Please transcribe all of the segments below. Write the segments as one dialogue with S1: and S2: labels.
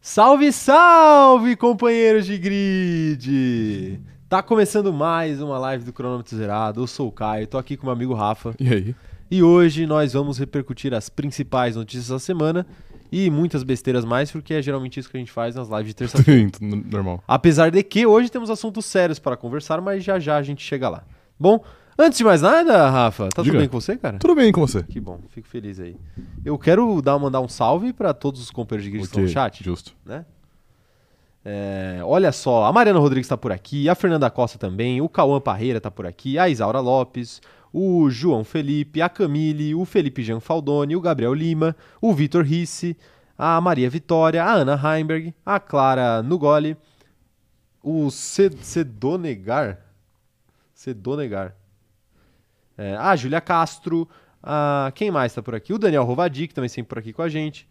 S1: Salve, salve, companheiros de grid! Tá começando mais uma live do Cronômetro Zerado. Eu sou o Caio, tô aqui com meu amigo Rafa.
S2: E aí?
S1: E hoje nós vamos repercutir as principais notícias da semana e muitas besteiras mais, porque é geralmente isso que a gente faz nas lives de terça-feira.
S2: Sim, tudo normal.
S1: Apesar de que hoje temos assuntos sérios para conversar, mas já já a gente chega lá. Bom, antes de mais nada, Rafa, tá tudo
S2: Diga.
S1: bem com você, cara?
S2: Tudo bem com você?
S1: Que bom, fico feliz aí. Eu quero dar, mandar um salve para todos os companheiros de grid que estão no
S2: Ok,
S1: chat.
S2: Justo.
S1: né? É, olha só, a Mariana Rodrigues tá por aqui, a Fernanda Costa também, o Cauã Parreira tá por aqui, a Isaura Lopes, o João Felipe, a Camille, o Felipe Jean Faldoni, o Gabriel Lima, o Vitor Risse, a Maria Vitória, a Ana Heimberg, a Clara Nugoli, o Sed- Sedonegar, Sedonegar, é, a Júlia Castro, a, quem mais tá por aqui? O Daniel Rovadi, que também sempre por aqui com a gente,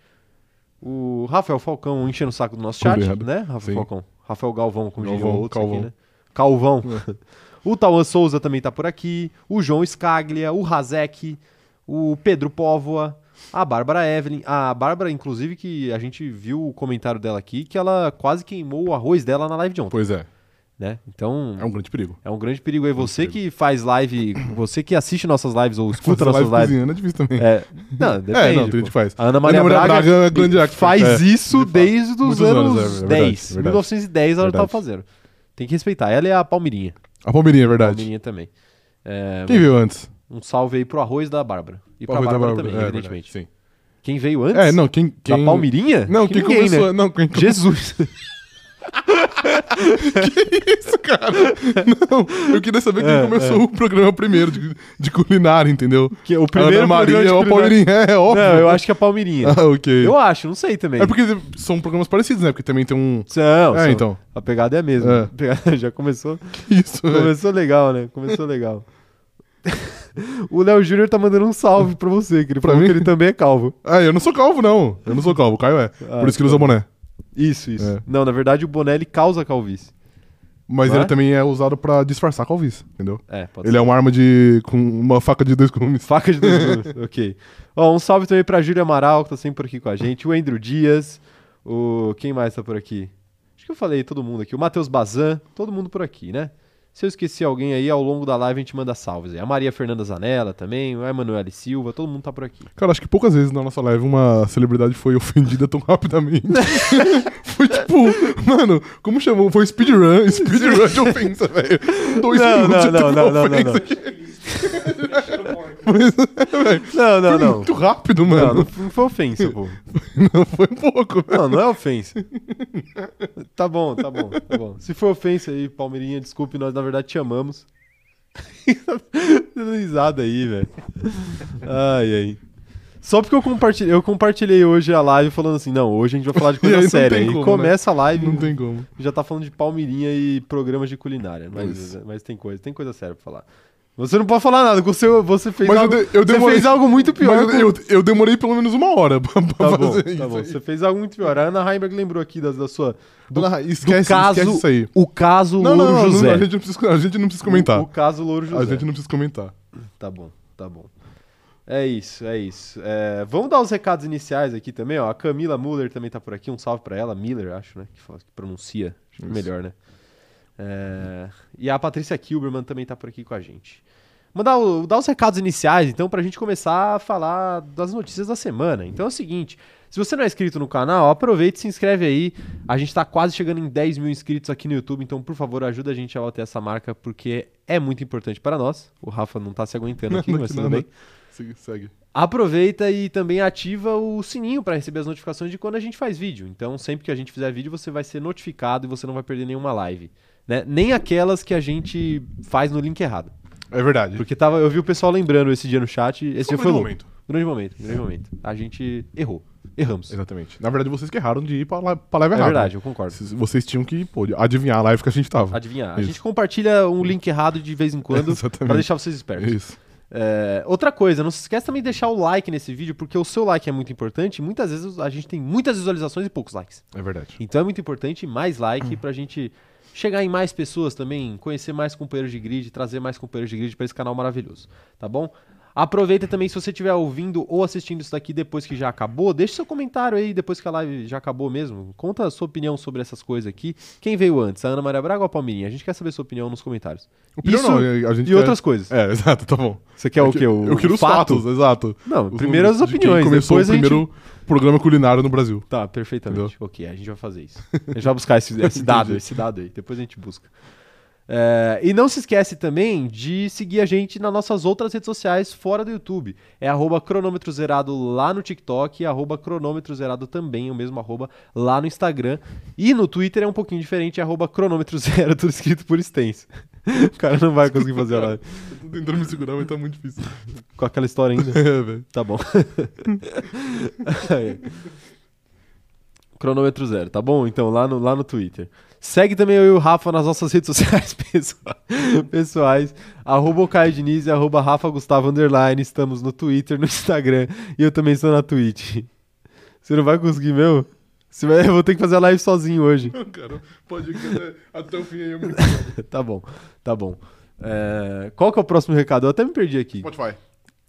S1: o Rafael Falcão enchendo o saco do nosso chat,
S2: Combinado.
S1: né, Rafael
S2: Sim.
S1: Falcão? Rafael Galvão, como diriam
S2: Galvão,
S1: outros
S2: Calvão.
S1: aqui, né? Calvão. o Tauan Souza também tá por aqui, o João Scaglia, o Razek, o Pedro Póvoa, a Bárbara Evelyn. A Bárbara, inclusive, que a gente viu o comentário dela aqui, que ela quase queimou o arroz dela na live de ontem,
S2: Pois é,
S1: né? Então...
S2: é um grande perigo.
S1: É um grande perigo aí. Você que faz live, você que assiste nossas lives ou escuta
S2: Fazer
S1: nossas
S2: live
S1: lives.
S2: cozinhando é difícil também.
S1: É, não, depende.
S2: É, não,
S1: pô.
S2: a gente faz.
S1: A Ana Maria,
S2: Ana Maria
S1: Braga,
S2: Braga é grande expert,
S1: faz
S2: é,
S1: isso
S2: de fato.
S1: desde os
S2: Muitos
S1: anos,
S2: anos, é, é verdade,
S1: 10.
S2: verdade.
S1: 1910 ela estava
S2: Verdade.
S1: fazendo. Tem que respeitar. Ela é a Palmeirinha.
S2: A Palmeirinha, é verdade.
S1: Palmeirinha também.
S2: Quem veio antes?
S1: Um salve aí pro arroz da Bárbara. E pra
S2: Arroz da
S1: Bárbara,
S2: Bárbara.
S1: também,
S2: É,
S1: evidentemente.
S2: verdade, sim.
S1: Quem veio antes?
S2: É, não, quem... quem...
S1: Da Palmeirinha?
S2: Não,
S1: Que
S2: quem
S1: ninguém,
S2: começou...
S1: né?
S2: Não, quem começou
S1: Jesus.
S2: isso, cara? Não, eu queria saber quem
S1: É,
S2: começou o programa primeiro de, de culinária, entendeu?
S1: Que é o
S2: A Ana
S1: primeiro programa de
S2: Maria ou a
S1: culinária.
S2: Palmeirinha, é óbvio.
S1: Não, eu acho que é a Palmeirinha.
S2: Ah, ok.
S1: Eu acho, não sei também.
S2: É porque são programas parecidos, né? Porque também tem um...
S1: São,
S2: É,
S1: são.
S2: então.
S1: A pegada é a mesma.
S2: É.
S1: A pegada já começou.
S2: Isso, é. velho.
S1: Começou legal, né? Começou legal. o Léo Júnior tá mandando um salve pra você, que ele
S2: Pra
S1: falou
S2: mim?
S1: que ele também é calvo.
S2: Ah, eu não sou calvo, não. Eu não sou calvo, o Caio é.
S1: Ah, então,
S2: Por isso que ele usa boné.
S1: Isso, isso.
S2: É.
S1: Não, na verdade o boné ele causa calvície.
S2: Mas
S1: Não
S2: ele
S1: é?
S2: também é usado pra disfarçar a calvície, entendeu?
S1: É, pode
S2: Ele é uma arma de. com uma faca de dois gumes.
S1: Faca de dois gumes, ok. Ó, um salve também pra Júlia Amaral, que tá sempre por aqui com a gente. O Andrew Dias. O... Quem mais tá por aqui? Acho que eu falei todo mundo aqui. O Matheus Bazan. Todo mundo por aqui, né? Se eu esqueci alguém aí, ao longo da live a gente manda salves aí. A Maria Fernanda Zanella também, o Emanuele Silva, todo mundo tá por aqui.
S2: Cara, acho que poucas vezes na nossa live uma celebridade foi ofendida tão rapidamente. foi tipo, mano, como chamou? Foi speedrun, speedrun de ofensa, velho. Dois
S1: Não,
S2: minutos
S1: não, não,
S2: de
S1: não, não,
S2: ofensa.
S1: não.
S2: Mas,
S1: Não,
S2: é, velho,
S1: não,
S2: foi
S1: não.
S2: muito rápido,
S1: Não,
S2: mano.
S1: não f- não foi ofensa, pô.
S2: Não foi pouco, velho.
S1: Não, não é ofensa. Tá bom, tá bom, tá bom. Se for ofensa aí, Palmeirinha, desculpe, nós na verdade te amamos. Dando risada aí, velho. Ai, ai. Só porque eu compartilhei, eu compartilhei hoje a live falando assim, não, hoje a gente vai falar de
S2: E
S1: coisa
S2: aí não
S1: séria.
S2: tem
S1: E
S2: como,
S1: começa a live,
S2: Não tem como.
S1: já tá falando de Palmeirinha e programas de culinária. Mas,
S2: Isso.
S1: mas tem coisa, tem coisa séria pra falar. Você não pode falar nada, você, você fez
S2: Mas eu
S1: algo.
S2: de- eu
S1: você
S2: demorei-
S1: fez algo muito pior.
S2: Mas
S1: que
S2: eu, eu- eu demorei pelo menos uma hora pra, pra
S1: Tá bom,
S2: fazer
S1: tá bom.
S2: isso.
S1: Você fez algo muito pior. A Ana Heimberg lembrou aqui da, da sua. Do,
S2: Ana,
S1: do
S2: esquece-
S1: caso,
S2: esquece isso aí.
S1: O caso
S2: Não,
S1: Louro
S2: não, não,
S1: José.
S2: não, a gente não precisa, a gente não precisa comentar.
S1: O, o caso Louro José.
S2: A gente não precisa comentar.
S1: Tá bom, tá bom. É isso, é isso. É, vamos dar os recados iniciais aqui também, ó. A Camila Muller também tá por aqui. Um salve pra ela. Miller, acho, né? Que, fala- que pronuncia. Acho que é
S2: Isso.
S1: melhor, né? É, e a Patrícia Kilberman também tá por aqui com a gente. Mandar o, dar os recados iniciais, então, pra gente começar a falar das notícias da semana. Então é o seguinte: se você não é inscrito no canal, aproveita e se inscreve aí. A gente tá quase chegando em 10 mil inscritos aqui no YouTube, então, por favor, ajuda a gente a bater essa marca, porque é muito importante para nós. O Rafa não tá se aguentando aqui,
S2: Não,
S1: mas
S2: que
S1: tudo
S2: nada.
S1: bem.
S2: Segue. segue.
S1: Aproveita e também ativa o sininho para receber as notificações de quando a gente faz vídeo. Então, sempre que a gente fizer vídeo, você vai ser notificado e você não vai perder nenhuma live. né? Nem aquelas que a gente faz no link errado.
S2: É verdade.
S1: Porque tava, eu vi o pessoal lembrando esse dia no chat. Esse dia
S2: Foi um
S1: foi
S2: grande
S1: louco.
S2: momento. É.
S1: Grande momento, um grande momento. A gente errou. Erramos.
S2: Exatamente. Na verdade, vocês que erraram de ir pra, lá- pra live
S1: É
S2: errada.
S1: verdade, eu concordo.
S2: né? Vocês- Vocês tinham que pô, adivinhar a live que a gente tava.
S1: Adivinhar. A
S2: Isso.
S1: gente compartilha um link errado de vez em quando
S2: Exatamente.
S1: para deixar vocês espertos.
S2: Isso.
S1: É, outra coisa, não se esqueça também de deixar o like nesse vídeo, porque o seu like é muito importante. Muitas vezes a gente tem muitas visualizações e poucos likes.
S2: É verdade.
S1: Então é muito importante mais
S2: Hum.
S1: like pra gente chegar em mais pessoas também, conhecer mais companheiros de grid, trazer mais companheiros de grid pra esse canal maravilhoso, tá bom? Aproveita também se você estiver ouvindo ou assistindo isso daqui depois que já acabou, deixa seu comentário aí depois que a live já acabou mesmo. Conta a sua opinião sobre essas coisas aqui. Quem veio antes, a Ana Maria Braga ou a Palmeirinha? A gente quer saber sua opinião nos comentários.
S2: Opinião
S1: Isso
S2: não, a- a gente
S1: e
S2: quer-
S1: outras coisas.
S2: É, exato, tá bom.
S1: Você quer o quê? O,
S2: eu quero
S1: o
S2: os fatos, exato.
S1: Não,
S2: Os
S1: primeiro as
S2: números de quem
S1: opiniões,
S2: começou
S1: depois
S2: o
S1: a gente-
S2: primeiro programa culinário no Brasil.
S1: Tá, perfeitamente.
S2: Entendeu?
S1: Ok, a gente vai fazer isso. A gente vai buscar esse, esse dado,
S2: Entendi.
S1: esse dado aí. Depois a gente busca. É, e não se esquece também de seguir a gente nas nossas outras redes sociais fora do YouTube. É arroba cronômetro zerado lá no TikTok e arroba cronômetro zerado também, o mesmo arroba lá no Instagram. E no Twitter é um pouquinho diferente, é arroba cronômetro zero, tudo escrito por extenso. O cara não vai conseguir fazer a live
S2: Eu tô tentando me segurar, mas tá muito difícil.
S1: com aquela história ainda.
S2: é, velho.
S1: Tá bom. Aí. Cronômetro zero, tá bom? Então, lá no, lá no Twitter. Segue também eu e o Rafa nas nossas redes sociais pessoa- pessoais. Arroba o Caio Diniz e arroba Rafa Gustavo Underline. Estamos no Twitter, no Instagram e eu também estou na Twitch. Você não vai conseguir, meu? Você vai, eu vou ter que fazer a live sozinho hoje.
S2: Cara, pode ir até, até o fim aí. Eu me...
S1: Tá bom, tá bom. É, qual que é o próximo recado? Eu até me perdi aqui.
S2: Spotify.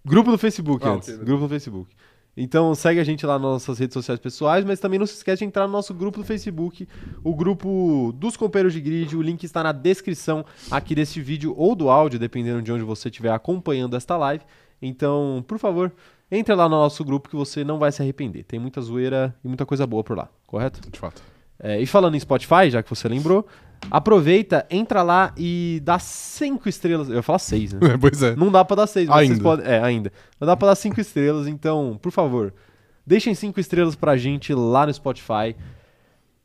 S1: Grupo no Facebook,
S2: Ah,
S1: antes.
S2: ok.
S1: Grupo no Facebook. Então segue a gente lá nas nossas redes sociais pessoais, mas também não se esquece de entrar no nosso grupo do Facebook, o grupo dos companheiros de grid. O link está na descrição aqui desse vídeo ou do áudio, dependendo de onde você estiver acompanhando esta live. Então, por favor, entre lá no nosso grupo que você não vai se arrepender. Tem muita zoeira e muita coisa boa por lá, correto?
S2: De fato.
S1: É, e falando em Spotify, já que você lembrou, aproveita, entra lá e dá cinco estrelas. Eu ia falar seis, né?
S2: É, pois é.
S1: Não dá pra dar seis, mas vocês
S2: Ainda.
S1: podem. É, ainda. Não dá pra dar cinco estrelas, então, por favor, deixem cinco estrelas pra gente lá no Spotify,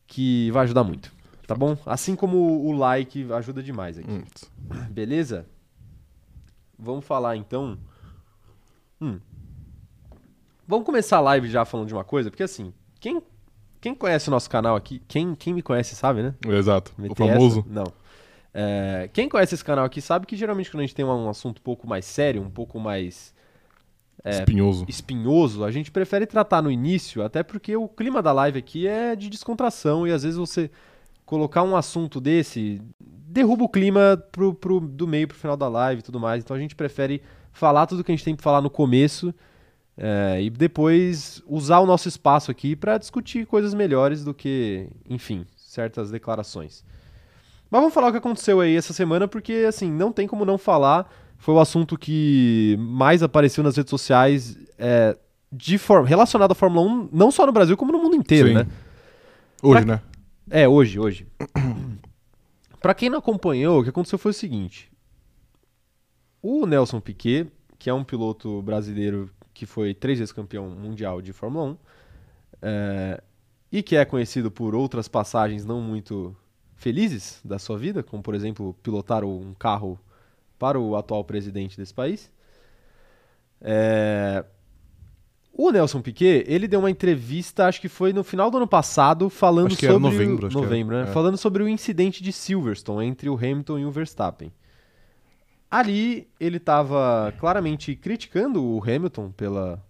S1: que vai ajudar muito. Tá bom? Assim como o like ajuda demais aqui.
S2: Hum.
S1: Beleza? Vamos falar então. Hum. Vamos começar a live já falando de uma coisa, porque assim, quem, quem conhece o nosso canal aqui, quem, quem me conhece sabe, né?
S2: Exato.
S1: Meter
S2: O famoso.
S1: essa? Não. É, quem conhece esse canal aqui sabe que geralmente quando a gente tem um assunto um pouco mais sério, um pouco mais
S2: Espinhoso.
S1: espinhoso, a gente prefere tratar no início, até porque o clima da live aqui é de descontração e às vezes você colocar um assunto desse derruba o clima pro, pro- do meio pro final da live e tudo mais. Então a gente prefere falar tudo que a gente tem pra falar no começo é, e depois usar o nosso espaço aqui pra discutir coisas melhores do que, enfim, certas declarações. Mas vamos falar o que aconteceu aí essa semana, porque assim, não tem como não falar. Foi o assunto que mais apareceu nas redes sociais é, de forma relacionado à Fórmula 1, não só no Brasil, como no mundo inteiro,
S2: Sim.
S1: né?
S2: Hoje, né?
S1: É, hoje, hoje. Pra quem não acompanhou, o que aconteceu foi o seguinte. O Nelson Piquet, que é um piloto brasileiro que foi três vezes campeão mundial de Fórmula 1, é, e que é conhecido por outras passagens não muito felizes da sua vida, como, por exemplo, pilotar um carro para o atual presidente desse país. É, O Nelson Piquet, ele deu uma entrevista, acho que foi no final do ano passado, falando
S2: Acho que era
S1: sobre o-
S2: novembro, acho que era.
S1: novembro, né?
S2: É.
S1: falando sobre o incidente de Silverstone entre o Hamilton e o Verstappen. Ali ele estava claramente criticando o Hamilton pela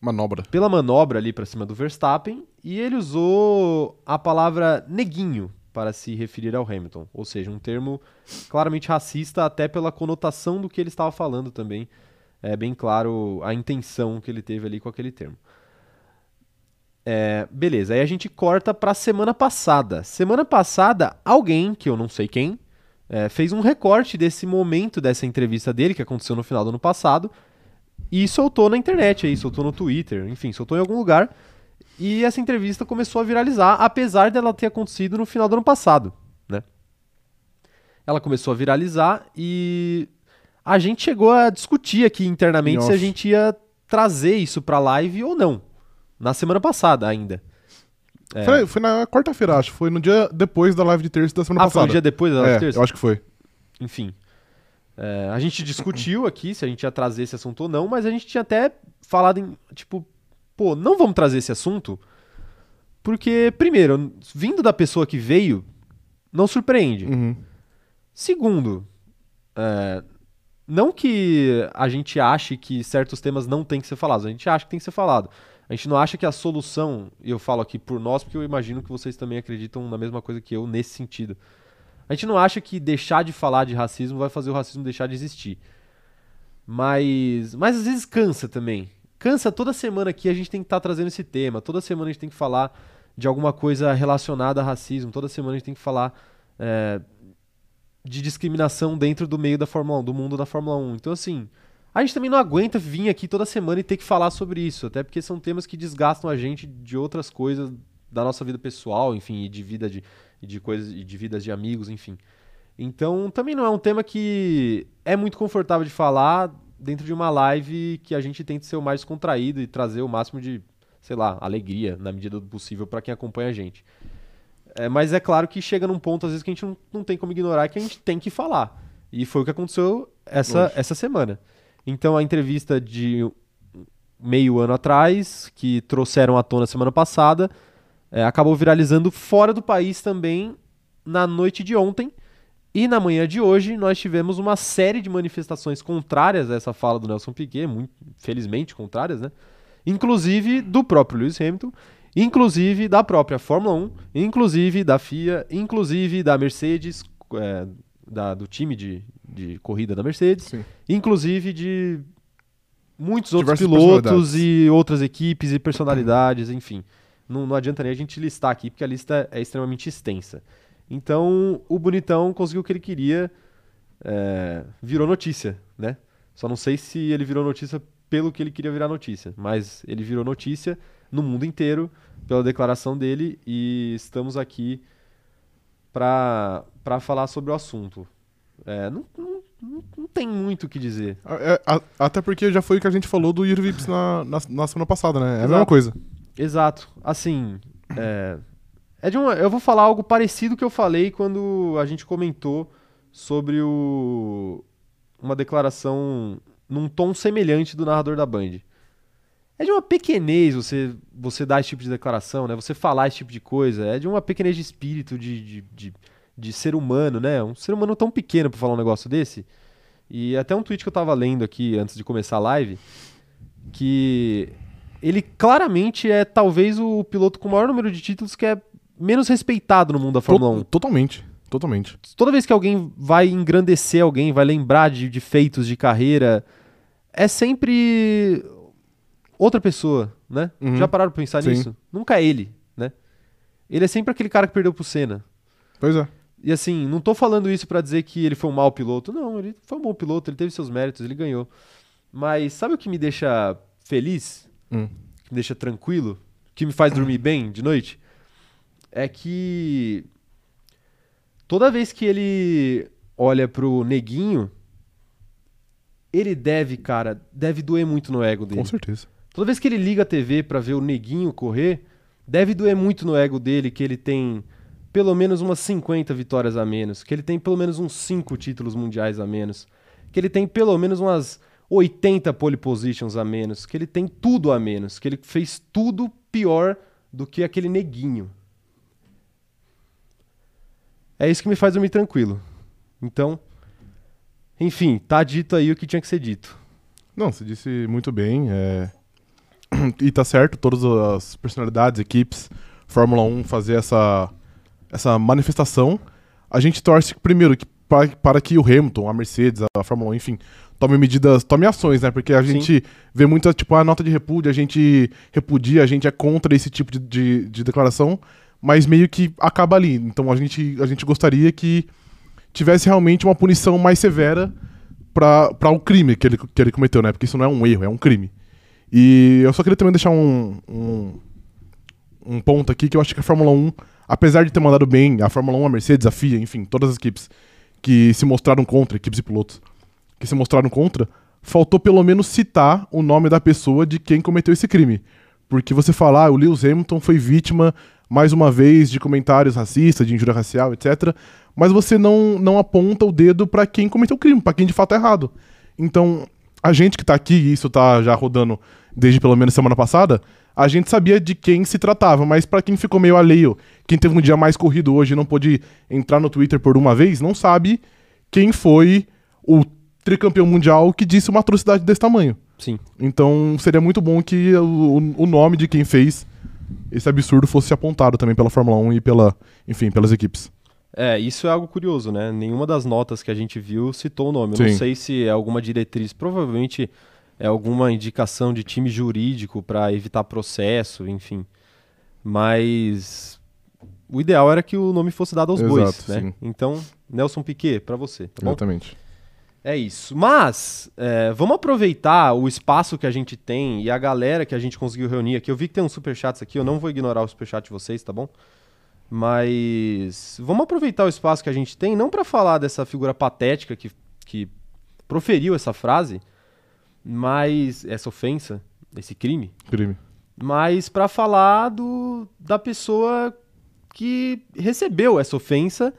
S2: Manobra.
S1: pela manobra ali pra cima do Verstappen e ele usou a palavra neguinho para se referir ao Hamilton, ou seja, um termo claramente racista até pela conotação do que ele estava falando também. É bem claro a intenção que ele teve ali com aquele termo. É, beleza, aí a gente corta pra semana passada. Semana passada, alguém, que eu não sei quem, é, fez um recorte desse momento dessa entrevista dele, que aconteceu no final do ano passado, e soltou na internet aí, soltou no Twitter, enfim, soltou em algum lugar. E essa entrevista começou a viralizar, apesar dela ter acontecido no final do ano passado, né? Ela começou a viralizar e a gente chegou a discutir aqui internamente
S2: Em
S1: se a
S2: off.
S1: gente ia trazer isso pra live ou não. Na semana passada ainda. É.
S2: Foi, foi na quarta-feira, acho. Foi no dia depois da live de terça da semana
S1: Ah, foi
S2: passada.
S1: um dia depois da
S2: é,
S1: live terça?
S2: Eu acho que foi.
S1: enfim. É, a gente discutiu aqui se a gente ia trazer esse assunto ou não, mas a gente tinha até falado em, tipo, pô, não vamos trazer esse assunto, porque, primeiro, vindo da pessoa que veio, não surpreende.
S2: Uhum.
S1: Segundo, é, não que a gente ache que certos temas não têm que ser falados, a gente acha que tem que ser falado. A gente não acha que a solução, e eu falo aqui por nós, porque eu imagino que vocês também acreditam na mesma coisa que eu nesse sentido. A gente não acha que deixar de falar de racismo vai fazer o racismo deixar de existir. Mas, mas às vezes cansa também. Cansa toda semana aqui a gente tem que estar trazendo esse tema. Toda semana a gente tem que falar de alguma coisa relacionada a racismo. Toda semana a gente tem que falar é, de discriminação dentro do meio da Fórmula 1, do mundo da Fórmula 1. Então, assim, a gente também não aguenta vir aqui toda semana e ter que falar sobre isso. Até porque são temas que desgastam a gente de outras coisas da nossa vida pessoal, enfim, e de vida de, e de coisas e de vidas de amigos, enfim. Então, também não é um tema que é muito confortável de falar dentro de uma live que a gente tenta ser o mais contraído e trazer o máximo de, sei lá, alegria na medida do possível para quem acompanha a gente. É, mas é claro que chega num ponto, às vezes, que a gente não, não tem como ignorar, que a gente tem que falar. E foi o que aconteceu essa,
S2: Lógico.
S1: essa semana. Então, a entrevista de meio ano atrás, que trouxeram à tona semana passada, é, acabou viralizando fora do país também na noite de ontem. E na manhã de hoje, nós tivemos uma série de manifestações contrárias a essa fala do Nelson Piquet, muito, felizmente contrárias, né? Inclusive do próprio Lewis Hamilton, inclusive da própria Fórmula 1, inclusive da FIA, inclusive da Mercedes, é, da- do time de, de corrida da Mercedes,
S2: Sim.
S1: inclusive de muitos outros
S2: Diversas
S1: pilotos e outras equipes e personalidades, enfim. Não, não adianta nem a gente listar aqui, porque a lista é extremamente extensa. Então, o Bonitão conseguiu o que ele queria, é, virou notícia, né? Só não sei se ele virou notícia pelo que ele queria virar notícia, mas ele virou notícia no mundo inteiro pela declaração dele e estamos aqui para falar sobre o assunto. É, não, não, não- não tem muito o que dizer.
S2: A- é- a- até porque já foi o que a gente falou do Irvips na, na, na semana passada, né? É a mesma
S1: Exato.
S2: coisa.
S1: Exato. Assim, é, é de uma, eu vou falar algo parecido que eu falei quando a gente comentou sobre o, uma declaração num tom semelhante do narrador da Band. É de uma pequenez você, você dar esse tipo de declaração, né? Você falar esse tipo de coisa. É de uma pequenez de espírito, de, de, de, de ser humano, né? Um ser humano tão pequeno pra falar um negócio desse. E até um tweet que eu tava lendo aqui antes de começar a live, que ele claramente é talvez o piloto com o maior número de títulos que é menos respeitado no mundo da Fórmula 1
S2: To- Totalmente. Totalmente.
S1: toda vez que alguém vai engrandecer alguém, vai lembrar de, de feitos de carreira, é sempre outra pessoa, né?
S2: Uhum.
S1: Já pararam pra pensar
S2: Sim.
S1: nisso? Nunca é ele, né? Ele é sempre aquele cara que perdeu pro Senna.
S2: Pois é.
S1: E assim, não tô falando isso pra dizer que ele foi um mau piloto. Não, ele foi um bom piloto, ele teve seus méritos, ele ganhou. Mas sabe o que me deixa feliz?
S2: Hum.
S1: Que me deixa tranquilo? Que me faz dormir bem de noite? É que toda vez que ele olha pro neguinho, ele deve, cara, deve doer muito no ego dele.
S2: Com certeza.
S1: Toda vez que ele liga a TV pra ver o neguinho correr, deve doer muito no ego dele que ele tem pelo menos umas 50 vitórias a menos, que ele tem pelo menos uns 5 títulos mundiais a menos, que ele tem pelo menos umas 80 pole positions a menos, que ele tem tudo a menos, que ele fez tudo pior do que aquele neguinho. É isso que me faz dormir tranquilo. Então, enfim, tá dito aí o que tinha que ser dito.
S2: Não, você disse muito bem. É... E tá certo, todas as personalidades, equipes, Fórmula 1 fazer essa, essa manifestação. A gente torce, primeiro, que pa- para que o Hamilton, a Mercedes, a Fórmula 1, enfim, tome medidas, tome ações, né? Porque a
S1: Sim.
S2: gente vê muita, tipo, a nota de repúdio, a gente repudia, a gente é contra esse tipo de, de, de declaração, mas meio que acaba ali. Então a gente, a gente gostaria que tivesse realmente uma punição mais severa para o crime que ele, que ele cometeu, né? Porque isso não é um erro, é um crime. E eu só queria também deixar um, um, um ponto aqui que eu acho que a Fórmula 1, apesar de ter mandado bem, a Fórmula 1, a Mercedes, a FIA, enfim, todas as equipes que se mostraram contra, equipes e pilotos, que se mostraram contra, faltou pelo menos citar o nome da pessoa de quem cometeu esse crime. Porque você falar, ah, o Lewis Hamilton foi vítima, mais uma vez, de comentários racistas, de injúria racial, etc. Mas você não, não aponta o dedo pra quem cometeu o crime, pra quem de fato é errado. Então, a gente que tá aqui, e isso tá já rodando desde pelo menos semana passada, a gente sabia de quem se tratava, mas pra quem ficou meio alheio, quem teve um dia mais corrido hoje e não pôde entrar no Twitter por uma vez, não sabe quem foi o tricampeão mundial que disse uma atrocidade desse tamanho.
S1: Sim.
S2: Então seria muito bom que o, o nome de um quem fez esse absurdo fosse apontado também pela Fórmula 1 e pela, enfim, pelas equipes.
S1: É, isso é algo curioso, né? Nenhuma das notas que a gente viu citou o nome. Eu
S2: Sim.
S1: não sei se é alguma diretriz, provavelmente é alguma indicação de time jurídico para evitar processo, enfim. Mas o ideal era que o nome fosse dado aos
S2: Exato,
S1: bois, né?
S2: sim.
S1: Então, Nelson Piquet, para você, tá bom?
S2: Exatamente.
S1: É isso. Mas é, vamos aproveitar o espaço que a gente tem e a galera que a gente conseguiu reunir aqui. Eu vi que tem uns superchats aqui, eu não vou ignorar o superchat de vocês, tá bom? Mas vamos aproveitar o espaço que a gente tem, não para falar dessa figura patética que, que proferiu essa frase, mas essa ofensa, esse crime,
S2: Crime.
S1: mas para falar do, da pessoa que recebeu essa ofensa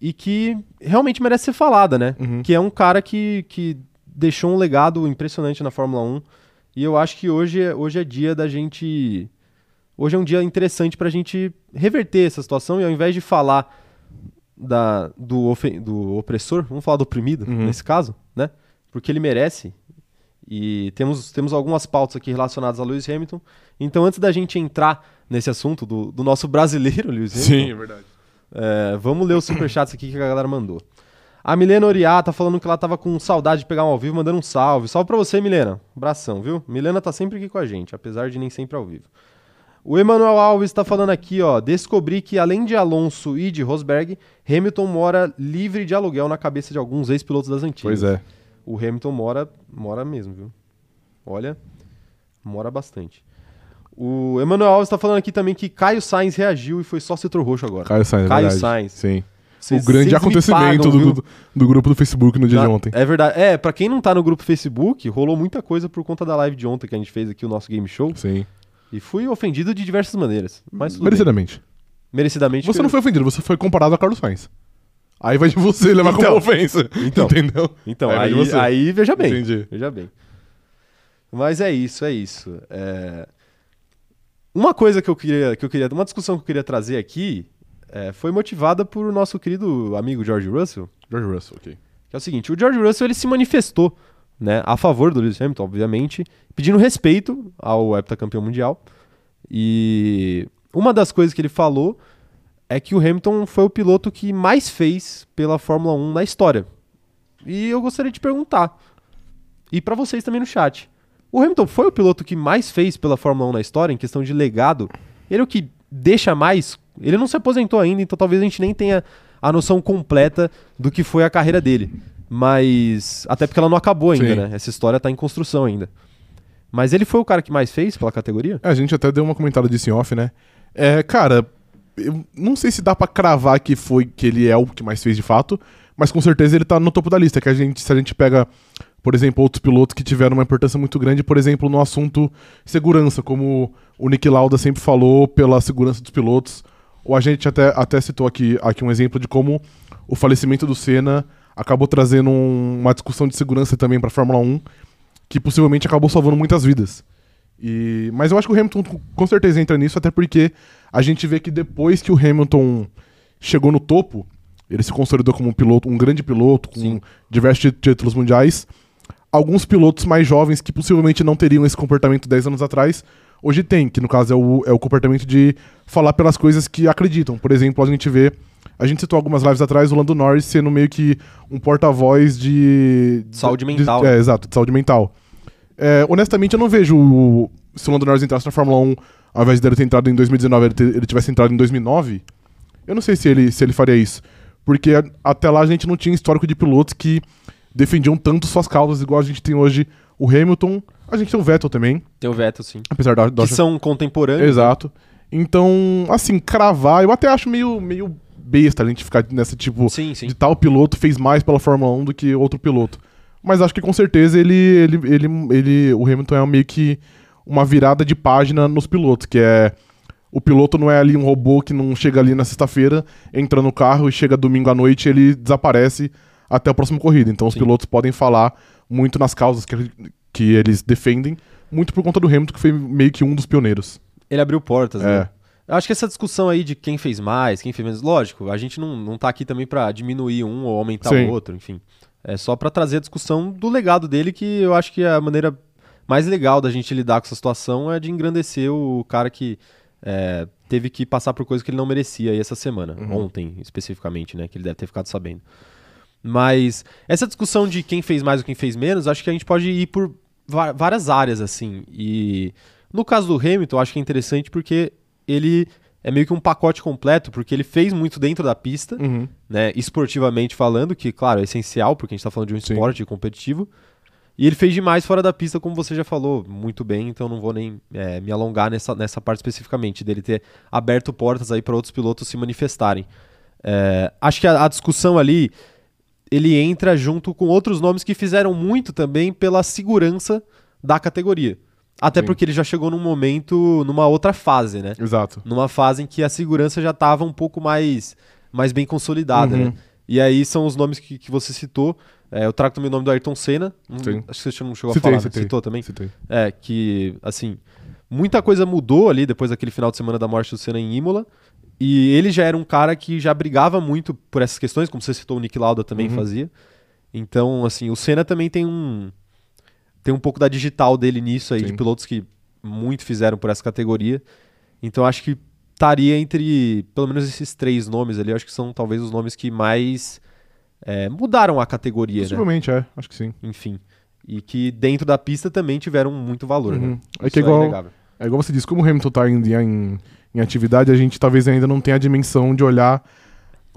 S1: e que realmente merece ser falada, né?
S2: Uhum.
S1: Que é um cara que, que deixou um legado impressionante na Fórmula 1. E eu acho que hoje, é- hoje é dia da gente. Hoje é um dia interessante pra gente reverter essa situação e ao invés de falar da, do, ofe- do opressor, vamos falar do oprimido,
S2: Uhum.
S1: nesse caso, né? Porque ele merece. E temos, temos algumas pautas aqui relacionadas a Lewis Hamilton. Então, antes da gente entrar nesse assunto do, do nosso brasileiro, Lewis Hamilton,
S2: é verdade.
S1: é, vamos ler os superchats aqui que a galera mandou. A Milena Oriá tá falando que ela tava com saudade de pegar um ao vivo, mandando um salve. Salve pra você, Milena. Abração, viu? Milena tá sempre aqui com a gente, apesar de nem sempre ao vivo. O Emanuel Alves tá falando aqui, ó. Descobri que além de Alonso e de Rosberg, Hamilton mora livre de aluguel na cabeça de alguns ex-pilotos das antigas.
S2: Pois é.
S1: O Hamilton mora, mora mesmo, viu? Olha, mora bastante. O Emanuel Alves tá falando aqui também que Caio Sainz reagiu e foi só setor roxo agora.
S2: Caio Sainz, é
S1: Caio
S2: verdade.
S1: Sainz.
S2: Sim.
S1: Vocês-
S2: o grande
S1: vocês me
S2: acontecimento
S1: pagam, viu?
S2: do, do, do grupo do Facebook no dia
S1: Na-
S2: de ontem.
S1: É verdade. É, pra quem não tá no grupo Facebook, rolou muita coisa por conta da live de ontem que a gente fez aqui, o nosso game show.
S2: Sim.
S1: E fui ofendido de diversas maneiras. é Mas tudo bem.
S2: Merecidamente.
S1: Merecidamente.
S2: Você
S1: que-
S2: não foi ofendido, você foi comparado a Carlos Sainz. Aí vai de você levar
S1: Então.
S2: como ofensa.
S1: Então.
S2: Entendeu?
S1: Então,
S2: Aí
S1: aí,
S2: vai de É, você.
S1: aí veja bem.
S2: Entendi.
S1: Veja bem. Mas é isso, é isso. É, Uma coisa que eu queria, que eu queria. Uma discussão que eu queria trazer aqui é, foi motivada por o nosso querido amigo George Russell.
S2: George Russell, ok.
S1: Que é o seguinte, o George Russell ele se manifestou, né, a favor do Lewis Hamilton, obviamente, pedindo respeito ao heptacampeão mundial. E uma das coisas que ele falou é que o Hamilton foi o piloto que mais fez pela Fórmula 1 na história. E eu gostaria de perguntar, e para vocês também no chat. O Hamilton foi o piloto que mais fez pela Fórmula 1 na história em questão de legado? Ele é o que deixa mais? Ele não se aposentou ainda, então talvez a gente nem tenha a noção completa do que foi a carreira dele. Mas até porque ela não acabou ainda,
S2: Sim.
S1: né? Essa história tá em construção ainda. Mas ele foi o cara que mais fez pela categoria?
S2: É, A gente até deu uma comentada disso em off, né? É, cara, eu não sei se dá pra cravar que foi que ele é o que mais fez de fato, mas com certeza ele tá no topo da lista, que a gente, se a gente pega, por exemplo, outros pilotos que tiveram uma importância muito grande, por exemplo, no assunto segurança, como o Nick Lauda sempre falou pela segurança dos pilotos, ou a gente até, até citou aqui, aqui um exemplo de como o falecimento do Senna acabou trazendo um- uma discussão de segurança também pra Fórmula 1, que possivelmente acabou salvando muitas vidas. E- mas eu acho que o Hamilton com- com certeza entra nisso, até porque a gente vê que depois que o Hamilton chegou no topo, ele se consolidou como um piloto, um grande piloto, com
S1: Sim.
S2: diversos tí- títulos mundiais. Alguns pilotos mais jovens que possivelmente não teriam esse comportamento 10 anos atrás, hoje tem, que no caso é o, é o comportamento de falar pelas coisas que acreditam. Por exemplo, a gente vê. A gente citou algumas lives atrás o Lando Norris sendo meio que um porta-voz de.
S1: Saúde
S2: de-
S1: mental,
S2: de-
S1: né?
S2: é, exato, de saúde mental. É, honestamente, eu não vejo o- se o Lando Norris entrasse na Fórmula 1, ao invés dele ter entrado em 2019, ele, ter- ele tivesse entrado em 2009. Eu não sei se ele, se ele faria isso. Porque a- até lá a gente não tinha histórico de pilotos que defendiam tanto suas causas, igual a gente tem hoje o Hamilton. A gente tem o Vettel também,
S1: Tem o Vettel, sim.
S2: apesar da. da
S1: Que são né? contemporâneos.
S2: Exato. Então, assim, cravar, eu até acho meio, meio besta a gente ficar nessa tipo
S1: Sim, sim.
S2: de tal piloto fez mais pela Fórmula 1 do que outro piloto. Mas acho que com certeza ele, ele, ele, ele o Hamilton é meio que uma virada de página nos pilotos, que é o piloto não é ali um robô que não chega ali na sexta-feira, entra no carro e chega domingo à noite ele desaparece até a próxima corrida. Então os
S1: Sim.
S2: pilotos podem falar muito nas causas que, que eles defendem, muito por conta do Hamilton que foi meio que um dos pioneiros.
S1: Ele abriu portas, né?
S2: É.
S1: Eu acho que essa discussão aí de quem fez mais, quem fez menos, lógico, a gente não, não tá aqui também pra diminuir um ou aumentar
S2: Sim.
S1: o outro, enfim. É só pra trazer a discussão do legado dele, que eu acho que a maneira mais legal da gente lidar com essa situação é de engrandecer o cara que é, teve que passar por coisas que ele não merecia aí essa semana,
S2: Uhum.
S1: ontem especificamente, né? Que ele deve ter ficado sabendo. Mas essa discussão de quem fez mais ou quem fez menos, acho que a gente pode ir por va- várias áreas, assim. E no caso do Hamilton, acho que é interessante porque ele é meio que um pacote completo, porque ele fez muito dentro da pista,
S2: Uhum.
S1: né, esportivamente falando, que, claro, é essencial, porque a gente tá falando de um
S2: Sim.
S1: esporte competitivo. E ele fez demais fora da pista, como você já falou, muito bem, então não vou nem é, me alongar nessa, nessa parte especificamente, dele ter aberto portas aí para outros pilotos se manifestarem. É, acho que a, a discussão ali, ele entra junto com outros nomes que fizeram muito também pela segurança da categoria. Até
S2: Sim.
S1: porque ele já chegou num momento, numa outra fase, né?
S2: Exato.
S1: numa fase em que a segurança já estava um pouco mais, mais bem consolidada,
S2: Uhum.
S1: né? E aí são os nomes que, que você citou. É, eu trago também o nome do Ayrton Senna. Não-
S2: Sim.
S1: Acho que você não chegou
S2: Citei,
S1: a falar. né?
S2: citei.
S1: Citou também?
S2: Citei.
S1: É, que, assim, muita coisa mudou ali depois daquele final de semana da morte do Senna em Imola. E ele já era um cara que já brigava muito por essas questões, como você citou, o Nick Lauda também
S2: Uhum.
S1: fazia. Então, assim, o Senna também tem um. Tem um pouco da digital dele nisso aí, de
S2: Sim.
S1: pilotos que muito fizeram por essa categoria. Então, acho que estaria entre, pelo menos esses três nomes ali, acho que são talvez os nomes que mais é, mudaram a categoria, né?
S2: Possivelmente, é. Acho que sim.
S1: Enfim. E que dentro da pista também tiveram muito valor, né?
S2: Uhum. É
S1: Isso
S2: que igual,
S1: inegável.
S2: É igual você disse, como o Hamilton tá em, em, em atividade, a gente talvez ainda não tenha a dimensão de olhar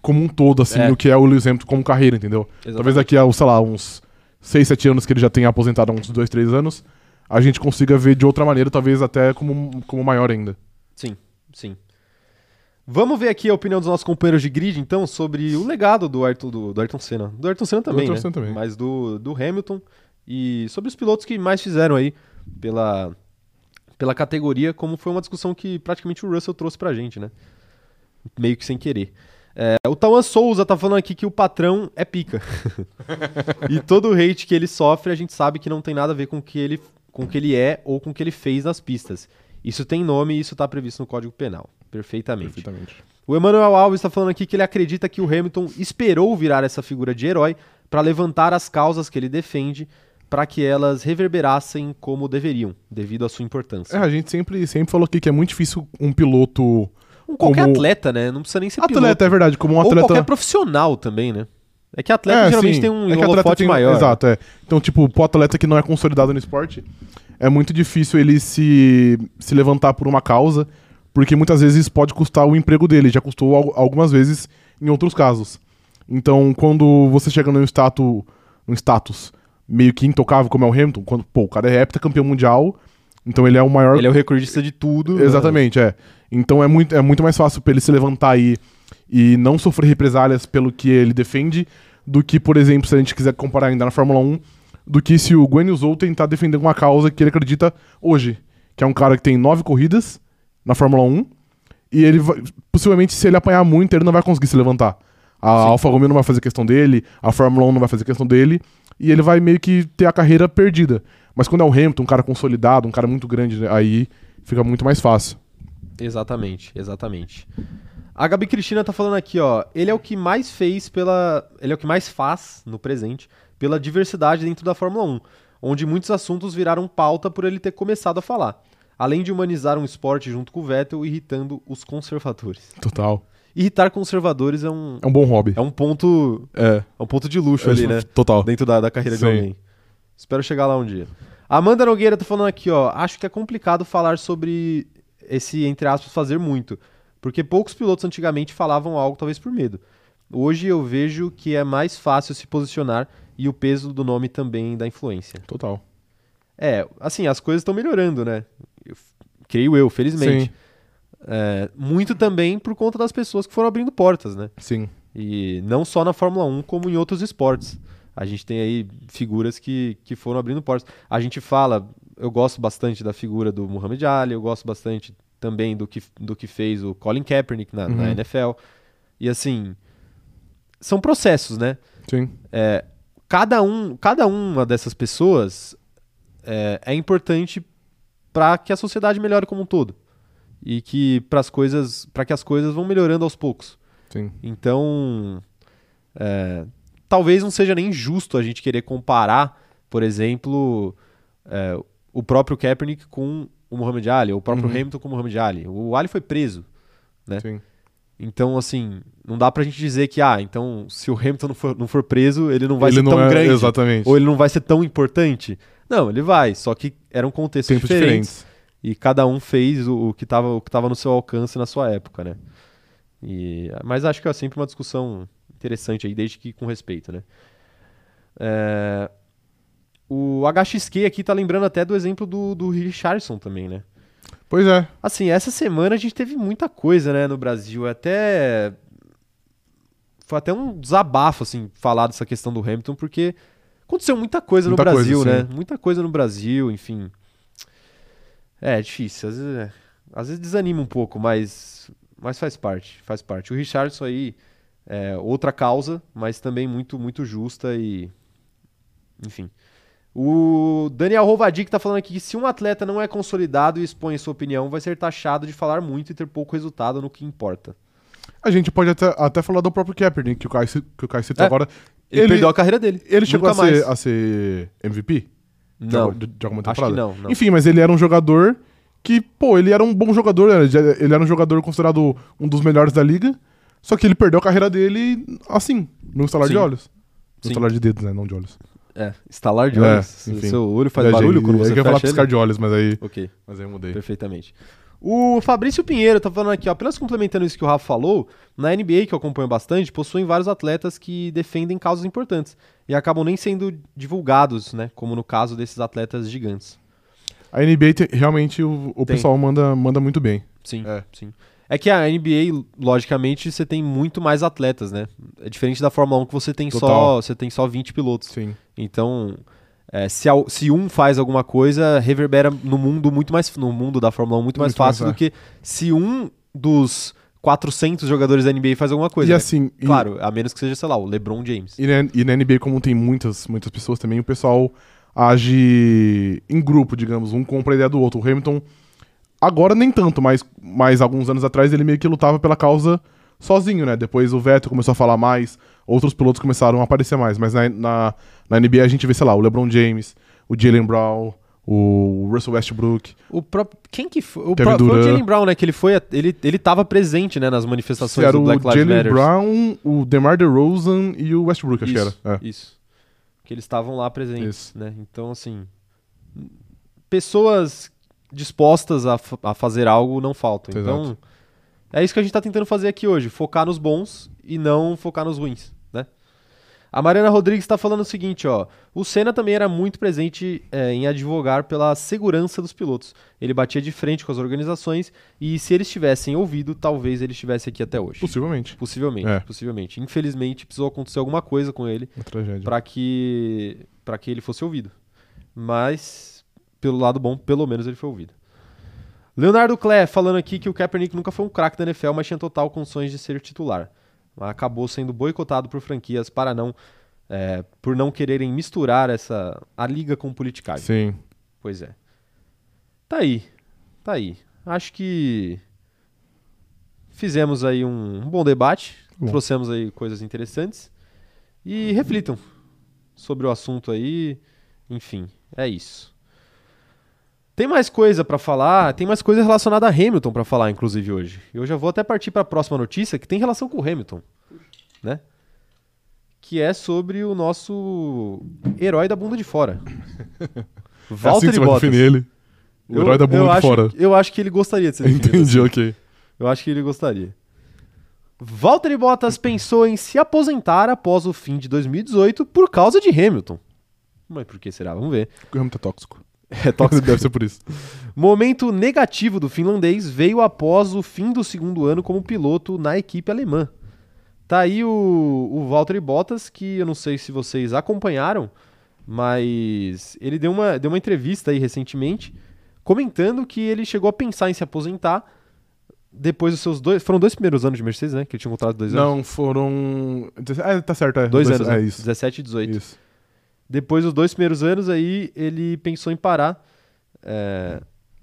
S2: como um todo, assim,
S1: É.
S2: o que é o Lewis Hamilton como carreira, entendeu? Talvez daqui a, sei lá, uns 6, 7 anos que ele já tenha aposentado, há uns 2, 3 anos, a gente consiga ver de outra maneira, talvez até como, como maior ainda.
S1: Sim, sim. Vamos ver aqui a opinião dos nossos companheiros de grid, então, sobre o legado do Ayrton, do, do Ayrton Senna. Do Ayrton Senna também,
S2: Ayrton
S1: né?
S2: Senna também.
S1: Mas do, do Hamilton. E sobre os pilotos que mais fizeram aí pela, pela categoria, como foi uma discussão que praticamente o Russell trouxe pra gente, né? Meio que sem querer. É, o Tawan Souza tá falando aqui que o patrão é pica. e todo o hate que ele sofre, a gente sabe que não tem nada a ver com o que ele, com o que ele é ou com o que ele fez nas pistas. Isso tem nome e isso tá previsto no Código Penal. Perfeitamente.
S2: Perfeitamente.
S1: O Emanuel Alves está falando aqui que ele acredita que o Hamilton esperou virar essa figura de herói para levantar as causas que ele defende para que elas reverberassem como deveriam, devido à sua
S2: É,
S1: importância.
S2: a gente sempre, sempre falou aqui que é muito difícil um piloto.
S1: Um qualquer
S2: como-
S1: atleta, né? Não precisa nem ser
S2: atleta,
S1: piloto.
S2: é verdade, como um
S1: Ou
S2: atleta.
S1: qualquer profissional também, né? É que atleta
S2: É,
S1: geralmente
S2: sim.
S1: tem um
S2: É que atleta
S1: holofote
S2: tem-
S1: maior.
S2: Exato, é. Então, tipo, pro atleta que não é consolidado no esporte, é muito difícil ele se, se levantar por uma causa, porque muitas vezes isso pode custar o emprego dele, já custou al- algumas vezes em outros casos. Então, quando você chega num status, num status meio que intocável, como é o Hamilton, quando, pô, o cara é heptacampeão mundial, então ele é o maior
S1: Ele é o recordista de tudo. né?
S2: Exatamente, é. Então é muito, é muito mais fácil pra ele se levantar aí e não sofrer represálias pelo que ele defende, do que, por exemplo, se a gente quiser comparar ainda na Fórmula 1, do que se o Gwen Zou tentar defender uma causa que ele acredita hoje, que é um cara que tem nove corridas na Fórmula 1, e ele vai- possivelmente se ele apanhar muito, ele não vai conseguir se levantar. A
S1: Sim.
S2: Alfa Romeo não vai fazer questão dele, a Fórmula 1 não vai fazer questão dele, e ele vai meio que ter a carreira perdida. Mas quando é o Hamilton, um cara consolidado, um cara muito grande, né, aí fica muito mais fácil.
S1: Exatamente, exatamente. A Gabi Cristina tá falando aqui, ó. Ele é o que mais fez pela. Ele é o que mais faz no presente pela diversidade dentro da Fórmula 1, onde muitos assuntos viraram pauta por ele ter começado a falar. Além de humanizar um esporte junto com o Vettel, irritando os conservadores.
S2: Total.
S1: Irritar conservadores é um,
S2: É um bom hobby.
S1: é um ponto.
S2: É.
S1: É um ponto de luxo ali, né?
S2: Total.
S1: dentro da, da carreira
S2: Sim.
S1: de alguém. Espero chegar lá um dia. Amanda Nogueira tá falando aqui, ó. Acho que é complicado falar sobre esse, entre aspas, fazer muito. Porque poucos pilotos antigamente falavam algo, talvez por medo. Hoje eu vejo que é mais fácil se posicionar e o peso do nome também da influência.
S2: Total.
S1: É, assim, as coisas estão melhorando, né? Eu f- creio eu, felizmente.
S2: Sim.
S1: É, muito também por conta das pessoas que foram abrindo portas, né?
S2: Sim.
S1: E não só na Fórmula 1, como em outros esportes. A gente tem aí figuras que, que foram abrindo portas. A gente fala, eu gosto bastante da figura do Muhammad Ali, eu gosto bastante também do que, do que fez o Colin Kaepernick na, na
S2: Uhum.
S1: NFL. E assim, são processos, né?
S2: Sim.
S1: Cada, um, cada uma dessas pessoas é, é importante para que a sociedade melhore como um todo. E que, pras coisas, pra que as coisas vão melhorando aos poucos.
S2: Sim.
S1: Então, é, talvez não seja nem justo a gente querer comparar, por exemplo, é, o próprio Kaepernick com o Muhammad Ali, ou o
S2: Uhum.
S1: próprio Hamilton com o Muhammad Ali. O Ali foi preso. né?
S2: Sim.
S1: Então, assim, não dá pra gente dizer que, ah, então se o Hamilton não for, não for preso, ele não vai
S2: ele
S1: ser
S2: não
S1: tão
S2: é,
S1: grande.
S2: Exatamente.
S1: Ou ele não vai ser tão importante. Não, ele vai, só que eram contextos
S2: Tempos
S1: diferentes.
S2: diferentes.
S1: E cada um fez o, o que estava o que tava no seu alcance na sua época, né? E, mas acho que é sempre uma discussão interessante aí, desde que com respeito, né? É, o HXQ aqui tá lembrando até do exemplo do, do Richardson também, né?
S2: Pois é.
S1: Assim, essa semana a gente teve muita coisa, né, no Brasil. Até. Foi até um desabafo, assim, falar dessa questão do Hamilton, porque aconteceu muita coisa
S2: Muita
S1: no
S2: coisa,
S1: Brasil, né?
S2: sim.
S1: Muita coisa no Brasil, enfim. É, é difícil. Às vezes, é. Às vezes desanima um pouco, mas, mas faz parte, faz parte. O Richardson aí é outra causa, mas também muito, muito justa e. Enfim. O Daniel Rovadic tá falando aqui que se um atleta não é consolidado e expõe sua opinião, vai ser taxado de falar muito e ter pouco resultado no que importa.
S2: A gente pode até, até falar do próprio Kaepernick, que o Kai, ci- que o Kai citou
S1: É.
S2: agora.
S1: Ele,
S2: Ele-
S1: perdeu a carreira dele.
S2: Ele chegou a
S1: Nunca
S2: ser,
S1: mais.
S2: a ser MVP? De,
S1: Não,
S2: algu- de, de alguma
S1: acho
S2: temporada?
S1: que não, não.
S2: Enfim, mas ele era um jogador que, pô, ele era um bom jogador, né? Ele era- ele era um jogador considerado um dos melhores da liga, só que ele perdeu a carreira dele assim, num estalar de
S1: Sim.
S2: olhos. Num
S1: Sim.
S2: estalar de dedos, né? Não de olhos.
S1: É, estalar de
S2: É,
S1: olhos.
S2: enfim.
S1: seu olho faz
S2: É,
S1: barulho
S2: gente,
S1: quando
S2: eu
S1: você
S2: ia falar
S1: fecha
S2: piscar
S1: ele?
S2: de olhos, mas aí,
S1: Ok.
S2: mas aí eu mudei.
S1: Perfeitamente. O Fabrício Pinheiro tá falando aqui, ó, apenas complementando isso que o Rafa falou, na NBA, que eu acompanho bastante, possuem vários atletas que defendem causas importantes e acabam nem sendo divulgados, né? Como no caso desses atletas gigantes.
S2: A NBA, tem- realmente, o, o
S1: Tem.
S2: pessoal manda, manda muito bem.
S1: Sim,
S2: É.
S1: sim. É que a NBA, logicamente, você tem muito mais atletas, né? É diferente da Fórmula 1 que você tem, só,
S2: Total.
S1: você tem só 20 pilotos.
S2: Sim.
S1: Então, é, se, al- se um faz alguma coisa, reverbera no mundo muito mais no mundo da Fórmula 1 muito, mais
S2: Muito mais,
S1: fácil
S2: é.
S1: do que se um dos 400 jogadores da NBA faz alguma coisa.
S2: e
S1: né?
S2: assim, e-
S1: claro, a menos que seja, sei lá, o LeBron James.
S2: E na, e na NBA, como tem muitas, muitas pessoas também, o pessoal age em grupo, digamos. Um compra a ideia do outro. O Hamilton, agora nem tanto, mas, mas alguns anos atrás ele meio que lutava pela causa sozinho, né? Depois o Vettel começou a falar mais, outros pilotos começaram a aparecer mais. Mas na, na, na NBA a gente vê, sei lá, o LeBron James, o Jalen Brown, o Russell Westbrook.
S1: O próprio quem que foi? O
S2: Kevin
S1: próprio foi o
S2: Durant.
S1: Jalen Brown, né, que ele foi a- ele ele tava presente, né, nas manifestações
S2: Era
S1: do
S2: o
S1: Black Lives
S2: Jalen
S1: Matter.
S2: Brown, o DeMar DeRozan e o Westbrook, acho
S1: isso,
S2: que era. É.
S1: Isso. Que eles estavam lá presentes,
S2: Isso.
S1: né? Então, assim, pessoas dispostas a, fa- a fazer algo não faltam.
S2: Exato.
S1: Então, é isso que a gente tá tentando fazer aqui hoje, focar nos bons e não focar nos ruins, né? A Mariana Rodrigues tá falando o seguinte, ó. O Senna também era muito presente é, em advogar pela segurança dos pilotos. Ele batia de frente com as organizações e se eles tivessem ouvido, talvez ele estivesse aqui até hoje.
S2: Possivelmente.
S1: Possivelmente,
S2: É.
S1: possivelmente. Infelizmente, precisou acontecer alguma coisa com ele
S2: Uma tragédia.
S1: para que para que ele fosse ouvido. Mas pelo lado bom, pelo menos ele foi ouvido. Leonardo Clé falando aqui que o Kaepernick nunca foi um craque da NFL, mas tinha total condições de ser titular. Mas Acabou sendo boicotado por franquias para não é, por não quererem misturar essa a liga com politicagem.
S2: Sim.
S1: Pois é. Tá aí. Tá aí. Acho que fizemos aí um, um bom debate,
S2: Bom.
S1: trouxemos aí coisas interessantes e reflitam sobre o assunto aí. Enfim, é isso. Tem mais coisa pra falar, tem mais coisa relacionada a Hamilton pra falar inclusive hoje. Eu já vou até partir pra próxima notícia que tem relação com o Hamilton, né? Que é sobre o nosso herói da bunda de fora.
S2: É assim
S1: Walter
S2: que você vai definir ele. O herói da bunda
S1: eu
S2: de
S1: acho-
S2: fora.
S1: Eu acho que ele gostaria de ser definido
S2: Entendi, tá ok.
S1: eu acho que ele gostaria. Valtteri Bottas pensou em se aposentar após o fim de 2018 por causa de Hamilton. Mas por que será? Vamos ver.
S2: Porque o Hamilton é tóxico.
S1: É tóxico.
S2: Deve ser por isso.
S1: Momento negativo do finlandês veio após o fim do segundo ano como piloto na equipe alemã. Tá aí o, o Valtteri Bottas, que eu não sei se vocês acompanharam, mas ele deu uma, deu uma entrevista aí recentemente comentando que ele chegou a pensar em se aposentar depois dos seus dois. Foram dois primeiros anos de Mercedes, né? Que ele tinha contrato dois anos.
S2: Não, foram. dezesse- Ah, tá certo, é.
S1: Dois anos,
S2: É
S1: né?
S2: isso.
S1: 17 e 18.
S2: isso.
S1: Depois dos dois primeiros anos, aí ele pensou em parar. é,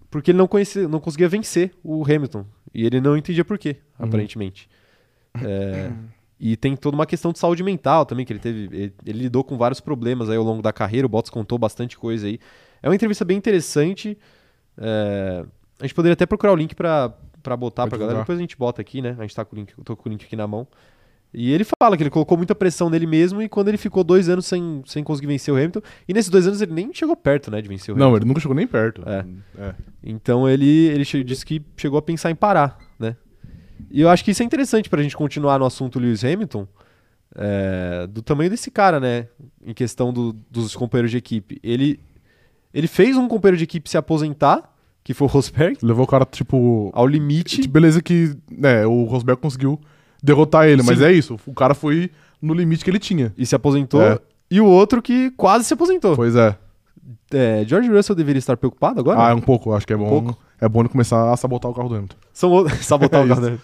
S1: porque ele não, conhecia, não conseguia vencer o Hamilton. E ele não entendia por quê,
S2: Uhum.
S1: aparentemente. É, e tem toda uma questão de saúde mental também, que ele teve. Ele, ele lidou com vários problemas aí ao longo da carreira. O Bottas contou bastante coisa aí. É uma entrevista bem interessante. É, a gente poderia até procurar o link pra, pra botar
S2: Pra
S1: pra galera,
S2: divulgar.
S1: depois a gente bota aqui, né? A gente tá com o link, eu tô com o link aqui na mão. E ele fala que ele colocou muita pressão nele mesmo e quando ele ficou dois anos sem, sem conseguir vencer o Hamilton, e nesses dois anos ele nem chegou perto, né, de vencer o
S2: Não,
S1: Hamilton.
S2: ele nunca chegou nem perto.
S1: É.
S2: É.
S1: Então ele, ele che- disse que chegou a pensar em parar, né? E eu acho que isso é interessante pra gente continuar no assunto Lewis Hamilton, é, do tamanho desse cara, né? Em questão do- dos companheiros de equipe. Ele, ele fez um companheiro de equipe se aposentar, que foi o Rosberg,
S2: Levou o cara, tipo.
S1: ao limite.
S2: Beleza que. É, o Rosberg conseguiu derrotar ele, mas
S1: Sim.
S2: é isso. O cara foi no limite que ele tinha.
S1: e se aposentou.
S2: É.
S1: E o outro que quase se aposentou.
S2: Pois é.
S1: É, George Russell deveria estar preocupado agora?
S2: Ah, é um pouco, acho que é bom.
S1: pouco.
S2: É bom ele começar a sabotar o carro do Hamilton.
S1: São outros- Sabotar
S2: É
S1: o
S2: isso.
S1: Gardner.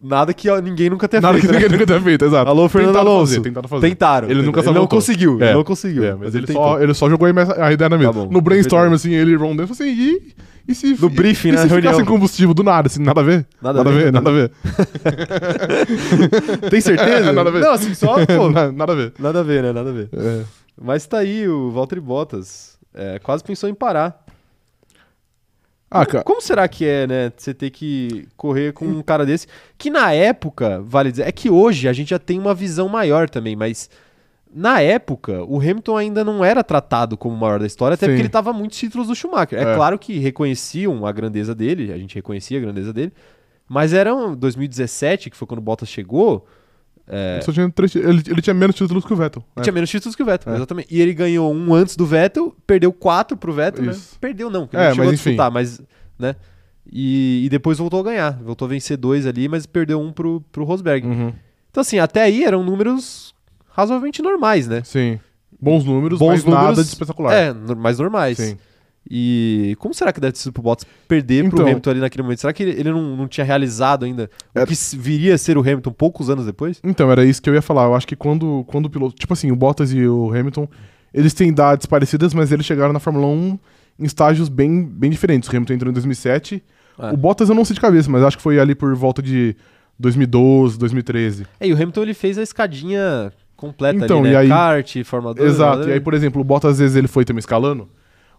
S1: Nada que ó, ninguém nunca tenha
S2: Nada
S1: feito.
S2: que
S1: né?
S2: ninguém nunca tenha feito, exato.
S1: Alô, Fernando
S2: Tentaram
S1: Alonso.
S2: fazer, tentaram fazer.
S1: Tentaram.
S2: Ele nunca
S1: Ele não
S2: sabotou.
S1: conseguiu, ele
S2: É.
S1: não conseguiu.
S2: É, mas ele,
S1: tentou.
S2: só, ele só jogou a imeça- a ideia na mesa.
S1: Tá bom,
S2: no brainstorm,
S1: verdade.
S2: assim, ele rondando assim, e, e se.
S1: No briefing,
S2: e
S1: né,
S2: Se ficar
S1: reunião.
S2: sem combustível, do nada, assim, nada a ver.
S1: Nada a
S2: Nada a
S1: ver, né?
S2: ver, nada a ver.
S1: Tem certeza?
S2: Nada a ver.
S1: Não, assim, só. pô,
S2: Na- nada a ver.
S1: nada a ver, né? Nada a ver.
S2: É.
S1: Mas tá aí o Valtteri Bottas. É, quase pensou em parar.
S2: Ah, cara.
S1: Como será que é, né? Você ter que correr com um cara desse. Que na época, vale dizer. É que hoje a gente já tem uma visão maior também, mas. Na época, o Hamilton ainda não era tratado como o maior da história, até
S2: Sim.
S1: porque ele tava muitos títulos do Schumacher. É,
S2: É.
S1: claro que reconheciam a grandeza dele, a gente reconhecia a grandeza dele, mas era um 2017, que foi quando o Bottas chegou, É.
S2: Ele, só tinha três, ele, ele tinha menos títulos que o Vettel.
S1: Ele
S2: né?
S1: Tinha menos títulos que o Vettel,
S2: É.
S1: exatamente. E ele ganhou um antes do Vettel, perdeu quatro pro Vettel, né?
S2: Isso.
S1: Perdeu não, porque
S2: É,
S1: ele não chegou
S2: mas
S1: a
S2: enfim.
S1: disputar, mas, né? E, e depois voltou a ganhar, voltou a vencer dois ali, mas perdeu um pro, pro Rosberg.
S2: Uhum.
S1: Então assim, até aí eram números razoavelmente normais, né?
S2: Sim. Bons números,
S1: Bons
S2: mas nada
S1: números,
S2: de espetacular.
S1: É, no- mais normais.
S2: Sim.
S1: E como será que deve ter sido pro Bottas perder pro
S2: Então.
S1: Hamilton ali naquele momento? Será que ele, ele não, não tinha realizado ainda o
S2: Era-
S1: que s- viria a ser o Hamilton poucos anos depois?
S2: Então, era isso que eu ia falar. Eu acho que quando, quando o piloto. Tipo assim, o Bottas e o Hamilton, eles têm idades parecidas, mas eles chegaram na Fórmula 1 em estágios bem, bem diferentes. O Hamilton entrou em 2007.
S1: É.
S2: O Bottas eu não sei de cabeça, mas acho que foi ali por volta de 2012, 2013.
S1: É, e o Hamilton ele fez a escadinha completa
S2: Então,
S1: ali, né?
S2: e aí-
S1: Kart, Fórmula 2...
S2: Exato.
S1: né?
S2: E aí, por exemplo, o Bottas às vezes ele foi também escalando,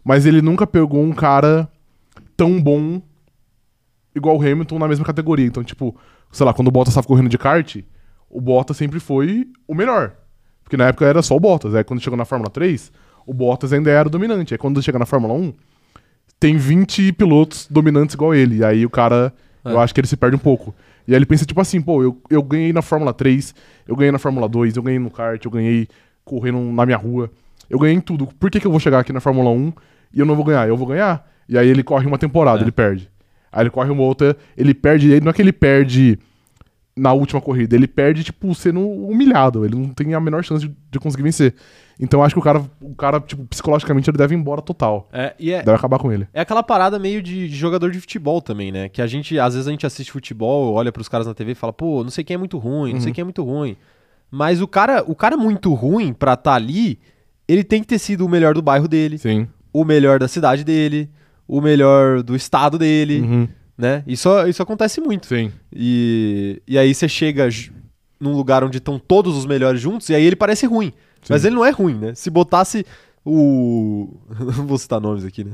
S2: mas ele nunca pegou um cara tão bom igual o Hamilton na mesma categoria. Então, tipo, sei lá, quando o Bottas tava correndo de kart, o Bottas sempre foi o melhor. Porque na época era só o Bottas. Aí quando chegou na Fórmula 3, o Bottas ainda era o dominante. Aí quando chega na Fórmula 1, tem 20 pilotos dominantes igual ele. E aí o cara,
S1: É.
S2: eu acho que ele se perde um pouco. E aí ele pensa, tipo assim, pô, eu, eu ganhei na Fórmula 3, eu ganhei na Fórmula 2, eu ganhei no kart, eu ganhei correndo na minha rua. Eu ganhei em tudo. Por que, que eu vou chegar aqui na Fórmula 1 e eu não vou ganhar? Eu vou ganhar. E aí ele corre uma temporada,
S1: É.
S2: ele perde. Aí ele corre uma outra, ele perde. e aí Não é que ele perde na última corrida, ele perde, tipo, sendo humilhado. Ele não tem a menor chance de, de conseguir vencer. Então eu acho que o cara, o cara, tipo, psicologicamente ele deve ir embora total.
S1: É, e é,
S2: Deve acabar com ele.
S1: é aquela parada meio de, de jogador de futebol também, né? Que a gente, às vezes a gente assiste futebol, olha pros caras na TV e fala, pô, não sei quem é muito ruim, não
S2: Uhum.
S1: sei quem é muito ruim. Mas o cara, o cara muito ruim pra estar ali, ele tem que ter sido o melhor do bairro dele,
S2: Sim.
S1: o melhor da cidade dele, o melhor do estado dele,
S2: Uhum.
S1: né? Isso, isso acontece muito.
S2: Sim.
S1: E, e aí você chega ju- num lugar onde estão todos os melhores juntos, e aí ele parece ruim.
S2: Sim.
S1: Mas ele não é ruim, né? Se botasse o. Não vou citar nomes aqui, né?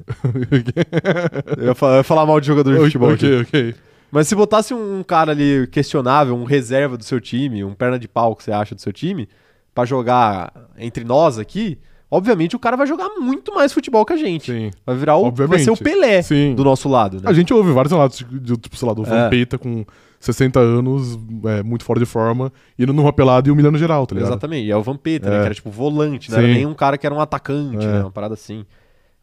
S1: Eu ia falar, eu ia falar mal de jogador de futebol. aqui.
S2: ok, ok.
S1: Mas se botasse um cara ali questionável, um reserva do seu time, um perna de pau que você acha do seu time, pra jogar entre nós aqui, obviamente o cara vai jogar muito mais futebol que a gente.
S2: Sim.
S1: Vai virar o. Vai
S2: Obviamente.
S1: ser o Pelé
S2: Sim.
S1: É, do nosso lado, né?
S2: A gente ouve vários relatos de, de, tipo, sei lá, do
S1: É.
S2: Vampeta com 60 anos, é, muito fora de forma, indo numa pelada e humilhando geral, tá ligado?
S1: Exatamente, e é o Vampeta, né?
S2: É.
S1: Que era tipo volante, não era
S2: Sim.
S1: nem um cara que era um atacante,
S2: É.
S1: né? Uma parada assim.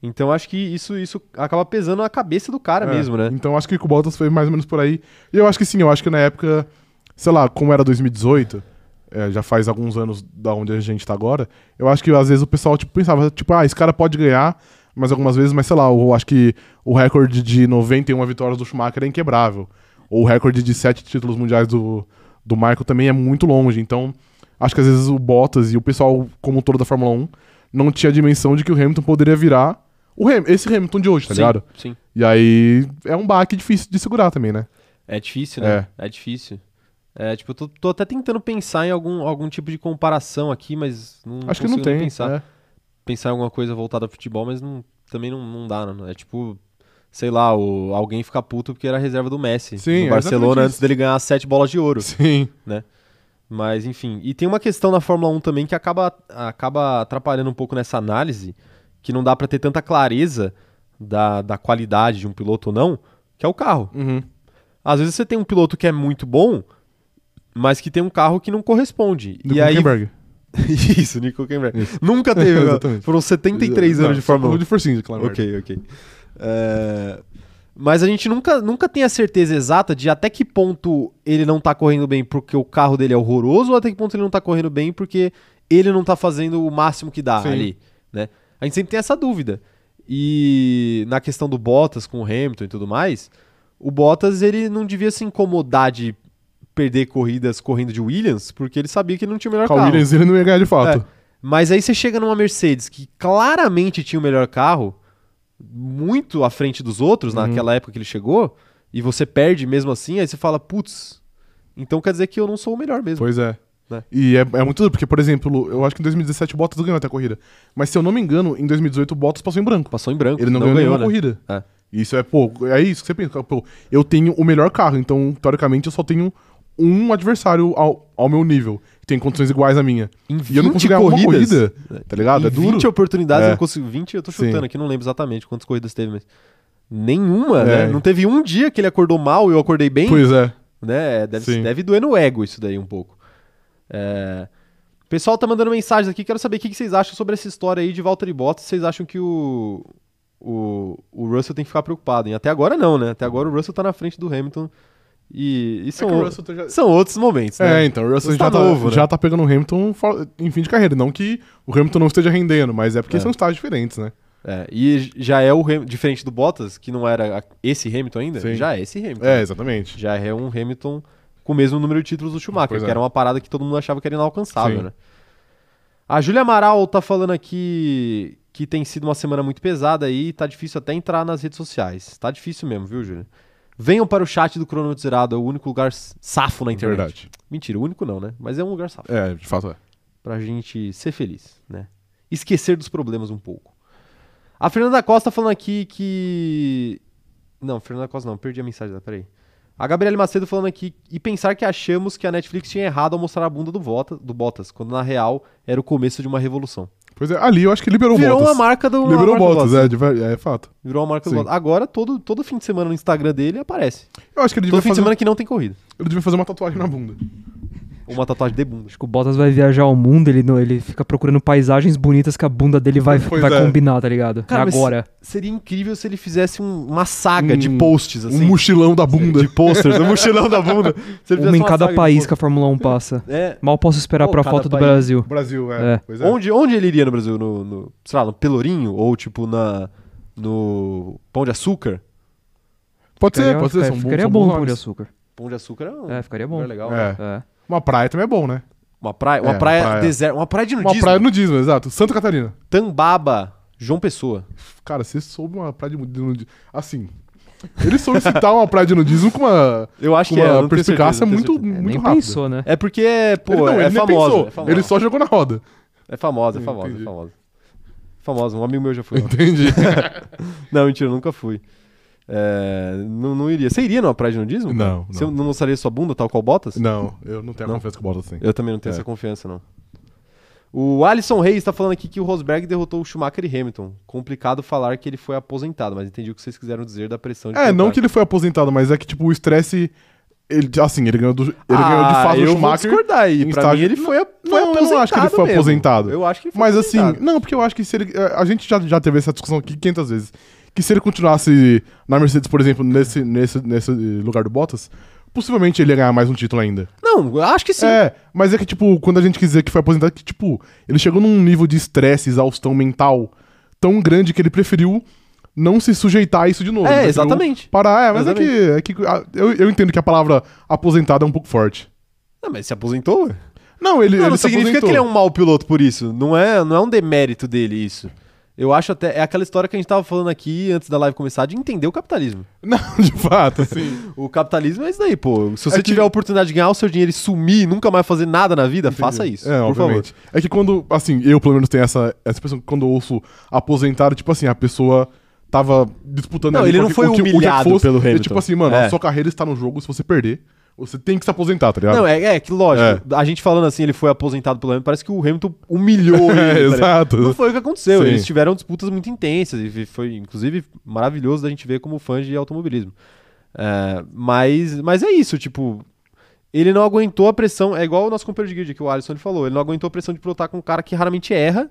S1: Então acho que isso, isso acaba pesando a cabeça do cara
S2: É.
S1: mesmo, né?
S2: Então acho que o Bottas foi mais ou menos por aí. E eu acho que sim, eu acho que na época, sei lá, como era 2018, é, já faz alguns anos da onde a gente tá agora, eu acho que às vezes o pessoal tipo, pensava, tipo, ah, esse cara pode ganhar, mas algumas vezes, mas sei lá, eu acho que o recorde de 91 vitórias do Schumacher é inquebrável. Ou o recorde de 7 títulos mundiais do, do Michael também é muito longe. Então, acho que às vezes o Bottas e o pessoal como um todo da Fórmula 1 não tinha a dimensão de que o Hamilton poderia virar o Ham esse Hamilton de hoje, tá ligado?
S1: sim, sim.
S2: E aí é um baque difícil de segurar também, né?
S1: É difícil, né? É, difícil. É, tipo, eu tô, tô até tentando pensar em algum, algum tipo de comparação aqui, mas não
S2: Acho que não
S1: consigo nem
S2: tem.
S1: pensar.
S2: é.
S1: Pensar em alguma coisa voltada ao futebol, mas não- também não, não dá, né? É tipo, sei lá, o, alguém fica puto porque era a reserva do Messi
S2: Sim,
S1: no
S2: é
S1: Barcelona
S2: exatamente
S1: antes dele ganhar sete bolas de ouro.
S2: Sim.
S1: Mas enfim, e tem uma questão na Fórmula 1 também que acaba, acaba atrapalhando um pouco nessa análise, que não dá pra ter tanta clareza da, da qualidade de um piloto ou não, que é o carro.
S2: Uhum.
S1: Às vezes você tem um piloto que é muito bom, mas que tem um carro que não corresponde.
S2: Do
S1: e aí
S2: Hülkenberg.
S1: Isso, Nico Huckenberg. Nunca teve.
S2: Exatamente.
S1: Foram 73
S2: Não,
S1: anos de Fórmula 1.
S2: de forcinha, claro.
S1: Ok, ok. É, Mas a gente nunca, nunca tem a certeza exata de até que ponto ele não tá correndo bem porque o carro dele é horroroso ou até que ponto ele não tá correndo bem porque ele não tá fazendo o máximo que dá
S2: Sim.
S1: ali, né? A gente sempre tem essa dúvida. E na questão do Bottas com o Hamilton e tudo mais, o Bottas ele não devia se incomodar de perder corridas correndo de Williams porque ele sabia que ele não tinha o melhor
S2: Com a
S1: carro.
S2: Williams ele não ia ganhar de fato.
S1: É. Mas aí você chega numa Mercedes que claramente tinha o melhor carro, muito à frente dos outros
S2: Uhum.
S1: naquela época que ele chegou, e você perde mesmo assim, aí você fala, putz, então quer dizer que eu não sou o melhor mesmo.
S2: Pois é.
S1: Né?
S2: E é, é muito duro, porque, por exemplo, eu acho que em 2017 o Bottas ganhou até a corrida. Mas se eu não me engano, em 2018 o Bottas passou em branco.
S1: Passou em branco,
S2: Ele não, ganhou, nenhuma corrida.
S1: É.
S2: Isso é, pô, é isso que você pensa. Pô, eu tenho o melhor carro, então, teoricamente, eu só tenho um adversário ao, ao meu nível, que tem condições iguais à minha.
S1: Em
S2: E eu não
S1: 20
S2: consigo ganhar uma
S1: corridas,
S2: corrida, tá ligado?
S1: em
S2: é duro.
S1: 20 oportunidades,
S2: É.
S1: eu não consigo. 20, eu tô chutando
S2: Sim.
S1: aqui, não lembro exatamente quantas corridas teve, mas. Nenhuma,
S2: É.
S1: né? Não teve um dia que ele acordou mal e eu acordei bem.
S2: Pois é.
S1: né? Deve,
S2: Sim.
S1: deve doer no ego isso daí um pouco. É, O pessoal tá mandando mensagens aqui, quero saber o que que vocês acham sobre essa história aí de Valtteri Bottas. Vocês acham que o, o, o Russell tem que ficar preocupado? Hein? Até agora não, né? Até agora o Russell tá na frente do Hamilton e, e são,
S2: É que o
S1: o-
S2: Russell já-
S1: são outros momentos, né?
S2: É, então, o Russell
S1: Você
S2: já,
S1: tá
S2: tá,
S1: novo, né?
S2: já tá pegando o Hamilton fora- em fim de carreira. Não que o Hamilton não esteja rendendo, mas é porque
S1: É.
S2: são estágios diferentes, né?
S1: É, e já é o Ham- diferente do Bottas, que não era a- esse Hamilton ainda,
S2: Sim.
S1: já é esse Hamilton.
S2: É, exatamente.
S1: Já é um Hamilton com o mesmo número de títulos do Schumacher,
S2: Pois
S1: que
S2: é.
S1: era uma parada que todo mundo achava que era inalcançável,
S2: Sim.
S1: né? A Júlia Amaral tá falando aqui que tem sido uma semana muito pesada aí, tá difícil até entrar nas redes sociais. Tá difícil mesmo, viu, Júlia? Venham para o chat do Cronômetro Zerado, é o único lugar s- safo na internet.
S2: Verdade.
S1: Mentira, o único não, né? Mas é um lugar safo
S2: É, de fato é.
S1: pra gente ser feliz, né? Esquecer dos problemas um pouco. A Fernanda Costa tá falando aqui que. Não, Fernanda Costa não, perdi a mensagem dela, peraí. A Gabriela Macedo falando aqui e pensar que achamos que a Netflix tinha errado ao mostrar a bunda do, Vota, do Bottas, quando na real era o começo de uma revolução.
S2: Pois é, ali eu acho que liberou o
S1: Virou um
S2: Bottas.
S1: uma marca do. uma
S2: liberou o
S1: marca do
S2: Bottas, é, de ver- é, fato.
S1: Virou uma marca
S2: Sim.
S1: do Bottas. Agora, todo, todo fim de semana no Instagram dele aparece.
S2: Eu acho que ele
S1: Todo
S2: devia,
S1: fim de
S2: fazer,
S1: semana que não tem corrida.
S2: ele devia fazer uma tatuagem na bunda.
S1: Ou uma tatuagem de bunda.
S3: Acho que Tipo, o Bottas vai viajar ao mundo, ele, não- ele fica procurando paisagens bonitas que a bunda dele vai,
S2: Pois
S3: vai
S2: é.
S3: combinar, tá ligado? É
S1: Cara, mas-
S3: agora.
S1: Seria incrível se ele fizesse um- uma saga de
S2: Um-
S1: posts, assim.
S2: Um mochilão da bunda.
S1: De posters, no mochilão da bunda. Se ele
S3: Uma
S1: fizesse
S3: em
S1: uma
S3: cada
S1: saga de
S3: país
S1: post-
S3: que a Fórmula 1 passa.
S1: É.
S3: Mal posso esperar
S1: Pô,
S3: pra
S1: cada
S3: foto do
S1: país.
S3: Brasil.
S2: Brasil, é.
S3: É.
S2: Pois é.
S1: Onde, onde ele iria no Brasil? No, no, sei lá, no Pelourinho? Ou tipo na. No Pão de Açúcar?
S2: Pode ser,
S3: Ficaria-
S2: pode ser.
S3: ficaria-
S2: São bons-
S3: ficaria
S2: são
S3: bom
S2: bons
S3: o pão de
S2: nomes.
S3: açúcar.
S1: Pão de Açúcar é um
S3: É, ficaria bom.
S1: lugar legal. né?
S2: É.
S3: É.
S2: Uma praia também é bom, né?
S1: Uma praia, uma
S2: É,
S1: praia,
S2: praia.
S1: deserta, uma praia de
S2: Uma
S1: nudismo.
S2: praia no Disney, exato. Santa Catarina.
S1: Tambaba, João Pessoa.
S2: Cara, você soube uma praia de nudismo. Assim. Ele soube citar uma praia de nudismo com uma,
S1: Eu acho
S2: com
S1: que é, eu
S2: uma
S1: não tenho certeza,
S2: perspicácia
S1: não tenho
S2: muito,
S1: certeza.
S3: É,
S2: muito
S3: nem
S2: rápida.
S3: pensou, né?
S1: É porque é, pô,
S2: ele não,
S1: é,
S2: ele nem
S1: famosa,
S2: pensou.
S1: é famosa.
S2: Ele só jogou na roda.
S1: É famosa, é
S2: Hum,
S1: famosa, é
S2: entendi.
S1: famosa. Famosa, um amigo meu já foi lá.
S2: Entendi.
S1: Não, mentira, eu nunca fui. É, não, não iria. Você iria numa praia de nudismo? cara?
S2: Não,
S1: Você
S2: não.
S1: não mostraria sua bunda, tal qual Bottas?
S2: não, eu não tenho a
S1: Não.
S2: confiança com o Bottas assim.
S1: Eu também não tenho
S2: É.
S1: essa confiança, não. O Alisson Reis tá falando aqui que o Rosberg derrotou o Schumacher e Hamilton. Complicado falar que ele foi aposentado, mas entendi o que vocês quiseram dizer da pressão de
S2: É, não que
S1: tentar.
S2: ele foi aposentado, mas é que, tipo, o estresse. Ele, assim, ele ganhou, do, ele ganhou de
S1: Ah,
S2: fato
S1: eu
S2: o
S1: vou
S2: Schumacher.
S1: discordar aí.
S2: em
S1: Pra
S2: estágio-
S1: mim ele foi, a- foi
S2: Não, eu não
S1: aposentado
S2: acho que ele foi
S1: mesmo.
S2: aposentado.
S1: Eu acho que ele foi
S2: Mas assim,
S1: aposentado.
S2: não, porque eu acho que se ele. eh, A a gente já, já teve essa discussão aqui 500 vezes. Que se ele continuasse na Mercedes, por exemplo, nesse, nesse, nesse lugar do Bottas, possivelmente ele ia ganhar mais um título ainda.
S1: Não, eu acho que sim.
S2: É, mas é que, tipo, quando a gente quis dizer que foi aposentado, que, tipo, ele chegou num nível de estresse, exaustão mental tão grande que ele preferiu não se sujeitar a isso de novo.
S1: É,
S2: Ele preferiu
S1: exatamente.
S2: Parar, é, mas é que. É que ah, eu, eu entendo que a palavra aposentado é um pouco forte.
S1: Não, mas se aposentou? ué.
S2: Não, ele.
S1: Não,
S2: ele
S1: não
S2: se
S1: significa
S2: aposentou.
S1: que ele é um mau piloto por isso. Não é, não é um demérito dele isso. Eu acho até. É aquela história que a gente tava falando aqui antes da live começar de entender o capitalismo.
S2: Não, de fato, sim.
S1: O capitalismo é isso daí, pô. Se você
S2: É que-
S1: tiver a oportunidade de ganhar o seu dinheiro e sumir e nunca mais fazer nada na vida, faça isso.
S2: É,
S1: por
S2: obviamente. É que quando, assim, eu pelo menos tenho essa, essa impressão que quando eu ouço aposentado, tipo assim, a pessoa tava disputando
S1: Não,
S2: ali
S1: ele não
S2: qualquer-
S1: foi
S2: o que- o que
S1: humilhado
S2: fosse,
S1: pelo
S2: É
S1: Hamilton.
S2: tipo assim, mano,
S1: É.
S2: a sua carreira está no jogo, se você perder, você tem que se aposentar, tá ligado?
S1: Não, é, é que lógico. A gente falando assim, ele foi aposentado pelo Hamilton, parece que o Hamilton humilhou ele. tá
S2: É,
S1: ligado?
S2: exato.
S1: Não foi o que aconteceu.
S2: Sim.
S1: Eles tiveram disputas muito intensas e foi, inclusive, maravilhoso da gente ver como fã de automobilismo. É, mas, mas é isso, tipo, ele não aguentou a pressão. É igual o nosso companheiro de guia que o Alisson ele falou. Ele não aguentou a pressão de pilotar com um cara que raramente erra.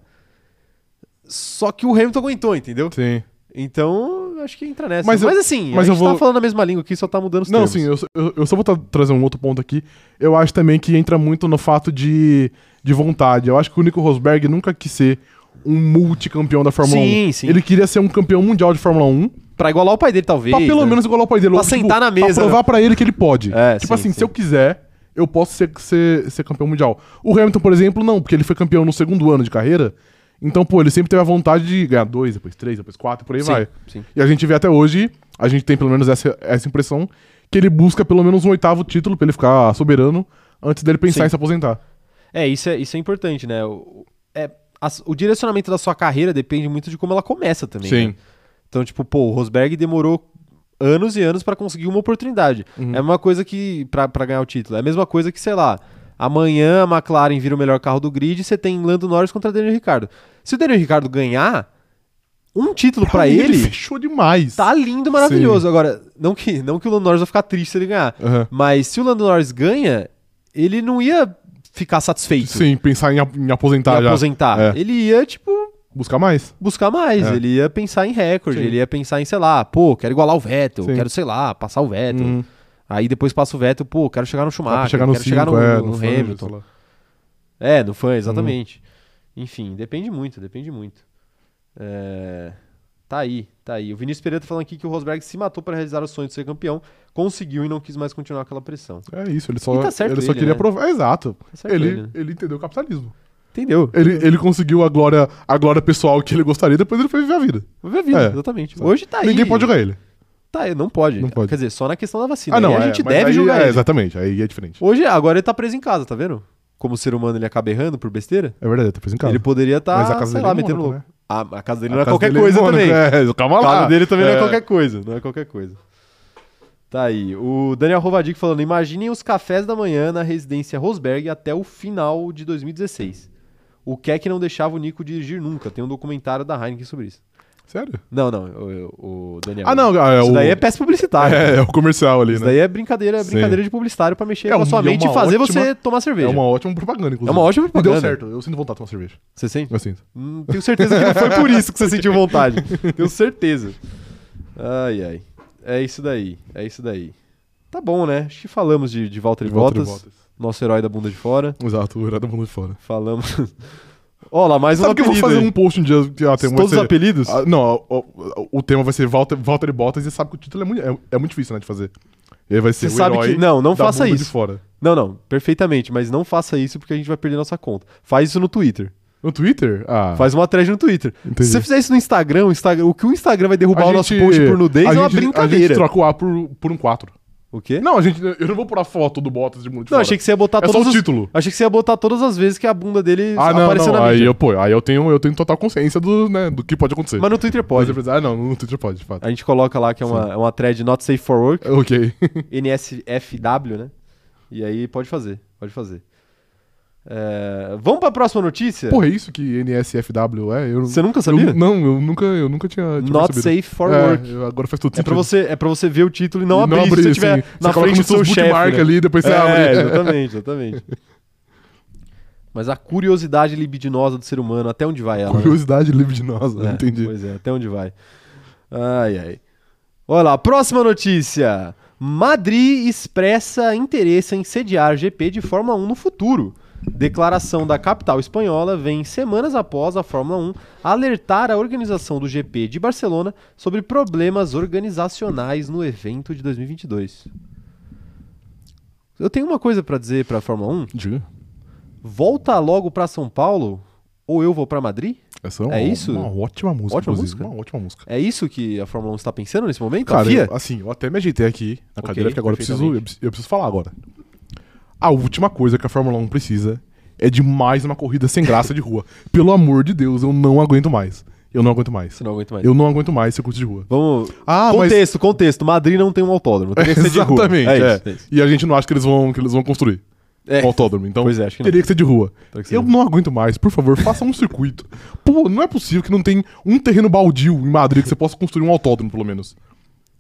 S1: Só que o Hamilton aguentou, entendeu?
S2: Sim.
S1: Então, acho que entra nessa. Mas,
S2: Mas eu-
S1: assim,
S2: mas
S1: a
S2: eu
S1: gente tá
S2: vou-
S1: falando a mesma língua aqui, só tá mudando os
S2: Não,
S1: termos.
S2: sim, eu, eu- eu só vou tra- trazer um outro ponto aqui. Eu acho também que entra muito no fato de, de vontade. Eu acho que o Nico Rosberg nunca quis ser um multicampeão da Fórmula
S1: Sim,
S2: 1.
S1: sim.
S2: Ele queria ser um campeão mundial de Fórmula 1,
S1: Pra igualar o pai dele, talvez.
S2: pra Tá pelo
S1: né?
S2: menos igualar o pai dele.
S1: Pra
S2: ou, tipo,
S1: sentar na mesa, né?
S2: Pra provar pra ele que ele pode.
S1: É,
S2: tipo
S1: sim,
S2: assim,
S1: sim.
S2: se eu quiser, eu posso ser, ser, ser campeão mundial. O Hamilton, por exemplo, não, porque ele foi campeão no segundo ano de carreira. Então, pô, ele sempre teve a vontade de ganhar dois, depois três, depois quatro, e por aí
S1: Sim,
S2: vai.
S1: sim.
S2: E a gente vê até hoje, a gente tem pelo menos essa, essa impressão, que ele busca pelo menos um oitavo título pra ele ficar soberano antes dele pensar
S1: Sim.
S2: em se aposentar.
S1: É, isso é, isso é importante, né? O, é, as- o direcionamento da sua carreira depende muito de como ela começa também. né? Então, tipo, pô, o Rosberg demorou anos e anos pra conseguir uma oportunidade.
S2: Uhum.
S1: É uma coisa que. Pra, pra ganhar o título. É a mesma coisa que, sei lá, amanhã a McLaren vira o melhor carro do grid e você tem Lando Norris contra Daniel Ricardo. Se o Daniel Ricardo ganhar, um título pra
S2: mim,
S1: ele.
S2: fechou demais.
S1: Tá lindo, maravilhoso. Agora, não que, não que o Lando Norris vai ficar triste se ele ganhar.
S2: Aham.
S1: Mas se o Lando Norris ganha, ele não ia ficar satisfeito
S2: Sim, pensar em, a- em aposentar
S1: e
S2: já.
S1: aposentar.
S2: É.
S1: Ele ia, tipo,
S2: Buscar mais.
S1: buscar mais.
S2: É.
S1: Ele ia pensar em recorde.
S2: Sim.
S1: Ele ia pensar em, sei lá, pô, quero igualar o Vettel.
S2: Sim.
S1: Quero, sei lá, passar o Vettel.
S2: Uhum.
S1: Aí depois passa o Vettel, pô, quero chegar no
S2: Dá pra
S1: Schumacher.
S2: chegar no
S1: quero chegar
S2: cinco,
S1: no,
S2: é,
S1: no
S2: no Fangio,
S1: Hamilton.
S2: sei lá.
S1: É, no fã, exatamente. Enfim, depende muito, depende muito. É, Tá aí, tá aí. O Vinícius Pereira tá falando aqui que o Rosberg se matou para realizar o sonho de ser campeão, conseguiu e não quis mais continuar aquela pressão.
S2: É isso, ele só,
S1: E tá certo
S2: ele só
S1: ele,
S2: queria
S1: né?
S2: provar. é, exato.
S1: Tá certo
S2: ele,
S1: ele, né?
S2: ele entendeu o capitalismo.
S1: Entendeu?
S2: Ele, ele conseguiu a glória, a glória pessoal que ele gostaria, depois ele foi viver a vida.
S1: Vive a vida,
S2: É.
S1: exatamente. Hoje tá aí.
S2: Ninguém pode julgar ele.
S1: Tá, não pode.
S2: Não pode.
S1: Quer dizer, só na questão da vacina. Aí a
S2: é,
S1: gente
S2: mas
S1: deve
S2: aí-
S1: julgar
S2: é,
S1: ele.
S2: Exatamente, aí é diferente.
S1: Hoje, agora ele tá preso em casa, tá vendo? Como ser humano ele acaba errando por besteira.
S2: É verdade, tá preso em casa.
S1: Ele poderia
S2: Mas
S1: estar,
S2: a casa
S1: sei
S2: dele
S1: lá,
S2: é em
S1: metendo louco.
S2: Mônaco,
S1: A, a casa dele
S2: A
S1: não é
S2: casa
S1: qualquer
S2: dele
S1: coisa
S2: Mônaco,
S1: também.
S2: É, calma
S1: O
S2: lá.
S1: caso dele também não é
S2: É.
S1: qualquer coisa, não é qualquer coisa. Tá aí. O Daniel Rovadic falando: imaginem os cafés da manhã na residência Rosberg até o final de 2016. O que é que não deixava o Nico dirigir nunca? Tem um documentário da Heineken sobre isso.
S2: Sério?
S1: Não, não, o, o Daniel.
S2: Ah, não, é,
S1: Isso
S2: o...
S1: daí é peça publicitária.
S2: é, é o comercial ali,
S1: Isso
S2: né?
S1: daí é brincadeira, é
S2: Sim.
S1: brincadeira de publicitário pra mexer
S2: É
S1: com a
S2: um-
S1: sua
S2: é
S1: mente e
S2: uma
S1: fazer
S2: ótima-
S1: você tomar cerveja.
S2: É uma ótima propaganda, inclusive.
S1: É uma ótima
S2: E
S1: propaganda.
S2: Deu certo, eu sinto vontade de tomar cerveja. Assim,
S1: Você sente?
S2: Eu sinto.
S1: Hum, Tenho certeza que não foi por isso que você sentiu vontade. Tenho certeza. Ai, ai. É isso daí. É isso daí. Tá bom, né? Acho que falamos de, de Walter
S2: De
S1: de
S2: volta
S1: Bottas,
S2: de voltas.
S1: nosso herói da bunda de fora.
S2: Exato, o irado mundo de fora.
S1: Falamos. Olha lá, mais um
S2: Sabe que eu
S1: apelido.
S2: vou fazer
S1: aí.
S2: um post um dia que ah, tem vai
S1: Todos os
S2: ser-
S1: apelidos?
S2: Ah, não, o, o- o tema vai ser Walter, Walter e Bottas e sabe que o título é muito, é, é muito difícil, né, de fazer. E aí vai ser
S1: Você
S2: o
S1: sabe
S2: herói
S1: que- não, não
S2: da
S1: faça
S2: bunda
S1: isso.
S2: de fora.
S1: Não, não, perfeitamente, mas não faça isso porque a gente vai perder nossa conta. Faz isso no Twitter.
S2: No Twitter? Ah.
S1: Faz uma thread no Twitter.
S2: Entendi.
S1: Se você fizer isso no Instagram, o, Instagram- o que o Instagram vai derrubar
S2: A
S1: o nosso
S2: gente-
S1: post por nudez é
S2: a
S1: uma
S2: gente- A
S1: brincadeira.
S2: gente troca o A por, por um 4.
S1: O quê?
S2: Não, a gente, eu não vou pôr a foto do Bottas de mundo de
S1: Não,
S2: fora.
S1: achei que você ia botar
S2: É
S1: todos
S2: só o
S1: os-
S2: título.
S1: Achei que você ia botar todas as vezes que a bunda dele
S2: Ah, não,
S1: apareceu
S2: não.
S1: na
S2: Aí
S1: mídia.
S2: eu, pô, aí eu tenho, eu tenho total consciência do, né, do que pode acontecer.
S1: Mas no Twitter
S2: Mas
S1: pode.
S2: eu pensei, Ah, não, no Twitter pode, de fato.
S1: A gente coloca lá que é uma, é uma thread not safe for work,
S2: Ok.
S1: É. NSFW, né? E aí pode fazer, pode fazer. É, Vamos pra próxima notícia?
S2: Porra, é isso que NSFW é? Eu,
S1: você nunca
S2: eu,
S1: sabia?
S2: Não, eu nunca, eu nunca tinha, tinha
S1: not
S2: percebido.
S1: safe for
S2: é,
S1: work.
S2: eu- agora faz todo
S1: É pra,
S2: sentido.
S1: você, é pra você ver o título e não,
S2: E
S1: abrir, se você tiver
S2: assim,
S1: na
S2: você coloca
S1: frente do
S2: como se
S1: seu
S2: fosse
S1: chefe.
S2: bookmark
S1: né?
S2: ali, depois você
S1: É,
S2: abre.
S1: exatamente, exatamente. Mas a curiosidade libidinosa do ser humano, até onde vai ela? né?
S2: é. Curiosidade livre de nós, né?
S1: É,
S2: entendi.
S1: Pois é, até onde vai. Ai, ai. Olha lá, próxima notícia. Madrid expressa interesse em sediar GP de Fórmula 1 no futuro. Declaração da capital espanhola vem semanas após a Fórmula 1 alertar a organização do GP de Barcelona sobre problemas organizacionais no evento de 2022. Eu tenho uma coisa pra dizer pra Fórmula 1.
S2: Diga.
S1: Volta logo pra São Paulo ou eu vou pra Madrid?
S2: Essa
S1: É
S2: uma,
S1: isso?
S2: Uma ótima música,
S1: Ótima
S2: inclusive.
S1: música?
S2: Uma ótima música.
S1: É isso que a Fórmula 1 está pensando nesse momento? a
S2: Cara,
S1: FIA?
S2: eu- assim, eu até me ajeitei aqui na
S1: Ok,
S2: cadeira, porque agora eu preciso, eu,
S1: perfeitamente.
S2: preciso- eu preciso falar agora. A última coisa que a Fórmula 1 precisa é de mais uma corrida sem graça de rua. Pelo amor de Deus, eu não aguento mais. Eu não aguento mais.
S1: Você não aguenta mais.
S2: Eu não aguento mais circuito de rua.
S1: Vamos.
S2: Ah,
S1: contexto, contexto. Madrid não tem um autódromo. Teria que ser de rua.
S2: Exatamente.
S1: É,
S2: é.
S1: isso, é isso.
S2: E a gente não acha que eles vão, que eles vão construir
S1: É.
S2: um autódromo. Então,
S1: Pois é, acho que não.
S2: teria que ser de rua.
S1: Teria que ser
S2: Eu
S1: de
S2: não aguento mais. Por favor, faça um circuito. Pô, não é possível que não tenha um terreno baldio em Madrid que você possa construir um autódromo, pelo menos.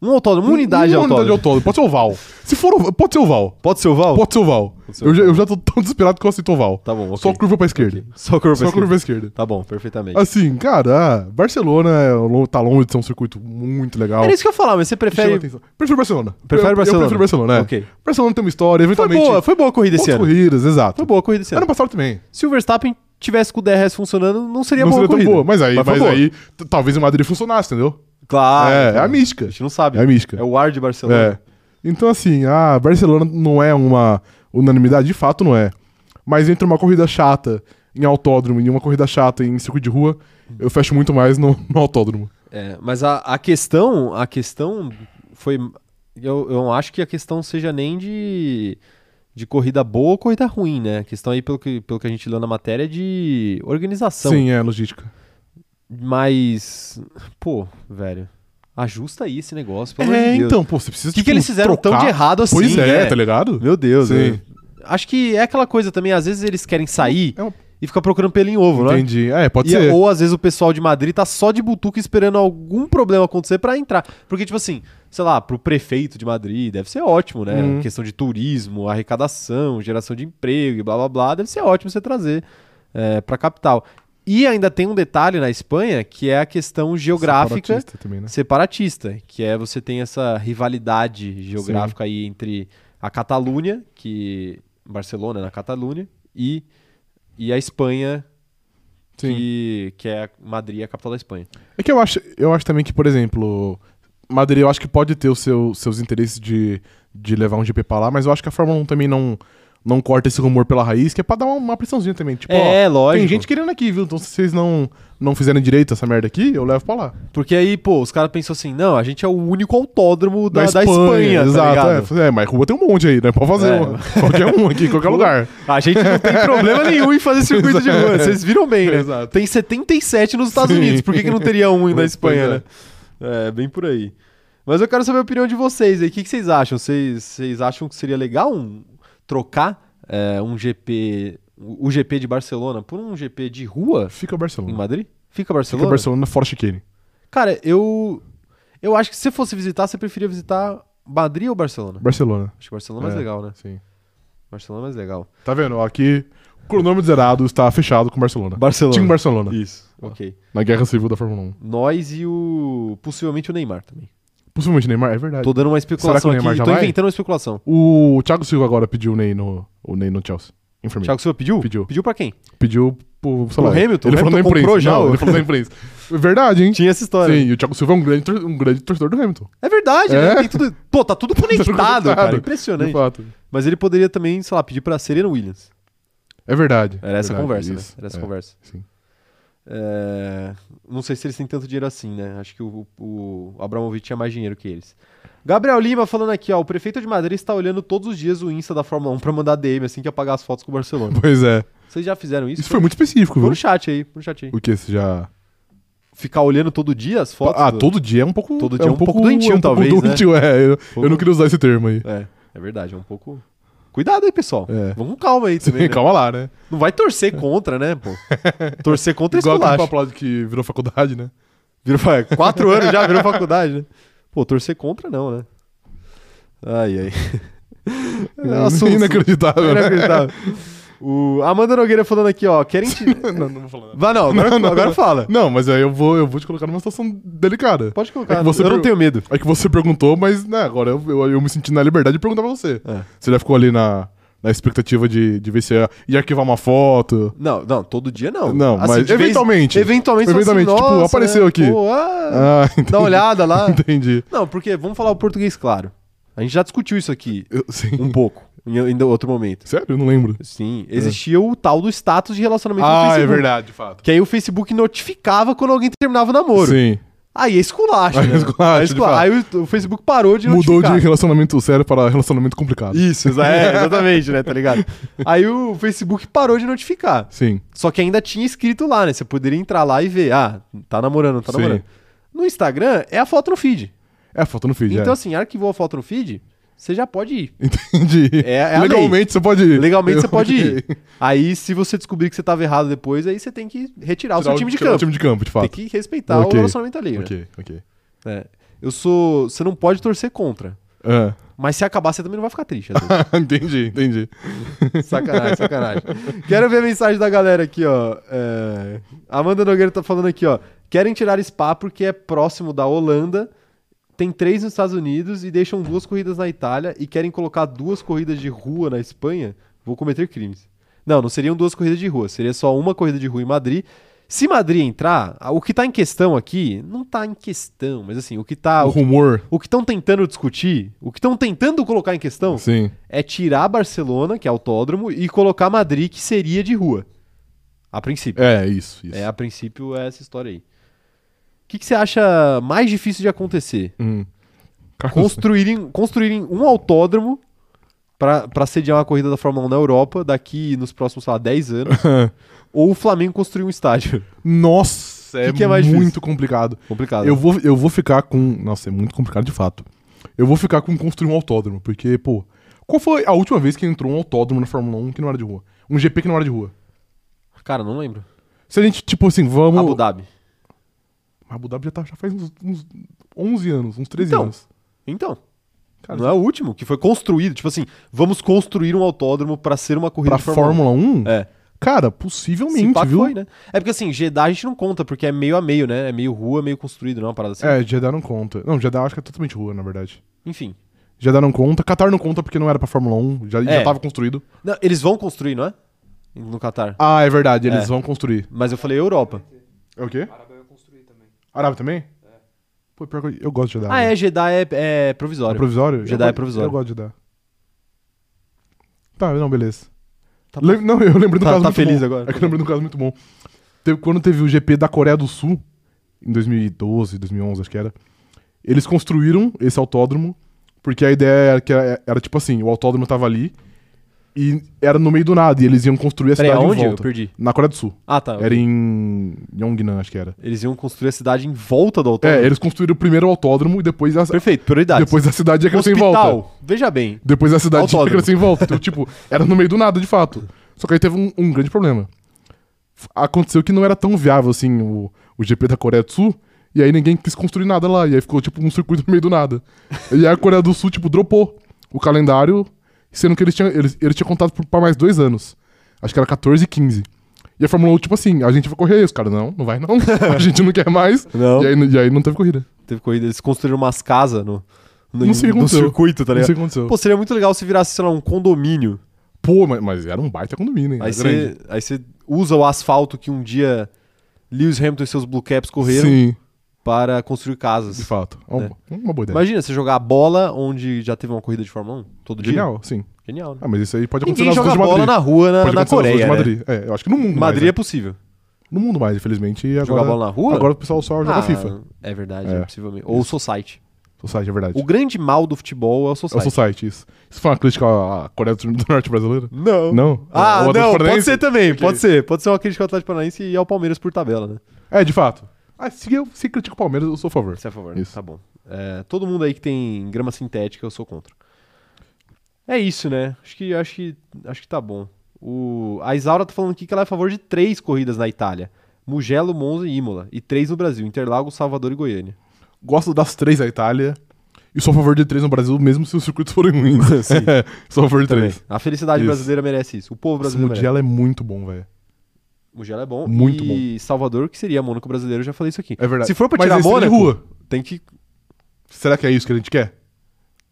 S1: Um autódromo, uma unidade de
S2: uma
S1: autódromo.
S2: unidade de autódromo. Pode ser oval. Se for oval, pode ser oval.
S1: Pode ser oval?
S2: Pode ser oval.
S1: ser
S2: Eu já,
S1: oval.
S2: eu já tô tão desesperado que eu aceito oval.
S1: Tá bom, ok.
S2: Só curva pra esquerda.
S1: Só curva
S2: Só
S1: esquerda.
S2: curva esquerda.
S1: Tá bom, perfeitamente.
S2: Assim, cara, ah, Barcelona é lo- tá longe de ser um circuito muito legal.
S1: Era É isso que eu ia falar, mas você
S2: Que chama
S1: prefere.
S2: atenção. Prefiro Barcelona.
S1: Prefere
S2: eu,
S1: Barcelona?
S2: Eu prefiro Barcelona, é.
S1: Ok.
S2: Barcelona tem uma história,
S1: Foi
S2: eventualmente...
S1: boa, foi boa a corrida esse
S2: outras
S1: ano.
S2: corridas, exato.
S1: Foi boa a corrida esse ano.
S2: Ano passado também.
S1: Se o Verstappen tivesse com o DRS funcionando, não seria
S2: não
S1: é boa
S2: seria
S1: a corrida.
S2: tão boa. Mas aí, mas
S1: foi boa.
S2: aí t- talvez o Madrid funcionasse, entendeu?
S1: Claro.
S2: é, é
S1: então,
S2: a mística.
S1: A gente não sabe.
S2: É a mística.
S1: É o ar de
S2: É.
S1: Barcelona.
S2: Então, assim, a Barcelona não é uma unanimidade, de fato não é. Mas entre uma corrida chata em autódromo e uma corrida chata em circuito de rua, eu fecho muito mais no, no autódromo.
S1: É, mas a, a questão, a questão foi. Eu, eu não acho que a questão seja nem de, de corrida boa ou corrida ruim, né? A questão aí, pelo que, pelo que a gente leu na matéria, é de organização.
S2: Sim, é logística.
S1: Mas. Pô, velho. Ajusta aí esse negócio, pelo amor
S2: É,
S1: de Deus.
S2: então, pô, você precisa
S1: O que, que eles fizeram tão de errado assim?
S2: Pois é,
S1: né?
S2: tá ligado?
S1: Meu Deus,
S2: Sim.
S1: né? Acho que é aquela coisa também, às vezes eles querem sair
S2: É uma-
S1: e fica procurando pelo em ovo, né?
S2: Entendi. É, pode
S1: E-
S2: ser.
S1: ou às vezes o pessoal de Madrid tá só de butuca esperando algum problema acontecer pra entrar. Porque, tipo assim, sei lá, pro prefeito de Madrid deve ser ótimo, né?
S2: Uhum.
S1: Questão de turismo, arrecadação, geração de emprego e blá blá blá, deve ser ótimo você trazer é, pra capital. E ainda tem um detalhe na Espanha que é a questão geográfica
S2: Separatista Também, né?
S1: separatista, que é você tem essa rivalidade geográfica aí entre a Catalunha, que Barcelona na Catalunha, e, e a Espanha,
S2: Sim.
S1: que, que é Madrid, a capital da Espanha.
S2: É que eu acho, eu acho também que, por exemplo, Madrid eu acho que pode ter os seu- seus interesses de, de levar um GP pra lá, mas eu acho que a Fórmula 1 também não, não corta esse rumor pela raiz, que é pra dar uma, uma pressãozinha também. Tipo,
S1: é,
S2: ó,
S1: lógico.
S2: tem gente querendo aqui, viu? Então se vocês não, não fizerem direito essa merda aqui, eu levo pra lá.
S1: Porque aí, pô, os caras pensam assim, não, a gente é o único autódromo da, da Espanha, tá
S2: exato.
S1: ligado?
S2: é. é, mas rua tem um monte aí, né? Pode fazer
S1: É.
S2: uma- qualquer um aqui, qualquer lugar.
S1: A gente não tem problema nenhum em fazer circuito de rua, vocês viram bem, né?
S2: Exato.
S1: Tem 77 nos Estados
S2: Sim.
S1: Unidos, por que, que não teria um na
S2: Pois
S1: Espanha,
S2: é.
S1: né? É, bem por aí. Mas eu quero saber a opinião de vocês aí. O que, que vocês acham? Vocês, vocês acham que seria legal um- trocar é, um GP, o GP de Barcelona, por um GP de rua
S2: Fica
S1: em
S2: Barcelona.
S1: Madrid? Fica
S2: Fica
S1: Barcelona?
S2: Barcelona fora chicane.
S1: Cara, eu, eu acho que se você fosse visitar, você preferia visitar Madrid ou Barcelona?
S2: Barcelona.
S1: Acho que Barcelona é mais
S2: É.
S1: legal, né?
S2: Sim.
S1: Barcelona é mais legal.
S2: Tá vendo? ó, Aqui, cronômetro zerado está fechado com Barcelona.
S1: Barcelona.
S2: Time Barcelona.
S1: Isso, ok.
S2: Na guerra civil da Fórmula 1.
S1: Nós e o. Possivelmente o Neymar também.
S2: Possivelmente Neymar, é verdade.
S1: Tô dando uma
S2: Será que o
S1: especulação aqui.
S2: Neymar já
S1: Tô
S2: vai?
S1: inventando uma especulação.
S2: O Thiago Silva agora pediu o Ney no, o Ney no Chelsea. Infermeiro.
S1: Thiago Silva pediu?
S2: Pediu.
S1: Pediu pra quem?
S2: Pediu pro, sei
S1: Pro
S2: lá,
S1: Hamilton?
S2: Ele
S1: O
S2: falou na
S1: Hamilton
S2: imprensa.
S1: comprou já,
S2: Não,
S1: o-
S2: ele falou na imprensa. É verdade, hein?
S1: Tinha essa história.
S2: Sim, e o Thiago Silva é um grande, tor- um grande torcedor do Hamilton.
S1: É verdade, né?
S2: É.
S1: Tem tudo... Pô, tá tudo conectado, cara.
S2: conectado. De
S1: Impressionante.
S2: fato.
S1: Mas ele poderia também, sei lá, pedir pra Serena Williams.
S2: É verdade.
S1: Era essa a
S2: Verdade,
S1: conversa,
S2: isso.
S1: né? Era essa
S2: É,
S1: a conversa.
S2: sim.
S1: É, Não sei se eles têm tanto dinheiro assim, né? Acho que o, o Abramovich tinha mais dinheiro que eles. Gabriel Lima falando aqui, ó. O prefeito de Madrid está olhando todos os dias o Insta da Fórmula 1 pra mandar DM assim que apagar as fotos com o Barcelona.
S2: Pois é.
S1: Vocês já fizeram isso?
S2: Isso foi muito específico,
S1: Põe
S2: viu?
S1: no chat aí, põe no chat aí.
S2: O que? Você já.
S1: Ficar olhando todo dia as fotos?
S2: Ah,
S1: do-
S2: todo dia é um pouco.
S1: Todo dia é um pouco doentio,
S2: é um pouco
S1: talvez, né?
S2: doentio, é. Eu, eu
S1: Pouco-
S2: não queria usar esse termo aí.
S1: É, é verdade, é um pouco. Cuidado aí, pessoal.
S2: É.
S1: Vamos com calma aí também. né?
S2: Calma lá, né?
S1: Não vai torcer contra, né, pô? Torcer contra é
S2: Igual aquele
S1: esculacho.
S2: papo lá que virou faculdade, né?
S1: Virou, fa- quatro anos já, virou faculdade, né? Pô, torcer contra não, né? Ai, ai. É um assunto-
S2: inacreditável. né?
S1: inacreditável. O Amanda Nogueira falando aqui, ó. Querem te...
S2: Não, não vou falar nada.
S1: Vá não, agora,
S2: Não, não,
S1: agora
S2: não.
S1: fala.
S2: Não, mas aí eu vou, eu vou te colocar numa situação delicada.
S1: Pode colocar.
S2: É que você
S1: eu não
S2: per-
S1: tenho medo.
S2: É que você perguntou, mas né, agora eu, eu, eu me senti na liberdade de perguntar pra você.
S1: É.
S2: Você já ficou ali na, na expectativa de, de ver se ia, ia arquivar uma foto.
S1: Não, não, todo dia não.
S2: Não,
S1: Assim,
S2: mas
S1: de vez-
S2: eventualmente.
S1: Eventualmente, você fala
S2: Eventualmente, tipo,
S1: "Nossa, né?
S2: apareceu aqui."
S1: Pô, ah,
S2: Ah, entendi.
S1: dá uma olhada lá.
S2: Entendi.
S1: Não, porque vamos falar o português claro. A gente já discutiu isso aqui
S2: Eu, sim.
S1: um pouco em, em outro momento.
S2: Sério? Eu não lembro.
S1: Sim, existia o tal do status de relacionamento no
S2: Ah, é
S1: Facebook.
S2: verdade, de fato.
S1: Que aí o Facebook notificava quando alguém terminava o namoro.
S2: Sim.
S1: Aí é esculacho,
S2: Aí é
S1: né?
S2: esculacho,
S1: Aí,
S2: de fato.
S1: Aí o, o Facebook parou de
S2: Mudou de
S1: notificar.
S2: relacionamento sério para relacionamento complicado.
S1: Isso, exa- é, exatamente, né? Tá ligado? Aí o Facebook parou de notificar.
S2: Sim.
S1: Só que ainda tinha escrito lá, né? Você poderia entrar lá e ver. Ah, tá namorando, tá
S2: Sim.
S1: namorando. No Instagram é a foto no feed.
S2: É a foto no feed,
S1: Então,
S2: é.
S1: assim, arquivou a foto no feed, você já pode ir.
S2: Entendi.
S1: É- é a lei.
S2: Legalmente você pode ir.
S1: Legalmente
S2: Eu-
S1: você pode ir.
S2: Tirar
S1: Aí, se você descobrir que você tava errado depois, aí você tem que retirar o seu time de
S2: tirar
S1: campo.
S2: O time de campo, de
S1: Tem
S2: fato.
S1: que respeitar o
S2: Ok.
S1: relacionamento ali.
S2: Ok, ok.
S1: Né? É. Eu sou. Você não pode torcer contra.
S2: É.
S1: Mas se acabar, você também não vai ficar triste. assim. às vezes.
S2: entendi, entendi.
S1: sacanagem, sacanagem. Quero ver a mensagem da galera aqui, ó. É, Amanda Nogueira tá falando aqui, ó. Querem tirar Spa porque é próximo da Holanda, tem três nos Estados Unidos e deixam duas corridas na Itália e querem colocar duas corridas de rua na Espanha? Vou cometer crimes. Não, não seriam duas corridas de rua, seria só uma corrida de rua em Madrid. Se Madrid entrar, o que tá em questão aqui, não tá em questão, mas assim, o que tá.
S2: o
S1: O que-
S2: rumor.
S1: o que estão tentando discutir, o que estão tentando colocar em questão,
S2: Sim.
S1: é tirar Barcelona, que é autódromo, e colocar Madrid, que seria de rua. A princípio.
S2: É, isso, isso.
S1: É, a princípio é essa história aí. O que, que você acha mais difícil de acontecer?
S2: Hum. Cara,
S1: Construírem, construírem um autódromo pra pra sediar uma corrida da Fórmula 1 na Europa daqui nos próximos, sei lá, 10 anos, ou o Flamengo construir um estádio.
S2: Nossa, é,
S1: Que que é mais
S2: muito
S1: difícil?
S2: complicado.
S1: Complicado.
S2: Eu vou, eu vou ficar com. Nossa, é muito complicado de fato. Eu vou ficar com construir um autódromo, porque, pô. Qual foi a última vez que entrou um autódromo na Fórmula 1 que não era de rua? Um GP que não era de rua?
S1: Cara, não lembro.
S2: Se a gente, tipo assim, vamos.
S1: Abu Dhabi.
S2: Abu Dhabi já, tá, já faz uns, uns 11 anos, uns 13
S1: Então.
S2: anos.
S1: Então.
S2: Cara,
S1: não é o último, que foi construído. Tipo assim, vamos construir um autódromo pra ser uma corrida
S2: Pra
S1: de
S2: Fórmula 1?
S1: É.
S2: Cara,
S1: Se
S2: possivelmente,
S1: pá que
S2: viu?
S1: foi, né? É porque assim, Jeddah a gente não conta, porque é meio a meio, né? É meio rua, meio construído, não é uma parada assim.
S2: É, Jeddah não conta. Não, Jeddah eu acho que é totalmente rua, na verdade.
S1: Enfim.
S2: Jeddah não conta. Qatar não conta porque não era pra Fórmula 1, já,
S1: É.
S2: já tava construído.
S1: Não, eles vão construir, não é? No Catar.
S2: Ah, é verdade, eles
S1: É.
S2: vão construir.
S1: Mas eu falei Europa.
S2: É o quê?
S4: Arábia vai construir também.
S2: Arábia também? É. Pô, pior que eu, eu gosto de Jeddah.
S1: Ah,
S2: né?
S1: é, Jeddah é, é
S2: É
S1: provisório.
S2: provisório?
S1: Jeddah
S2: Eu
S1: é
S2: go-
S1: provisório.
S2: Eu gosto de Jeddah. Tá, não, beleza.
S1: Tá
S2: Lem- não, eu lembro do
S1: Tá-
S2: caso
S1: tá
S2: muito
S1: feliz
S2: bom.
S1: agora.
S2: É que eu lembro de um caso muito bom. Teve- quando teve o GP da Coreia do Sul, em 2012, 2011, acho que era, eles construíram esse autódromo, porque a ideia era que era, era tipo assim, o autódromo tava ali, e era no meio do nada, e eles iam construir a
S1: Peraí,
S2: cidade
S1: aonde?
S2: em
S1: Eu
S2: volta.
S1: perdi.
S2: Na Coreia do Sul.
S1: Ah, tá.
S2: Era em Yongnan, acho que era.
S1: Eles iam construir a cidade em volta do autódromo.
S2: É, eles construíram primeiro o autódromo, e depois a,
S1: Perfeito, prioridade.
S2: depois a cidade é ia crescer em volta.
S1: Hospital, veja bem.
S2: Depois a cidade
S1: Autódromo.
S2: tinha que crescer em volta. Então, tipo, era no meio do nada, de fato. Só que aí teve um, um grande problema. F- Aconteceu que não era tão viável, assim, o, o GP da Coreia do Sul. E aí ninguém quis construir nada lá. E aí ficou, tipo, um circuito no meio do nada. E aí a Coreia do Sul, tipo, dropou o calendário. Sendo que eles tinham, eles, eles tinham contado por- pra mais dois anos. Acho que era 14 e 15. E a Fórmula 1, tipo assim, a gente vai correr aí. Os caras, não, não vai não. A gente não quer mais.
S1: Não.
S2: E aí, e aí não teve corrida.
S1: Teve corrida, eles construíram umas casas no, no,
S2: Não sei o que
S1: no
S2: aconteceu.
S1: circuito, tá
S2: Não
S1: ligado?
S2: sei o que aconteceu.
S1: Pô, seria muito legal se virasse, sei lá, um condomínio.
S2: Pô, mas, mas era um baita condomínio, hein?
S1: Aí
S2: Era grande.
S1: você aí você usa o asfalto que um dia Lewis Hamilton e seus Blue Caps correram
S2: Sim.
S1: para construir
S2: De
S1: casas.
S2: fato. É uma, uma boa ideia.
S1: Imagina você jogar bola onde já teve uma corrida de Fórmula 1 todo
S2: Genial, sim.
S1: dia. Genial, né?
S2: Ah, mas isso aí pode acontecer
S1: Ninguém
S2: nas
S1: joga
S2: ruas de
S1: bola
S2: Madrid.
S1: na rua na,
S2: Pode
S1: na
S2: acontecer nas ruas
S1: Coreia.
S2: de
S1: né?
S2: Madrid. É, eu acho que no mundo
S1: Madrid,
S2: mais.
S1: é
S2: né?
S1: possível.
S2: No mundo mais, infelizmente. E
S1: Jogar
S2: agora,
S1: bola na rua?
S2: agora o pessoal só joga
S1: Ah,
S2: FIFA.
S1: É verdade,
S2: É.
S1: é, possível mesmo. Ou o Society.
S2: O site, é verdade.
S1: O grande mal do futebol é o
S2: É o
S1: Society.
S2: Society, isso. Isso foi uma crítica à à Coreia do do Norte brasileira?
S1: Não.
S2: Não? É
S1: Ah,
S2: Ou
S1: não,
S2: ao
S1: pode ser
S2: Atlético Paranaense?
S1: também, pode ser. Pode ser uma crítica ao Atlético Paranaense e ao Palmeiras por tabela, né?
S2: É, de fato. Ah, se eu se critico o Palmeiras, eu sou a favor.
S1: Você é a favor,
S2: Isso.
S1: tá bom. É, todo mundo aí que tem grama sintética, eu sou contra. É isso, né? Acho que, acho que, acho que tá bom. O, a Isaura tá falando aqui que ela é a favor de três corridas na Itália. Mugello, Monza e Imola. E três no Brasil, Interlagos, Salvador e Goiânia.
S2: Gosto das três da Itália. E sou a favor de três no Brasil, mesmo se os circuitos forem ruins.
S1: Sim.
S2: É, sou a favor de três.
S1: A felicidade
S2: Isso.
S1: brasileira merece isso. O povo
S2: Esse
S1: brasileiro merece.
S2: Mugello é muito bom, velho.
S1: Mugello é bom.
S2: Muito
S1: e Salvador, que seria Mônaco brasileiro, eu já falei isso aqui.
S2: É verdade.
S1: Se for pra
S2: Mas
S1: tirar
S2: esse é de
S1: Mônaco,
S2: rua.
S1: tem que...
S2: Será que é isso que a gente quer?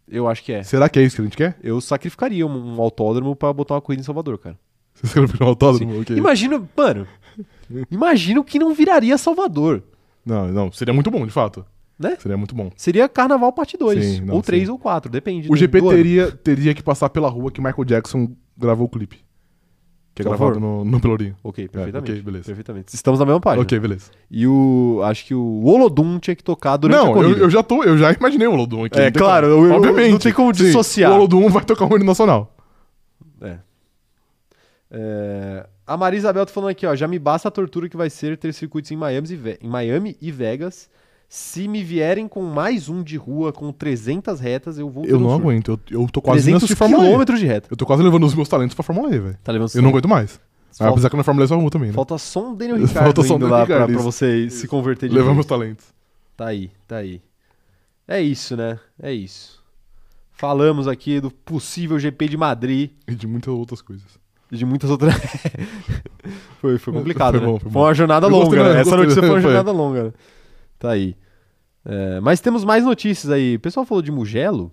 S1: Eu acho que é.
S2: Será que é isso que a gente quer?
S1: Eu sacrificaria um, um autódromo pra botar uma corrida em Salvador, cara.
S2: Você escreveu no autódromo? Ok.
S1: Imagina, mano. imagina o que não viraria Salvador,
S2: Não, não, seria muito bom, de fato.
S1: né?
S2: Seria muito bom.
S1: Seria Carnaval parte 2,
S2: Sim, não,
S1: ou 3
S2: sim.
S1: ou 4, depende.
S2: O
S1: do-
S2: GP
S1: do ano.
S2: teria, teria que passar pela rua que Michael Jackson gravou o clipe. Que é
S1: Por
S2: gravado
S1: favor.
S2: no, no Pelourinho.
S1: Ok, perfeitamente.
S2: É, ok, beleza.
S1: Perfeitamente. Estamos na mesma página.
S2: Ok, beleza.
S1: E o. Acho que o Olodum tinha que tocar durante a
S2: não, eu,
S1: corrida.
S2: eu já tô, eu já imaginei o Olodum aqui.
S1: É,
S2: não tem
S1: claro,
S2: como.
S1: eu- eu-
S2: obviamente.
S1: não tem como
S2: Sim,
S1: dissociar.
S2: o Olodum vai tocar o hino nacional.
S1: É, A Maria Isabel tá falando aqui, ó. Já me basta a tortura que vai ser ter circuitos em Miami, e Ve- em Miami e Vegas. Se me vierem com mais um de rua com 300 retas, eu vou. ter
S2: Eu
S1: um
S2: não
S1: surto.
S2: aguento, eu, eu tô quase indo
S1: 300
S2: assistir Fórmula E.
S1: quilômetros de reta.
S2: Eu tô quase levando os meus talentos pra Fórmula E, velho.
S1: Tá levando
S2: Eu não aguento mais. Ah,
S1: falta,
S2: apesar que na Fórmula E só arruma também, né?
S1: falta só um Daniel Ricardo
S2: Falta só um
S1: indo
S2: Daniel
S1: lá pra,
S2: Ricciardo,
S1: pra
S2: isso.
S1: você se converter de
S2: Levar
S1: vez.
S2: meus talentos.
S1: Tá aí, tá aí. É isso, né? É isso. Falamos aqui do possível GP de Madrid
S2: E de muitas outras coisas.
S1: e de muitas outras. foi, foi complicado,
S2: Foi
S1: né?
S2: bom, foi bom.
S1: uma jornada
S2: Eu
S1: longa,
S2: gostei,
S1: né?
S2: eu
S1: Essa
S2: gostei,
S1: notícia foi uma
S2: foi.
S1: jornada longa. né? Tá aí. É, mas temos mais notícias aí. O pessoal falou de Mugello.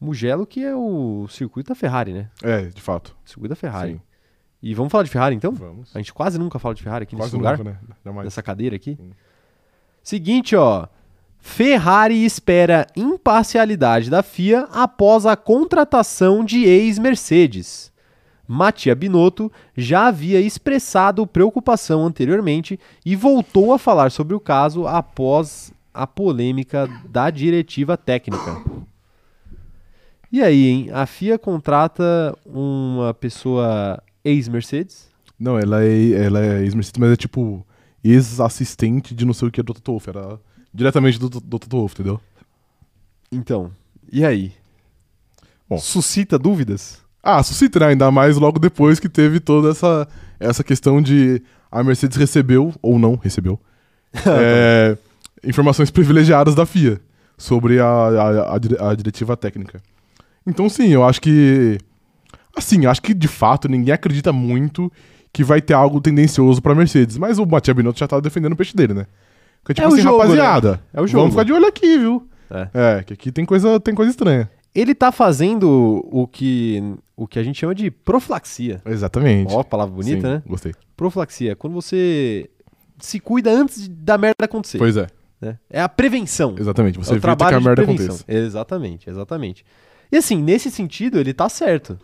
S1: Mugello que é o circuito da Ferrari, né?
S2: É, de fato.
S1: Circuito da Ferrari.
S2: Sim.
S1: E vamos falar de Ferrari então?
S2: Vamos.
S1: A gente quase nunca fala de Ferrari aqui
S2: Quase
S1: nesse lugar.
S2: nunca, né? Jamais.
S1: nessa cadeira aqui.
S2: Sim.
S1: Seguinte, ó. Ferrari espera imparcialidade da FIA após a contratação de ex-Mercedes. Mattia Binotto já havia expressado preocupação anteriormente e voltou a falar sobre o caso após a polêmica da diretiva técnica. E aí, hein? A FIA contrata uma pessoa ex-Mercedes?
S2: Não, ela é, ela é ex-mercedes, mas é tipo ex-assistente de não sei o que do Toto Wolff. Era diretamente do, do Toto Wolff, entendeu?
S1: Então, e aí?
S2: Bom.
S1: Suscita dúvidas?
S2: Ah, suscita, né? ainda mais logo depois que teve toda essa, essa questão de a Mercedes recebeu, ou não recebeu, é, informações privilegiadas da FIA sobre a, a, a dire- a diretiva técnica. Então, sim, eu acho que. Assim, eu acho que de fato ninguém acredita muito que vai ter algo tendencioso pra Mercedes, mas o Matia Binotto já tá defendendo o peixe dele, né? Porque, tipo
S1: É o
S2: assim,
S1: jogo, né?
S2: rapaziada,
S1: É o jogo.
S2: vamos ficar de olho aqui, viu?
S1: É.
S2: que aqui tem coisa, tem coisa estranha.
S1: Ele tá fazendo o que, o que a gente chama de profilaxia.
S2: Exatamente.
S1: Ó, palavra bonita,
S2: Sim,
S1: né?
S2: Gostei.
S1: Profilaxia, é quando você se cuida antes de- da merda acontecer.
S2: Pois é.
S1: né? É a prevenção.
S2: Exatamente,
S1: é
S2: você
S1: o
S2: evita que
S1: trabalho
S2: a
S1: de
S2: merda
S1: prevenção.
S2: aconteça.
S1: Exatamente, exatamente. E assim, nesse sentido, ele tá certo.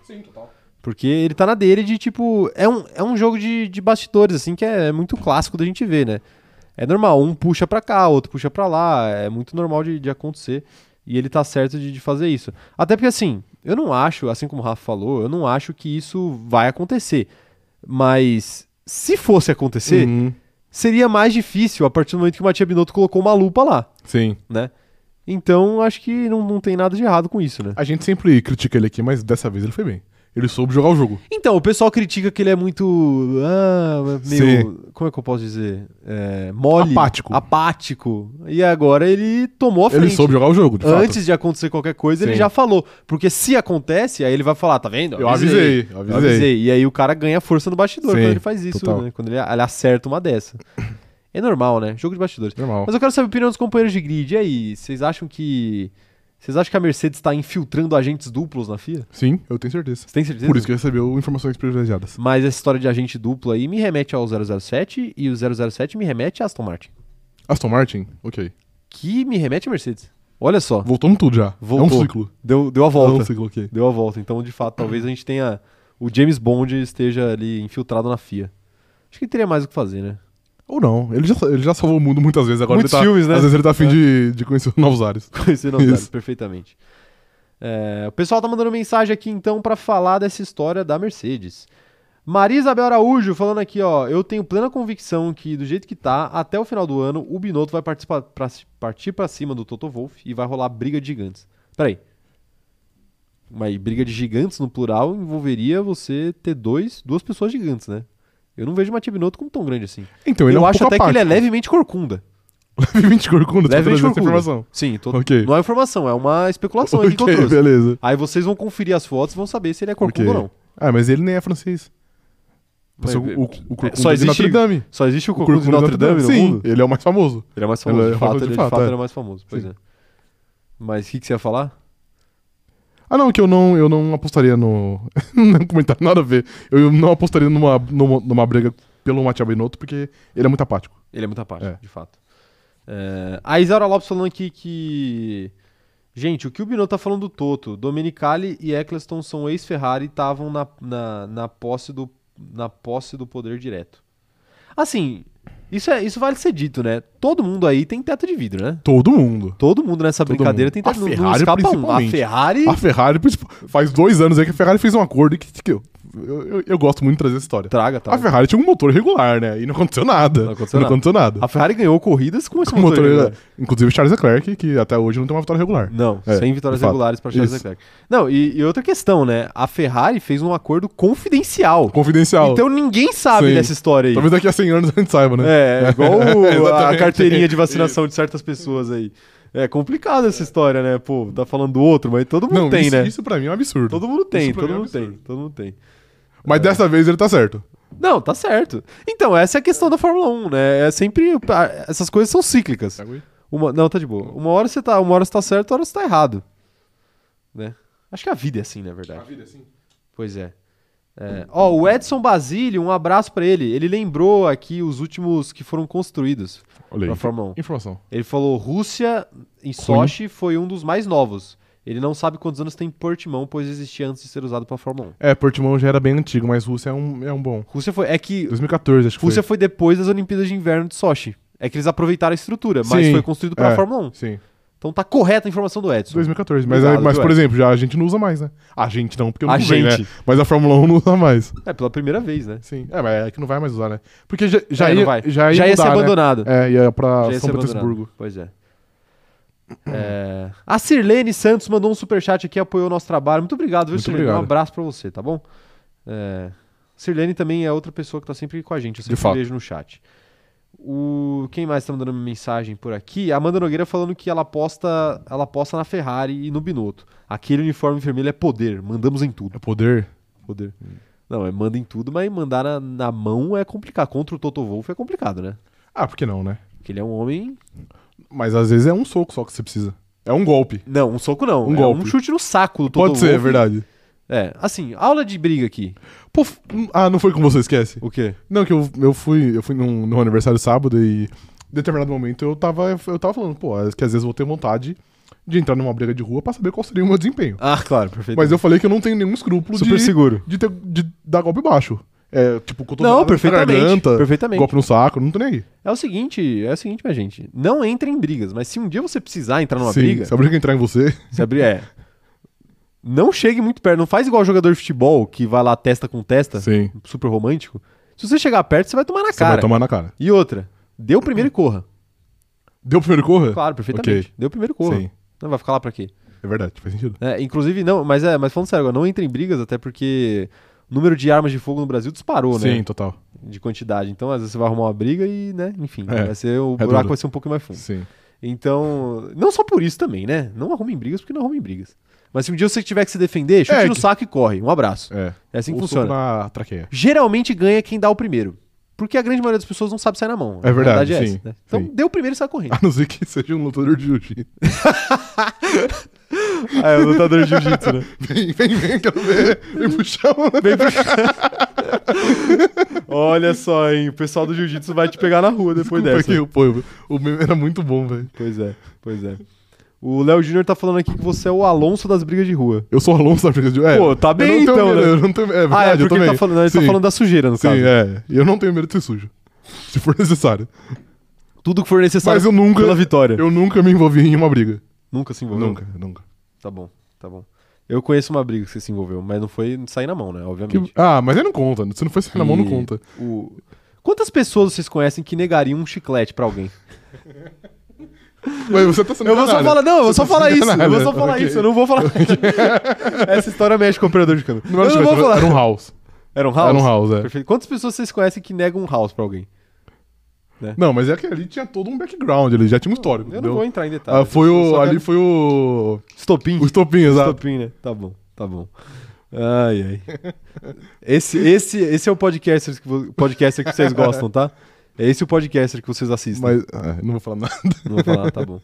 S1: Porque ele tá na dele de tipo. É um, é um jogo de, de bastidores, assim, que é, muito clássico da gente ver, né? É normal, um puxa pra cá, outro puxa pra lá, é muito normal de, de acontecer. E ele tá certo de, de fazer isso. Até porque, assim, eu não acho, assim como o Rafa falou, eu não acho que isso vai acontecer. Mas se fosse acontecer,
S2: Uhum,
S1: seria mais difícil a partir do momento que o Matia Binotto colocou uma lupa lá,
S2: Sim.
S1: né? Então, acho que não, não tem nada de errado com isso, né?
S2: A gente sempre critica ele aqui, mas dessa vez ele foi bem. Ele soube jogar o jogo.
S1: Então, o pessoal critica que ele é muito. Ah, meio. Como é que eu posso dizer? É, mole.
S2: Apático.
S1: Apático. E agora ele tomou a frente.
S2: Ele soube jogar o jogo, de fato.
S1: Antes de acontecer qualquer coisa, ele
S2: Sim.
S1: já falou. Porque se acontece, aí ele vai falar, tá vendo?
S2: Eu avisei, eu
S1: Eu
S2: avisei.
S1: avisei. E aí o cara ganha força no bastidor
S2: Sim,
S1: quando ele faz isso,
S2: total.
S1: né? Quando ele, ele acerta uma dessa. É normal, né? Jogo de bastidores.
S2: Normal.
S1: Mas eu quero saber a opinião dos companheiros de grid. E aí, vocês acham que. Vocês acham que a Mercedes está infiltrando agentes duplos na FIA?
S2: Sim, eu tenho certeza.
S1: Você tem certeza?
S2: Por isso que recebeu informações privilegiadas.
S1: Mas essa história de agente duplo aí me remete ao 007 e o 007 me remete a Aston Martin,
S2: Aston Martin, ok.
S1: que me remete a Mercedes. Olha só,
S2: Voltamos tudo já.
S1: Voltou.
S2: É um ciclo.
S1: deu, deu a
S2: É um
S1: volta.
S2: ciclo, ok.
S1: Deu a volta. Então, de fato, talvez a gente tenha. O James Bond esteja ali infiltrado na FIA. Acho que teria mais o que fazer, né?
S2: Ou não, ele já, ele já salvou o mundo muitas vezes. Agora
S1: Muitos
S2: ele tá,
S1: filmes, né?
S2: Às vezes ele tá afim
S1: É.
S2: de, de conhecer novos ares.
S1: Conhecer nós
S2: Isso.
S1: perfeitamente. É, o pessoal tá mandando mensagem aqui então pra falar dessa história da Mercedes. Maria Isabel Araújo falando aqui, ó, eu tenho plena convicção que do jeito que tá, até o final do ano, o Binotto vai participar- pra- partir pra cima do Toto Wolff e vai rolar briga de gigantes. Peraí. Mas briga de gigantes no plural envolveria você ter dois, duas pessoas gigantes, né? Eu não vejo o Matia Binotto como tão grande assim.
S2: Então, ele
S1: eu
S2: é um
S1: acho
S2: pouco
S1: até que ele é
S2: apático.
S1: levemente corcunda.
S2: Levemente corcunda, você
S1: Levemente
S2: trazer essa
S1: corcunda.
S2: informação.
S1: Sim, tô,
S2: Ok.
S1: não é informação, é uma especulação aqui que eu
S2: ok,
S1: trouxe.
S2: beleza.
S1: Aí vocês vão conferir as fotos e vão saber se ele é corcunda
S2: Ok.
S1: ou não.
S2: Ah, mas ele nem é francês.
S1: Mas,
S2: Passou o, o, o corcunda
S1: É, só existe
S2: de Notre Dame.
S1: Só existe o
S2: O
S1: corcunda de Notre Dame no
S2: Sim,
S1: mundo?
S2: ele é o mais famoso.
S1: Ele é mais famoso,
S2: Ele é
S1: de fato,
S2: famoso
S1: ele
S2: de
S1: de
S2: fato,
S1: fato
S2: é.
S1: era mais famoso, pois
S2: Sim.
S1: é. Mas o que, que você ia falar?
S2: Ah, não, que eu não, eu não apostaria no. não comentário, nada a ver. Eu não apostaria numa, numa, numa briga pelo Matia Binotto, porque ele é muito apático.
S1: Ele é muito apático,
S2: É.
S1: de fato. É, a Isaura Lopes falando aqui que Gente, o que o Binotto tá falando do Toto, Domenicali e Eccleston são ex-Ferrari e estavam na, na, na, posse do, na posse do poder direto. Assim, isso, é, isso vale ser dito, né? Todo mundo aí tem teto de vidro, né?
S2: Todo mundo.
S1: Todo mundo nessa
S2: Todo
S1: brincadeira
S2: mundo.
S1: tem
S2: A
S1: teto de vidro. um.
S2: Ferrari,
S1: A
S2: principalmente.
S1: Ferrari.
S2: A Ferrari, princip- faz dois anos aí que a Ferrari fez um acordo que, que eu, eu, eu- eu gosto muito de trazer essa história.
S1: Traga,
S2: A
S1: traga.
S2: Ferrari tinha um motor regular, né? E não aconteceu nada.
S1: Tá, Não aconteceu nada.
S2: nada.
S1: A Ferrari ganhou corridas com esse
S2: Com o motor
S1: motor.
S2: regular.
S1: regular.
S2: Inclusive Charles Leclerc, que até hoje não tem uma vitória regular.
S1: Não,
S2: É,
S1: sem vitórias
S2: de fato.
S1: regulares para Charles
S2: Isso.
S1: Leclerc. Não, e, e outra questão, né? A Ferrari fez um acordo confidencial.
S2: Confidencial.
S1: Então ninguém sabe
S2: Sim.
S1: dessa história aí.
S2: Talvez daqui a 100 anos a gente saiba, né?
S1: É, igual o- a
S2: Exatamente.
S1: carteirinha de vacinação de certas pessoas aí. É complicado essa história, né? Pô, tá falando do outro, mas todo mundo
S2: Não,
S1: tem,
S2: isso,
S1: né?
S2: isso pra mim é um absurdo.
S1: Todo É. mundo tem,
S2: isso pra
S1: todo
S2: mim é um
S1: mundo tem,
S2: absurdo.
S1: todo mundo tem.
S2: Mas dessa vez ele tá certo.
S1: Não, tá certo. Então, essa é a questão da Fórmula 1, né? É sempre. a- Essas coisas são cíclicas. Uma, não, tá de boa. Uma hora você tá, uma hora você tá certo, outra hora você tá errado. Né? Acho que a vida é assim, na verdade. Pois é. É, Ó, o Edson Basílio, um abraço pra ele. Ele lembrou aqui os últimos que foram construídos
S2: Olha
S1: na
S2: aí.
S1: Fórmula 1.
S2: Informação.
S1: Ele falou: Rússia em Sochi foi um dos mais novos. Ele não sabe quantos anos tem Portimão, pois existia antes de ser usado pra Fórmula 1.
S2: É, Portimão já era bem antigo, mas Rússia é um, é um bom.
S1: Rússia foi. É que
S2: 2014, acho que
S1: Rússia foi depois das Olimpíadas de Inverno de Sochi. É que eles aproveitaram a estrutura, mas
S2: Sim,
S1: foi construído pra
S2: é.
S1: Fórmula 1.
S2: foi. Sim,
S1: Então tá correta a informação do Edson.
S2: 2014. Mas,
S1: Obrigado,
S2: mas
S1: viu,
S2: por
S1: Edson?
S2: exemplo, já a gente não usa mais, né? A gente não, porque eu não
S1: A
S2: usei, né?
S1: gente.
S2: Mas a Fórmula 1 não usa mais.
S1: É, pela primeira vez, né?
S2: Sim. É, mas é que não vai mais usar, né? Porque já, já,
S1: É, não
S2: ia,
S1: vai.
S2: já ia
S1: Já ia ser
S2: mudar, né?
S1: abandonado.
S2: É, ia pra
S1: Já ia
S2: São
S1: ser abandonado.
S2: Petersburgo. Uhum.
S1: Pois é. É, A Sirlene Santos mandou um superchat aqui, apoiou o nosso trabalho. Muito obrigado, viu,
S2: Muito
S1: Sirlene? Um
S2: obrigado.
S1: abraço pra você, tá bom? É, Sirlene também é outra pessoa que tá sempre com a gente. Eu sempre
S2: fato.
S1: vejo no chat. O... Quem mais tá mandando mensagem por aqui? A Amanda Nogueira falando que ela aposta, ela aposta na Ferrari e no Binotto. Aquele uniforme vermelho é poder, mandamos em tudo.
S2: É poder.
S1: Poder. Não, é manda em tudo, mas mandar na, na mão é complicado. Contra o Toto Wolff é complicado, né?
S2: Ah, por que não, né?
S1: Porque ele é um homem
S2: Mas às vezes é um soco só que você precisa. É um golpe.
S1: Não, um soco não.
S2: Um
S1: é
S2: golpe.
S1: um chute no saco do Toto
S2: Pode ser, é
S1: Wolff.
S2: verdade.
S1: É, assim, aula de briga aqui.
S2: Pô, f- ah, não foi com você, esquece.
S1: O quê?
S2: Não, que eu, eu fui, eu fui num, num aniversário sábado e em determinado momento eu tava, eu tava falando, pô, é que às vezes eu vou ter vontade de entrar numa briga de rua pra saber qual seria o meu desempenho.
S1: Ah, claro, perfeito.
S2: Mas eu falei que eu não tenho nenhum escrúpulo
S1: Super
S2: de,
S1: seguro.
S2: de, ter- de dar golpe baixo. É, tipo, cotovelada
S1: Não,
S2: na
S1: perfeitamente.
S2: garganta,
S1: perfeitamente.
S2: golpe no saco, não tô nem aí.
S1: É o seguinte, é o seguinte, minha gente. Não entre em brigas, mas se um dia você precisar entrar numa
S2: Sim,
S1: briga,
S2: se a briga entrar em você,
S1: se abrir é. Não chegue muito perto, não faz igual jogador de futebol que vai lá testa com testa,
S2: sim,
S1: super romântico. Se você chegar perto, você vai tomar na
S2: você
S1: cara.
S2: vai tomar na cara.
S1: E outra, dê o primeiro e corra.
S2: Deu o primeiro corra?
S1: Claro, perfeitamente. Dê o primeiro e corra.
S2: É. Sim,
S1: Não vai ficar lá pra quê?
S2: é verdade, faz sentido.
S1: É, inclusive, não, mas é, mas falando sério, agora, não entra em brigas, até porque o número de armas de fogo no Brasil disparou,
S2: Sim,
S1: né?
S2: total.
S1: De quantidade. Então, às vezes você vai arrumar uma briga e, né, enfim,
S2: É,
S1: vai ser, o
S2: é
S1: buraco
S2: duro.
S1: vai ser um pouco mais fundo.
S2: Sim.
S1: Então, não só por isso também, né? Não arrumem brigas, porque não arrumem brigas. Mas se um dia você tiver que se defender, chute
S2: É,
S1: no
S2: que-
S1: saco e corre. Um abraço.
S2: É.
S1: É assim que
S2: Ou
S1: funciona.
S2: soco na traqueia.
S1: Geralmente ganha quem dá o primeiro. Porque a grande maioria das pessoas não sabe sair na mão.
S2: É
S1: A
S2: verdade,
S1: verdade
S2: sim,
S1: essa, né? Então,
S2: sim.
S1: dê o primeiro e sai correndo.
S2: A não ser que seja um lutador de jiu-jitsu.
S1: é, o lutador de jiu-jitsu, né?
S2: Vem, vem, vem, quero ver.
S1: Uhum.
S2: Vem pro chão.
S1: Olha só, hein? O pessoal do jiu-jitsu vai te pegar na rua depois
S2: Desculpa
S1: dessa.
S2: aqui, pô, eu- o meme era muito bom, velho.
S1: Pois é, pois é. O Léo Júnior tá falando aqui que você é o Alonso das brigas de rua.
S2: Eu sou Alonso da Briga de É,
S1: Pô, tá bem
S2: eu não tenho
S1: então,
S2: medo,
S1: né?
S2: eu não tenho, é verdade,
S1: ah, é
S2: eu
S1: porque ele
S2: também.
S1: tá falando, ele
S2: sim,
S1: tá falando da sujeira, no
S2: Sim,
S1: caso.
S2: é. E eu não tenho medo de ser sujo. Se for necessário.
S1: Tudo que for necessário
S2: Mas eu nunca.
S1: pela vitória.
S2: Eu nunca me envolvi em uma briga.
S1: Nunca se envolveu.
S2: Nunca, nunca.
S1: Tá bom, tá bom. Eu conheço uma briga que você se envolveu, mas não foi sair na mão, né?
S2: Que-
S1: Obviamente.
S2: Ah, mas aí não conta. Se não for sair na mão, não
S1: E
S2: conta.
S1: o- Quantas pessoas vocês conhecem que negariam um chiclete pra alguém?
S2: Mas você tá sendo.
S1: Eu vou só
S2: enganado.
S1: falar, não, eu vou só
S2: Você tá
S1: falar
S2: sendo
S1: isso. Eu vou
S2: enganado.
S1: só falar
S2: Ok.
S1: isso, eu não vou falar. Essa história mexe com o operador de câmera.
S2: Não era,
S1: eu não vou
S2: chiclete,
S1: falar.
S2: era um house.
S1: Era um house?
S2: Era um house, é.
S1: Perfeito. Quantas pessoas vocês conhecem que negam um house pra alguém?
S2: Não, mas é que ali tinha todo um background, ele já tinha um histórico.
S1: Eu
S2: entendeu?
S1: não vou entrar em detalhes.
S2: Ah, foi
S1: eu
S2: o.
S1: só
S2: Ali
S1: quero-
S2: foi o.
S1: Estopim.
S2: O estopim, exato.
S1: Estopim, né? Tá bom, tá bom. Ai, ai. Esse, esse, esse é o podcaster que, vo- podcaster que vocês gostam, tá? É esse o podcaster que vocês assistem.
S2: Mas. ah, não vou falar nada.
S1: Não vou falar, tá bom.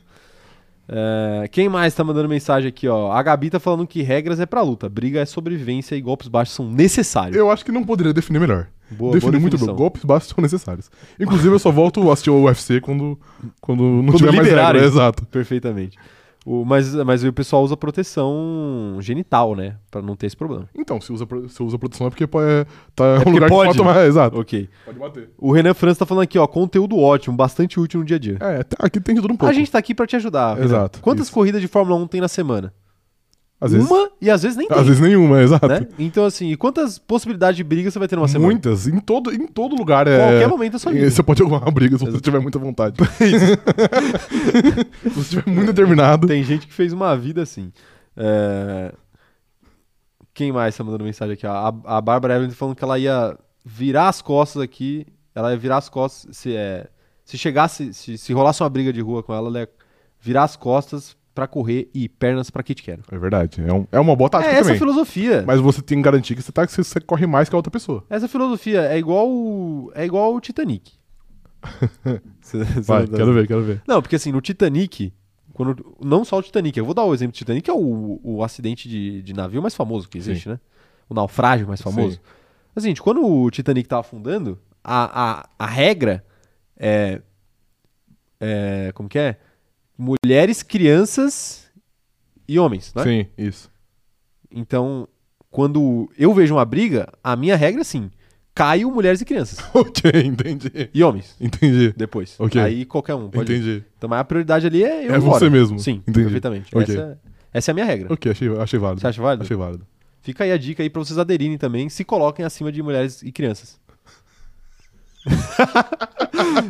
S1: É, quem mais tá mandando mensagem aqui, ó? A Gabi tá falando que regras é pra luta, briga é sobrevivência e golpes baixos são necessários.
S2: Eu acho que não poderia definir melhor.
S1: Boa,
S2: Definiu muito bem.
S1: definição.
S2: Golpes baixos são necessários. Inclusive, eu só volto a assistir o UFC quando, quando não
S1: Quando
S2: tiver mais
S1: liberarem.
S2: regra. Exato.
S1: Perfeitamente. O- mas, mas aí o pessoal usa proteção genital, né? Pra não ter esse problema.
S2: Então, se usa, pro- se usa produção é porque pô, é, tá, é
S1: porque
S2: um lugar
S1: pode.
S2: que pode tomar. Exato.
S1: Ok.
S2: Pode bater.
S1: O Renan França tá falando aqui, ó, conteúdo ótimo, bastante útil no dia a dia.
S2: É, tá- aqui tem de tudo um pouco.
S1: A gente tá aqui pra te ajudar. Renan.
S2: Exato,
S1: Quantas
S2: isso.
S1: corridas de Fórmula 1 tem na semana?
S2: às vezes,
S1: Uma e às vezes nem tem.
S2: às vezes nenhuma, exato.
S1: né? Então, assim, e quantas possibilidades de briga você vai ter numa semana?
S2: Muitas, em todo, em todo lugar é.
S1: Qualquer momento é só É
S2: é,
S1: isso.
S2: Você pode arrumar uma briga se você tiver muita vontade. se você tiver muito determinado.
S1: Tem gente que fez uma vida assim. É, Quem mais tá mandando mensagem aqui? ó? A, a Bárbara Evelyn tá falando que ela ia virar as costas aqui. Ela ia virar as costas. Se, é, se chegasse, se, se rolasse uma briga de rua com ela, ela ia virar as costas pra correr e pernas pra que te quero.
S2: É verdade. É, um- é uma boa
S1: é
S2: tática
S1: essa a
S2: também.
S1: filosofia.
S2: Mas você tem que garantir que você, tá, que você corre mais que a outra pessoa.
S1: Essa filosofia é igual o- é igual o Titanic. Você- você
S2: Vai,
S1: não tá-
S2: quero ver, quero ver.
S1: Não, porque assim, no Titanic, quando, não só o Titanic, eu vou dar o exemplo do Titanic, que é o, o acidente de, de navio mais famoso que existe, né? O naufrágio mais famoso.
S2: Sim.
S1: Mas, gente, quando o Titanic tava afundando, a, a, a regra é, é. Como que é? Mulheres, crianças e homens, né?
S2: Sim, isso.
S1: Então, quando eu vejo uma briga, a minha regra é assim: caio mulheres e crianças.
S2: ok, entendi.
S1: E homens,
S2: Entendi.
S1: depois.
S2: Ok.
S1: Aí qualquer um pode.
S2: Entendi.
S1: Então, mas a prioridade ali é eu
S2: É
S1: embora.
S2: você mesmo.
S1: Sim,
S2: Entendi.
S1: perfeitamente.
S2: Ok.
S1: Essa, essa é a minha regra.
S2: Ok, achei, achei válido.
S1: Você acha válido?
S2: Achei válido.
S1: Fica aí a dica aí pra vocês aderirem também, se coloquem acima de mulheres e crianças.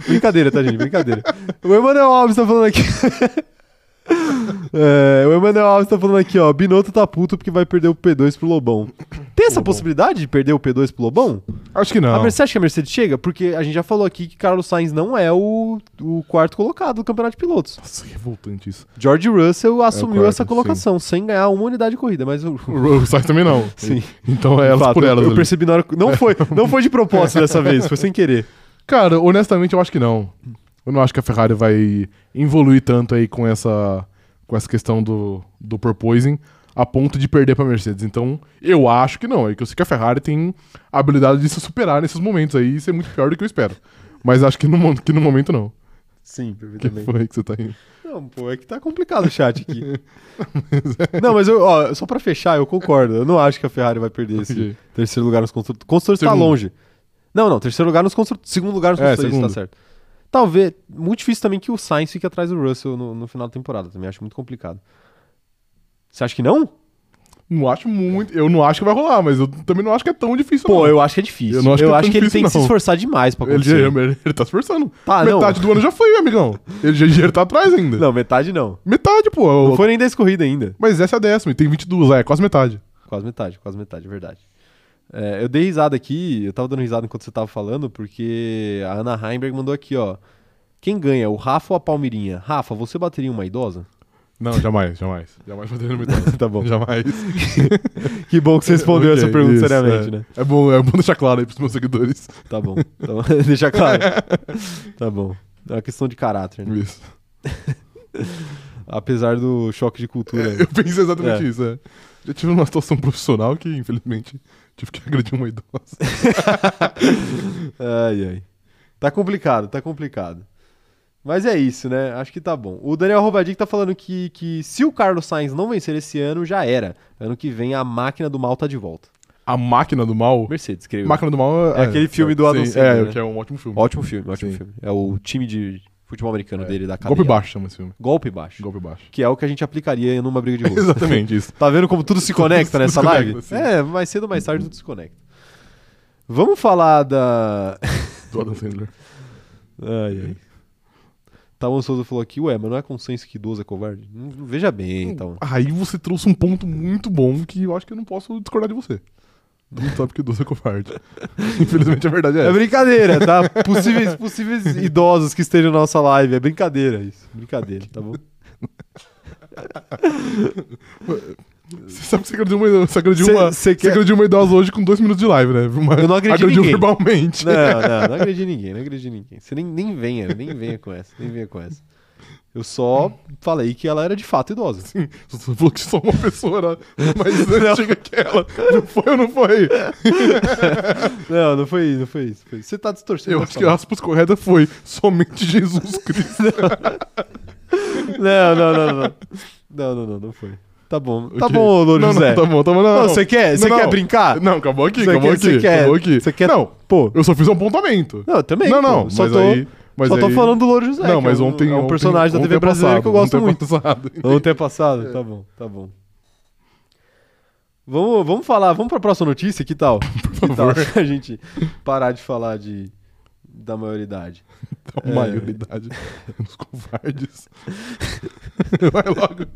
S1: brincadeira, tá, gente? Brincadeira. O Emanuel Alves tá falando aqui. É, o Emanuel Alves tá falando aqui, ó. Binotto tá puto porque vai perder o P2 pro Lobão. Tem essa
S2: Lobão.
S1: possibilidade de perder o P2 pro Lobão?
S2: Acho que
S1: A
S2: não.
S1: Mercedes, você acha que a Mercedes chega? Porque a gente já falou aqui que Carlos Sainz não é o, o quarto colocado do campeonato de pilotos.
S2: Nossa, que revoltante isso.
S1: George Russell assumiu
S2: É quarto,
S1: essa colocação sem ganhar uma unidade de corrida, mas o
S2: O Sainz também não.
S1: Sim.
S2: Então é elas
S1: Fato,
S2: por
S1: eu-
S2: elas.
S1: Eu,
S2: ali.
S1: percebi na hora que- não foi, não foi de propósito dessa vez, foi sem querer.
S2: Cara, honestamente, eu acho que não. Eu não acho que a Ferrari vai evoluir tanto aí com essa, com essa questão do, do proposing a ponto de perder pra Mercedes. Então, eu acho que não. É que eu sei que a Ferrari tem a habilidade de se superar nesses momentos aí e ser muito pior do que eu espero. Mas acho que no, mon- que no momento não.
S1: Sim,
S2: Que foi que você tá indo?
S1: Não, pô, é que tá complicado o chat aqui. não, mas eu, ó, só pra fechar, eu concordo. Eu não acho que a Ferrari vai perder esse
S2: Ok.
S1: terceiro lugar nos construtores. Construtores tá
S2: Segundo.
S1: longe. Não, não, terceiro lugar nos construtores. Segundo lugar nos
S2: É,
S1: construtores, tá
S2: segundo.
S1: certo. Talvez, muito difícil também que o Sainz fique atrás do Russell no, no final da temporada. Também acho muito complicado. Você acha que não?
S2: Não acho muito. Eu não acho que vai rolar, mas eu também não acho que é tão difícil.
S1: Pô,
S2: não.
S1: eu acho que é difícil. é
S2: Eu não acho que é tão
S1: ele
S2: difícil,
S1: tem que se
S2: não.
S1: esforçar demais pra
S2: Ele,
S1: acontecer.
S2: ele- ele tá se esforçando.
S1: Tá, não.
S2: Metade do ano já foi, amigão. Ele já, já tá atrás ainda.
S1: Não, metade não.
S2: Metade, pô.
S1: Não foi nem 10 corridas ainda.
S2: Mas essa é a décima e tem 22, é quase metade.
S1: Quase metade, quase metade, é verdade. É, eu dei risada aqui, eu tava dando risada enquanto você tava falando, porque a Ana Heimberg mandou aqui, ó. Quem ganha, o Rafa ou a Palmeirinha? Rafa, você bateria em uma idosa?
S2: Não, jamais, jamais. Jamais bateria no metade.
S1: tá bom.
S2: Jamais.
S1: Que bom que você respondeu
S2: Ok,
S1: essa pergunta
S2: isso,
S1: seriamente,
S2: é.
S1: né?
S2: É bom, é bom deixar claro aí pros meus seguidores.
S1: Tá bom. Tá bom. Deixa claro. tá bom. É uma questão de caráter, né?
S2: Isso.
S1: Apesar do choque de cultura.
S2: Eu pensei exatamente
S1: É.
S2: isso, é. Já tive uma situação profissional que, infelizmente, tive que agredir uma idosa.
S1: Ai, ai. Tá complicado, tá complicado. Mas é isso, né? Acho que tá bom. O Daniel Rovadic tá falando que, que se o Carlos Sainz não vencer esse ano, já era. Ano que vem a máquina do mal tá de volta.
S2: A Máquina do Mal.
S1: Mercedes, creio. eu.
S2: Máquina do Mal
S1: É aquele filme do Adam
S2: sim,
S1: Sandler,
S2: É,
S1: né?
S2: que é um ótimo filme.
S1: Ótimo filme, ótimo
S2: Sim. É.
S1: filme. É o time de futebol americano dele, da cadeia.
S2: Golpe baixo chama esse filme.
S1: Golpe baixo.
S2: Golpe baixo.
S1: Que é o que a gente aplicaria numa briga de rua.
S2: Exatamente isso.
S1: Tá vendo como tudo se conecta
S2: Tudo se
S1: nessa live?
S2: conecta, sim.
S1: É, mais cedo ou mais tarde tudo se conecta. Vamos falar da...
S2: Do Adam Sandler.
S1: Ai, ai. Tauan Souza falou aqui, ué, mas não é consenso que idoso é covarde? Hum, Veja bem, Tauan.
S2: Aí você trouxe um ponto muito bom que eu acho que eu não posso discordar de você. Não sabe que o doce é covarde. Infelizmente a verdade é
S1: É
S2: essa.
S1: brincadeira, tá? Possíveis, possíveis idosos que estejam na nossa live. É brincadeira isso. Brincadeira, tá bom?
S2: Você sabe que você agrediu uma, você agrediu
S1: Cê-
S2: uma,
S1: cê
S2: você
S1: quer-
S2: agrediu uma idosa hoje com dois minutos de live, né? Uma-
S1: Eu não agredi
S2: Agrediu
S1: ninguém. Né?
S2: verbalmente.
S1: Não, não, não agredi ninguém, não agredi ninguém. Você nem, nem venha, nem venha com essa, nem venha com essa. Eu só falei que ela era de fato idosa.
S2: Sim, você falou que só uma pessoa era mais antiga que ela. Não foi ou não foi?
S1: Não, não foi isso, não foi isso. foi isso. Você tá distorcendo.
S2: Eu
S1: a
S2: acho que
S1: palavra.
S2: a aspas correta foi somente Jesus Cristo.
S1: Não, não, não, não. Não, não, não, não foi. Tá bom. Tá
S2: Ok.
S1: bom, Louro
S2: Não, não,
S1: José.
S2: tá bom, tá bom. Não,
S1: Não,
S2: não.
S1: você quer, você
S2: Não,
S1: quer
S2: não.
S1: brincar?
S2: Não, acabou aqui,
S1: Você
S2: acabou
S1: quer-
S2: aqui,
S1: você quer-
S2: acabou aqui.
S1: você quer-
S2: Não,
S1: Pô,
S2: eu só fiz um apontamento.
S1: não, eu também.
S2: não,
S1: pô,
S2: não,
S1: só
S2: mas
S1: tô,
S2: aí... Mas
S1: só tô
S2: aí-
S1: falando do Louro José.
S2: Não,
S1: que é
S2: mas
S1: um-
S2: ontem...
S1: É um
S2: ontem-
S1: personagem da
S2: ontem
S1: TV
S2: é
S1: brasileira que eu
S2: passado,
S1: gosto
S2: ontem é
S1: muito.
S2: passado.
S1: Ontem é passado? Tá bom, tá bom. Vamos, vamos falar, vamos pra próxima notícia, que tal? que tal a gente parar de falar de da maioridade.
S2: A
S1: É.
S2: Então, maioridade dos covardes. Vai logo.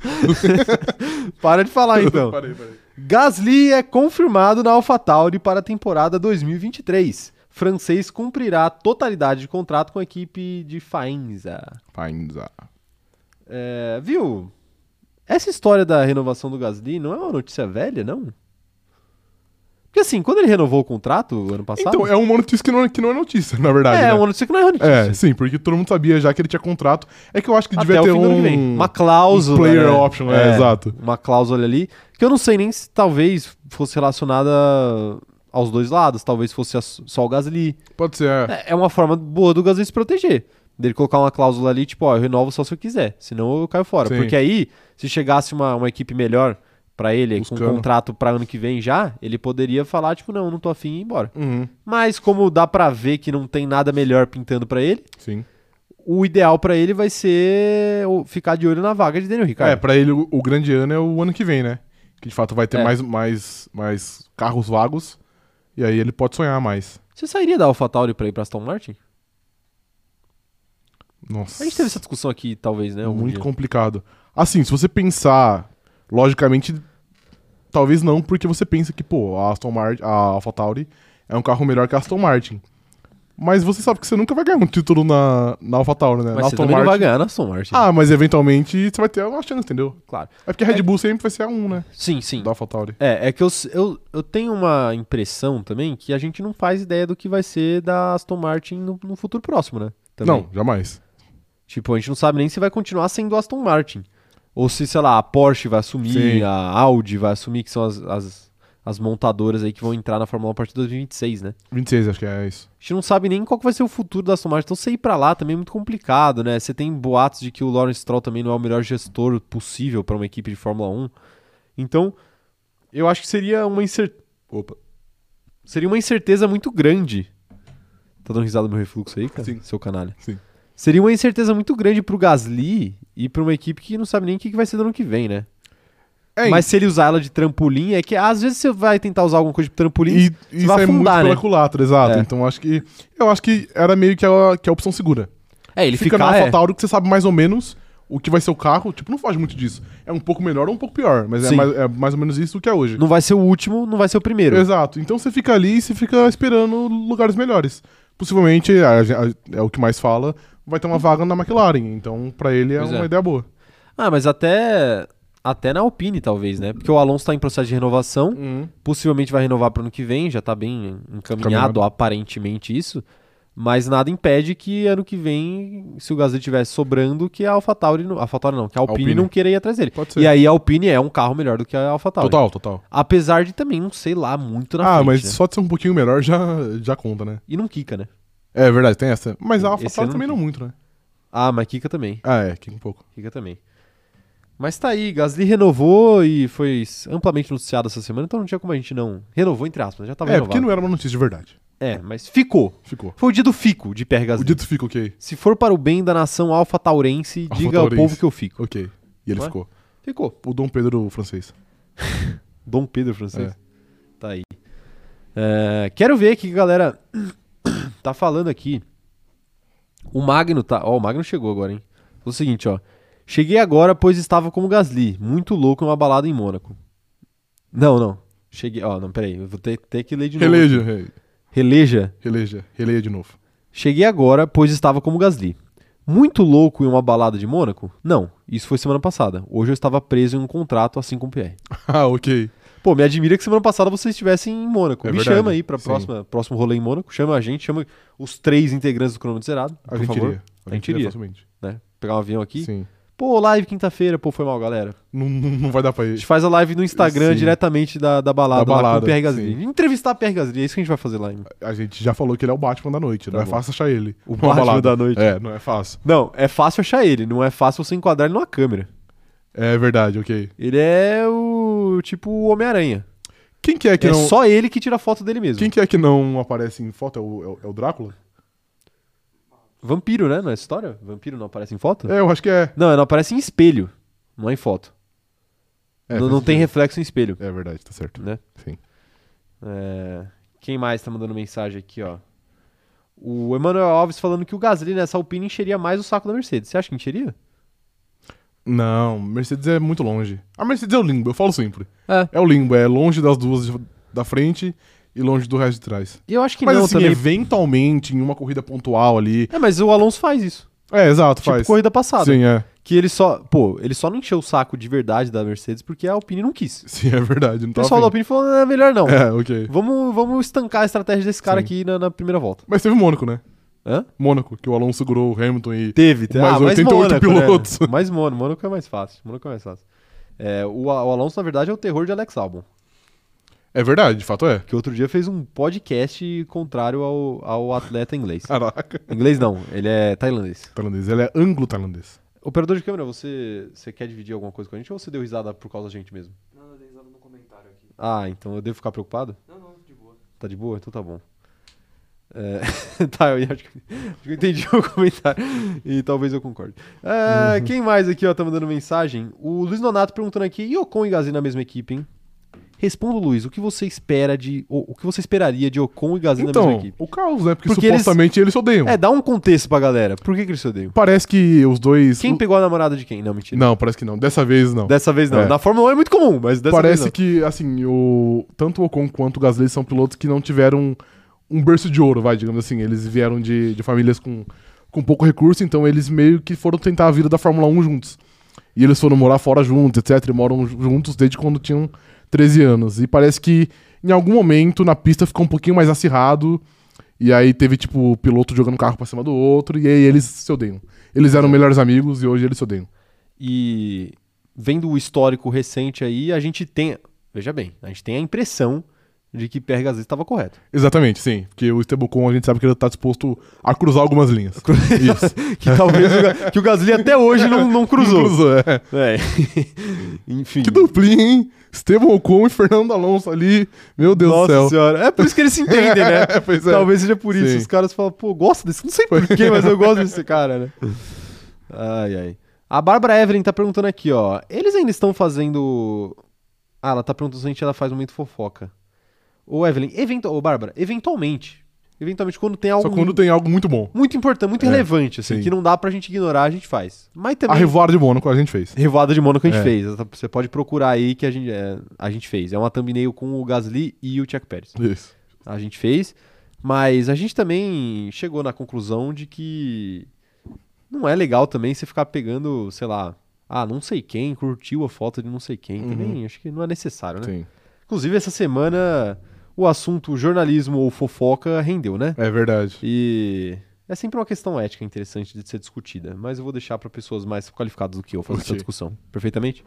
S1: Para de falar então.
S2: Parei, parei.
S1: Gasly é confirmado na AlphaTauri para a temporada 2023. Francês cumprirá a totalidade de contrato com a equipe de Faenza.
S2: Faenza.
S1: É, viu? Essa história da renovação do Gasly não é uma notícia velha, não? Porque assim, quando ele renovou o contrato ano passado.
S2: Então, é uma notícia que não, é- que não é notícia, na verdade.
S1: é,
S2: né?
S1: uma notícia que não é notícia.
S2: É, sim, porque todo mundo sabia já que ele tinha contrato. É que eu acho que
S1: Até
S2: devia
S1: o
S2: ter
S1: fim do ano que vem.
S2: um.
S1: Uma cláusula.
S2: um player
S1: né?
S2: option, é, exato.
S1: Uma cláusula ali. Que eu não sei nem se talvez fosse relacionada aos dois lados. Talvez fosse a- só o Gasly.
S2: Pode ser. É.
S1: É, é uma forma boa do Gasly se proteger. Dele colocar uma cláusula ali, tipo, ó, eu renovo só se eu quiser. Senão eu caio fora.
S2: Sim.
S1: Porque aí, se chegasse uma, uma equipe melhor pra ele, com
S2: Buscando.
S1: um contrato pra ano que vem já, ele poderia falar, tipo, não, não tô afim e ir embora.
S2: Uhum,
S1: Mas como dá pra ver que não tem nada melhor pintando pra ele,
S2: sim.
S1: o ideal pra ele vai ser o- ficar de olho na vaga de Daniel
S2: É,
S1: Ricciardo.
S2: pra ele o, o grande ano é o ano que vem, né? Que de fato vai ter
S1: É.
S2: mais, mais, mais carros vagos. E aí ele pode sonhar mais.
S1: Você sairia da AlphaTauri pra ir pra Aston Martin?
S2: Nossa.
S1: A gente teve essa discussão aqui, talvez, né? algum
S2: muito
S1: dia.
S2: complicado. Assim, se você pensar, logicamente, talvez não, porque você pensa que, pô, a Aston Martin, a AlphaTauri é um carro melhor que a Aston Martin. Mas você sabe que você nunca vai ganhar um título na, na AlphaTauri, né?
S1: Mas
S2: na
S1: você
S2: Aston
S1: também não vai ganhar na Aston Martin.
S2: Ah, mas eventualmente você vai ter uma chance, entendeu?
S1: claro.
S2: É porque a Red Bull sempre vai ser a 1, né?
S1: Sim, sim.
S2: Da AlphaTauri.
S1: É, é que eu, s- eu, eu tenho uma impressão também que a gente não faz ideia do que vai ser da Aston Martin no, no futuro próximo, né? Também.
S2: Não, jamais.
S1: Tipo, a gente não sabe nem se vai continuar sendo a Aston Martin. Ou se, sei lá, a Porsche vai assumir,
S2: Sim.
S1: a Audi vai assumir, que são as, as, as montadoras aí que vão entrar na Fórmula 1 a partir de 2026, né?
S2: 26, acho que é isso.
S1: A gente não sabe nem qual que vai ser o futuro da Aston Martin. Então, você ir pra lá também é muito complicado, né? Você tem boatos de que o Lawrence Stroll também não é o melhor gestor possível pra uma equipe de Fórmula 1. Então, eu acho que seria uma incerteza. Opa. Seria uma incerteza muito grande. Tá dando risada no meu refluxo aí, cara?
S2: Sim.
S1: Seu canalha.
S2: Sim.
S1: Seria uma incerteza muito grande pro Gasly e pra uma equipe que não sabe nem o que que vai ser do ano que vem, né?
S2: É,
S1: Mas se ele usar ela de trampolim, é que às vezes você vai tentar usar alguma coisa de trampolim.
S2: e, e
S1: vai
S2: sai
S1: afundar,
S2: muito
S1: né?
S2: pela culatra, exato.
S1: É.
S2: Então acho que. Eu acho que era meio que a, que a opção segura.
S1: É, ele
S2: fica, na
S1: é.
S2: AlphaTauri que você sabe mais ou menos o que vai ser o carro. Tipo, não foge muito disso. É um pouco melhor ou um pouco pior, mas é
S1: Sim.
S2: mais, é mais ou menos isso do que é hoje.
S1: Não vai ser o último, não vai ser o primeiro.
S2: Exato. Então você fica ali e você fica esperando lugares melhores. Possivelmente, a- a- é o que mais fala, vai ter uma vaga na McLaren. Então, pra ele é
S1: Pois é.
S2: uma ideia boa.
S1: Ah, mas até até na Alpine talvez, né? Porque o Alonso tá em processo de renovação, possivelmente vai renovar pro ano que vem, já tá bem encaminhado,
S2: Encaminhado.
S1: aparentemente isso, mas nada impede que ano que vem, se o Gasly tivesse sobrando, que a AlphaTauri, não, a AlphaTauri não, que a Alpine,
S2: Alpine.
S1: não queira ir atrás dele.
S2: Pode ser.
S1: E aí a Alpine é um carro melhor do que a AlphaTauri.
S2: Total, total.
S1: Apesar de também não sei lá muito na
S2: ah,
S1: frente,
S2: mas
S1: né?
S2: só de ser um pouquinho melhor já, já conta, né?
S1: E não quica, né?
S2: É verdade, tem essa. Mas a
S1: Esse
S2: AlphaTauri
S1: ano
S2: também
S1: não
S2: não muito, né?
S1: Ah, mas quica também.
S2: Ah, é, aqui um pouco.
S1: Fica também. Mas tá aí, Gasly renovou e foi amplamente anunciado essa semana, então não tinha como a gente não. Renovou, entre aspas, né? já tava
S2: é, porque
S1: Tá renovado.
S2: não era uma notícia de verdade.
S1: É, mas ficou.
S2: Ficou.
S1: Foi o dia do fico de Pierre
S2: O
S1: Gasly.
S2: dito fica ok.
S1: Se for para o bem da nação alfa taurense, diga ao
S2: Alpha-taurense.
S1: povo que eu fico.
S2: Ok. E ele
S1: Ué?
S2: ficou.
S1: Ficou.
S2: O Dom Pedro francês.
S1: Dom Pedro francês. Tá aí. É, quero ver o que a galera tá falando aqui. O Magno tá. Ó, o Magno chegou agora, hein? Falou o seguinte, ó. Cheguei agora, pois estava como Gasly, muito louco numa balada em Mônaco. Não, não. Cheguei. Ó, não, peraí. Eu vou ter, ter que ler de novo.
S2: Releja, re-
S1: Releja.
S2: releja, releia de novo.
S1: Cheguei agora, pois estava como Gasly. Muito louco em uma balada de Mônaco? Não, isso foi semana passada. Hoje eu estava preso em um contrato, assim como o PR.
S2: ah, ok.
S1: Pô, me admira que semana passada vocês estivessem em Mônaco.
S2: É
S1: me
S2: verdade,
S1: chama aí pra
S2: sim.
S1: próxima, próximo rolê em Mônaco. Chama a gente, chama os três integrantes do Cronômetro Zerado,
S2: A
S1: por
S2: gente
S1: favor.
S2: iria.
S1: A gente iria.
S2: facilmente.
S1: Né? Pegar um avião aqui.
S2: Sim.
S1: Pô, live quinta-feira. Pô, foi mal, galera.
S2: Não, não, não vai dar pra
S1: A gente
S2: ir.
S1: faz a live no Instagram
S2: Sim.
S1: diretamente da, da balada,
S2: Da
S1: lá com
S2: balada,
S1: o Pierre Gasly.
S2: sim.
S1: Entrevistar Pierre Gasly, é isso que a gente vai fazer lá. Em...
S2: A gente já falou que ele é o Batman da noite.
S1: Tá
S2: não é
S1: bom.
S2: fácil achar ele.
S1: O
S2: Numa
S1: Batman
S2: balada.
S1: da noite.
S2: É, não é fácil.
S1: Não, é fácil achar ele. Não é fácil você enquadrar ele numa câmera.
S2: É verdade, ok.
S1: Ele é o tipo o Homem-Aranha.
S2: Quem que é que
S1: É
S2: não.
S1: só ele que tira foto dele mesmo.
S2: Quem que é que não aparece em foto? É o, é o- é o Drácula?
S1: Vampiro, né? Não é história? Vampiro não aparece em foto?
S2: É, eu acho que é.
S1: Não, ele aparece em espelho, não é em foto.
S2: É,
S1: não
S2: faz
S1: não tem
S2: sentido.
S1: reflexo em espelho,
S2: É verdade, tá certo.
S1: né?
S2: Sim.
S1: É, Quem mais tá mandando mensagem aqui, ó? O Emanuel Alves falando que o Gasly nessa Alpine encheria mais o saco da Mercedes. Você acha que encheria?
S2: Não, Mercedes é muito longe. A Mercedes é o limbo, eu falo sempre.
S1: É.
S2: É o limbo, é longe das duas de- da frente e longe do resto de trás.
S1: E eu acho que
S2: Mas
S1: não
S2: assim,
S1: também.
S2: eventualmente, em uma corrida pontual ali.
S1: É, mas o Alonso faz isso.
S2: É, exato, faz.
S1: Tipo corrida passada.
S2: Sim, é.
S1: Que ele só. Pô, ele só não encheu o saco de verdade da Mercedes porque a Alpine não quis.
S2: Sim, é verdade. Não
S1: O
S2: tá
S1: pessoal da Alpine falou: não, é melhor não.
S2: É, ok.
S1: Vamos, vamos estancar a estratégia desse cara
S2: Sim.
S1: aqui na, na primeira volta.
S2: Mas teve Mônaco, né?
S1: Hã?
S2: Mônaco, que o Alonso segurou o Hamilton e.
S1: Teve, teve.
S2: Mais 88
S1: né?
S2: pilotos.
S1: Mais Mono, Mônaco é mais fácil. Mônaco é mais fácil. É, o, A- o Alonso, na verdade, é o terror de Alex Albon,
S2: É verdade, de fato é.
S1: que outro dia fez um podcast contrário ao, ao atleta inglês.
S2: Caraca.
S1: inglês não, ele é tailandês.
S2: Tailandês, ele é anglo-tailandês.
S1: Operador de câmera, você, você quer dividir alguma coisa com a gente ou você deu risada por causa da gente mesmo?
S3: Não, eu dei risada no comentário aqui.
S1: Ah, então eu devo ficar preocupado?
S3: Não, não, de boa.
S1: Tá de boa? Então tá bom. É, tá, eu ia- acho que, acho que eu entendi o comentário e talvez eu concorde.
S2: Uhum.
S1: É, Quem mais aqui ó, tá mandando mensagem? O Luiz Nonato perguntando aqui, e Ocon e Gasly na mesma equipe, hein? Responda, Luiz, o que você espera de. O, o que você esperaria de Ocon e Gasly na
S2: Então,
S1: mesma equipe?
S2: o caos, né? Porque,
S1: Porque eles-
S2: supostamente eles... se odeiam.
S1: É, dá um contexto pra galera. Por que, que eles se odeiam?
S2: Parece que os dois.
S1: Quem pegou a namorada de quem? Não, mentira.
S2: Hum. Não, parece que não. Dessa vez não.
S1: Dessa vez não.
S2: É.
S1: Na Fórmula 1 é muito comum, mas dessa vez
S2: Parece
S1: não.
S2: que, assim, o... tanto o Ocon quanto o Gasly são pilotos que não tiveram um berço de ouro, vai, digamos assim. Eles vieram de, de famílias com, com pouco recurso, então eles meio que foram tentar a vida da Fórmula 1 juntos. E eles foram morar fora juntos, etc. E moram ju- juntos desde quando tinham 13 anos. E parece que em algum momento na pista ficou um pouquinho mais acirrado. E aí teve, tipo, o piloto jogando carro pra cima do outro. E aí eles se odeiam. Eles eram melhores amigos e hoje eles se odeiam.
S1: E vendo o histórico recente aí, a gente tem. Veja bem, a gente tem a impressão de que Pierre Gasly estava correto.
S2: Exatamente, sim. Porque o Estebocon a gente sabe que ele tá disposto a cruzar algumas linhas. Isso.
S1: Que talvez o, Ga- que o Gasly até hoje não, não cruzou.
S2: é.
S1: É. Enfim.
S2: Que duplinha, hein? Esteban Ocon e Fernando Alonso ali. Meu Deus
S1: Nossa
S2: do céu.
S1: senhora. É por isso que eles se entendem, né?
S2: É, pois é.
S1: Talvez seja por isso.
S2: Sim.
S1: Os caras falam, pô, gosto desse. Não sei porquê, mas eu gosto desse cara, né? é. Ai, ai. A Bárbara Evelyn tá perguntando aqui, ó. Eles ainda estão fazendo. Ah, ela tá perguntando se a gente ela faz momento fofoca. Ô, Evelyn, eventu... Ô, Bárbara, eventualmente. Eventualmente, quando tem algo
S2: Só quando tem algo muito bom.
S1: muito importante, muito
S2: É,
S1: relevante, assim,
S2: sim.
S1: que não dá pra gente ignorar, a gente faz. Mas
S2: A
S1: também.
S2: Revoada de Mônaco a gente fez.
S1: Revoada de Mônaco a gente
S2: É.
S1: fez. Essa- Você pode procurar aí que a gente, é, a gente fez. É uma thumbnail com o Gasly e o Chuck Pérez.
S2: Isso.
S1: A gente fez. Mas a gente também chegou na conclusão de que não é legal também você ficar pegando, sei lá, ah, não sei quem curtiu a foto de não sei quem. Também acho que não é necessário, né?
S2: Sim.
S1: Inclusive, essa semana o assunto jornalismo ou fofoca rendeu, né?
S2: É verdade.
S1: E é sempre uma questão ética interessante de ser discutida, mas eu vou deixar para pessoas mais qualificadas do que eu fazer essa
S2: Ok.
S1: discussão, perfeitamente?